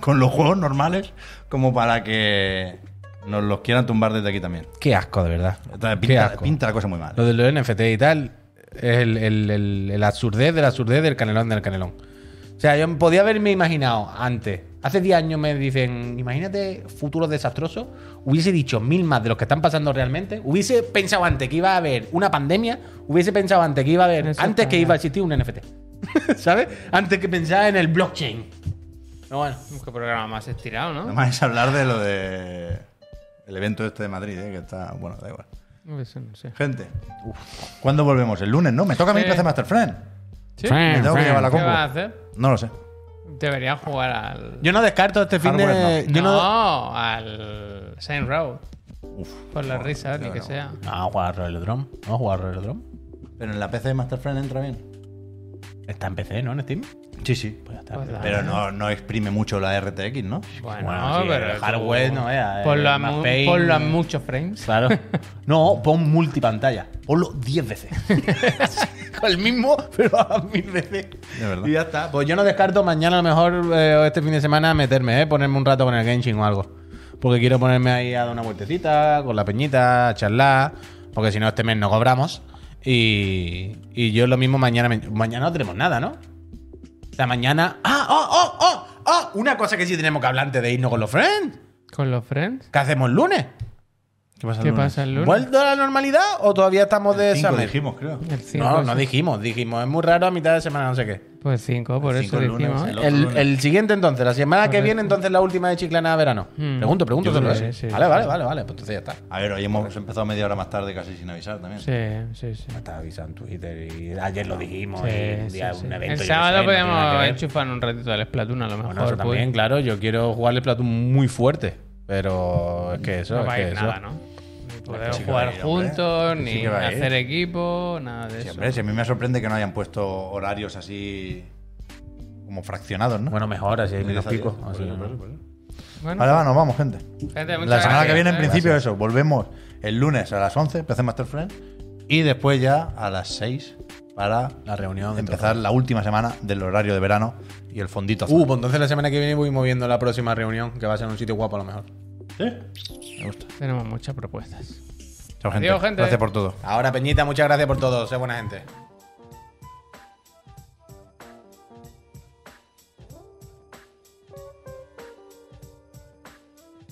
Speaker 2: con los juegos normales como para que nos los quieran tumbar desde aquí también.
Speaker 5: Qué asco, de verdad.
Speaker 2: Entonces,
Speaker 5: Qué
Speaker 2: Pinta,
Speaker 5: asco.
Speaker 2: pinta la cosa muy mal.
Speaker 5: Lo de los NFT y tal, es el, el, el, el absurdez de la absurdez del canelón del canelón. O sea, yo podía haberme imaginado antes. Hace 10 años me dicen, imagínate futuros desastrosos. Hubiese dicho mil más de los que están pasando realmente. Hubiese pensado antes que iba a haber una pandemia. Hubiese pensado antes que iba a haber,
Speaker 3: Eso
Speaker 5: antes
Speaker 3: está
Speaker 5: que iba
Speaker 3: mal.
Speaker 5: a existir un NFT. *laughs* ¿Sabes? Antes que pensaba en el blockchain. Pero bueno.
Speaker 3: Qué programa más estirado, ¿no?
Speaker 2: Además es hablar de lo de el evento este de Madrid, ¿eh? que está, bueno, da igual.
Speaker 3: Pues Eso no sé.
Speaker 2: Gente, uf, ¿cuándo volvemos? El lunes, ¿no? Me toca a mí
Speaker 3: Sí.
Speaker 2: PC Master Friend.
Speaker 3: ¿Sí?
Speaker 2: Me tengo que llevar la
Speaker 3: ¿Qué
Speaker 2: compu.
Speaker 3: vas a hacer?
Speaker 2: No lo sé.
Speaker 3: Debería jugar al.
Speaker 5: Yo no descarto este fin de.
Speaker 2: Hardware
Speaker 5: Yo
Speaker 3: no,
Speaker 5: no.
Speaker 3: al. Saint Row.
Speaker 2: Uf.
Speaker 3: Por la risa, ni
Speaker 2: yo
Speaker 3: que
Speaker 2: no.
Speaker 3: sea.
Speaker 5: Vamos a jugar al Aerodrome. Vamos a jugar al Aerodrome.
Speaker 2: Pero en la PC de Master Friend entra bien.
Speaker 5: Está en PC, ¿no? En Steam.
Speaker 2: Sí, sí.
Speaker 5: Pues ya está.
Speaker 3: Pues la-
Speaker 2: Pero no, no exprime mucho la RTX, ¿no?
Speaker 3: Bueno,
Speaker 5: Bueno, sí,
Speaker 3: pero.
Speaker 5: el hardware no vea,
Speaker 3: Por
Speaker 5: el
Speaker 3: lo,
Speaker 5: Max
Speaker 3: mu-
Speaker 5: Payne-
Speaker 3: ponlo a muchos frames.
Speaker 5: Claro. *laughs* No, pon multipantalla. Ponlo 10 veces. Con el mismo, pero a mil veces.
Speaker 2: De verdad.
Speaker 5: Y ya está. Pues yo no descarto mañana a lo mejor eh, o este fin de semana meterme, ¿eh? Ponerme un rato con el Genshin o algo. Porque quiero ponerme ahí a dar una vueltecita, con la peñita, a charlar. Porque si no, este mes no cobramos. Y, y yo lo mismo mañana. me- Mañana no tenemos nada, ¿no? O sea, mañana. ¡Ah! ¡Oh! ¡Oh! ¡Oh! ¡Oh! Una cosa que sí tenemos que hablar antes de irnos con los friends.
Speaker 3: Con los frames.
Speaker 5: ¿Qué hacemos el lunes?
Speaker 2: ¿Qué pasa
Speaker 3: ¿Qué pasa el lunes?
Speaker 5: ¿Vuelto a la normalidad o todavía estamos de
Speaker 2: Cinco
Speaker 5: summer?
Speaker 2: dijimos, creo.
Speaker 3: El cinco,
Speaker 5: No, no
Speaker 3: sí.
Speaker 5: dijimos, dijimos. Es muy raro a mitad de semana, no sé qué.
Speaker 3: Pues 5, por
Speaker 2: El
Speaker 3: eso
Speaker 2: cinco el lunes,
Speaker 3: dijimos.
Speaker 2: el otro
Speaker 5: El,
Speaker 2: lunes.
Speaker 5: el siguiente entonces, la semana que
Speaker 3: Correcto.
Speaker 5: viene, entonces la última de Chiclana verano.
Speaker 3: Hmm.
Speaker 5: Pregunto, pregunto.
Speaker 3: Yo creo
Speaker 5: solo,
Speaker 3: que
Speaker 5: ¿eh?
Speaker 3: sí, sí,
Speaker 5: vale,
Speaker 3: sí.
Speaker 5: vale, vale, vale. Pues entonces ya está.
Speaker 2: A ver, hoy hemos empezado media hora más tarde, casi sin avisar también.
Speaker 3: Sí, sí, sí.
Speaker 5: Está avisado en Twitter y ayer lo dijimos.
Speaker 3: Sí,
Speaker 5: y un
Speaker 3: sí,
Speaker 5: día
Speaker 3: sí.
Speaker 5: un evento.
Speaker 3: El
Speaker 5: yo
Speaker 3: sábado
Speaker 5: qué sé, no tiene nada que
Speaker 3: podemos
Speaker 5: ver.
Speaker 3: enchufar un ratito al Splatoon a lo mejor.
Speaker 5: Bueno, eso
Speaker 3: pues.
Speaker 5: también, claro. Yo quiero jugar el plato muy fuerte. Pero es que eso.
Speaker 3: No
Speaker 5: es
Speaker 3: va a
Speaker 5: que
Speaker 3: ir
Speaker 5: eso.
Speaker 3: nada, ¿no? Ni podemos
Speaker 2: sí que va a
Speaker 3: jugar
Speaker 2: ir, hombre.
Speaker 3: juntos,
Speaker 2: Sí
Speaker 3: ni
Speaker 2: que va a ir.
Speaker 3: hacer equipo, nada de
Speaker 2: Sí,
Speaker 3: eso.
Speaker 2: hombre, si a mí me sorprende que no hayan puesto horarios así como fraccionados, ¿no?
Speaker 5: Bueno, mejor, así hay
Speaker 2: Muy
Speaker 5: menos
Speaker 2: desafío.
Speaker 5: picos.
Speaker 2: Por
Speaker 5: así,
Speaker 2: eso,
Speaker 5: ¿no?
Speaker 2: por eso, por eso.
Speaker 3: Bueno,
Speaker 2: Vale, va, nos vamos, gente. la
Speaker 3: gente, Eh, muchas
Speaker 2: semana que
Speaker 3: gracias,
Speaker 2: viene, en
Speaker 3: ¿eh?
Speaker 2: principio, eso. Volvemos el lunes a las 11, PC Master Friend. Y después ya a las 6 para
Speaker 5: La reunión de
Speaker 2: empezar la última semana del horario de verano y el fondito. azul.
Speaker 5: Uh, pues entonces la semana que viene voy moviendo la próxima reunión, que va a ser en un sitio guapo a lo mejor.
Speaker 2: Me gusta.
Speaker 3: Tenemos muchas propuestas.
Speaker 2: Chao,
Speaker 3: Adiós, gente.
Speaker 2: Gracias por todo.
Speaker 5: Ahora, Peñita, muchas gracias por todo. Sé buena gente.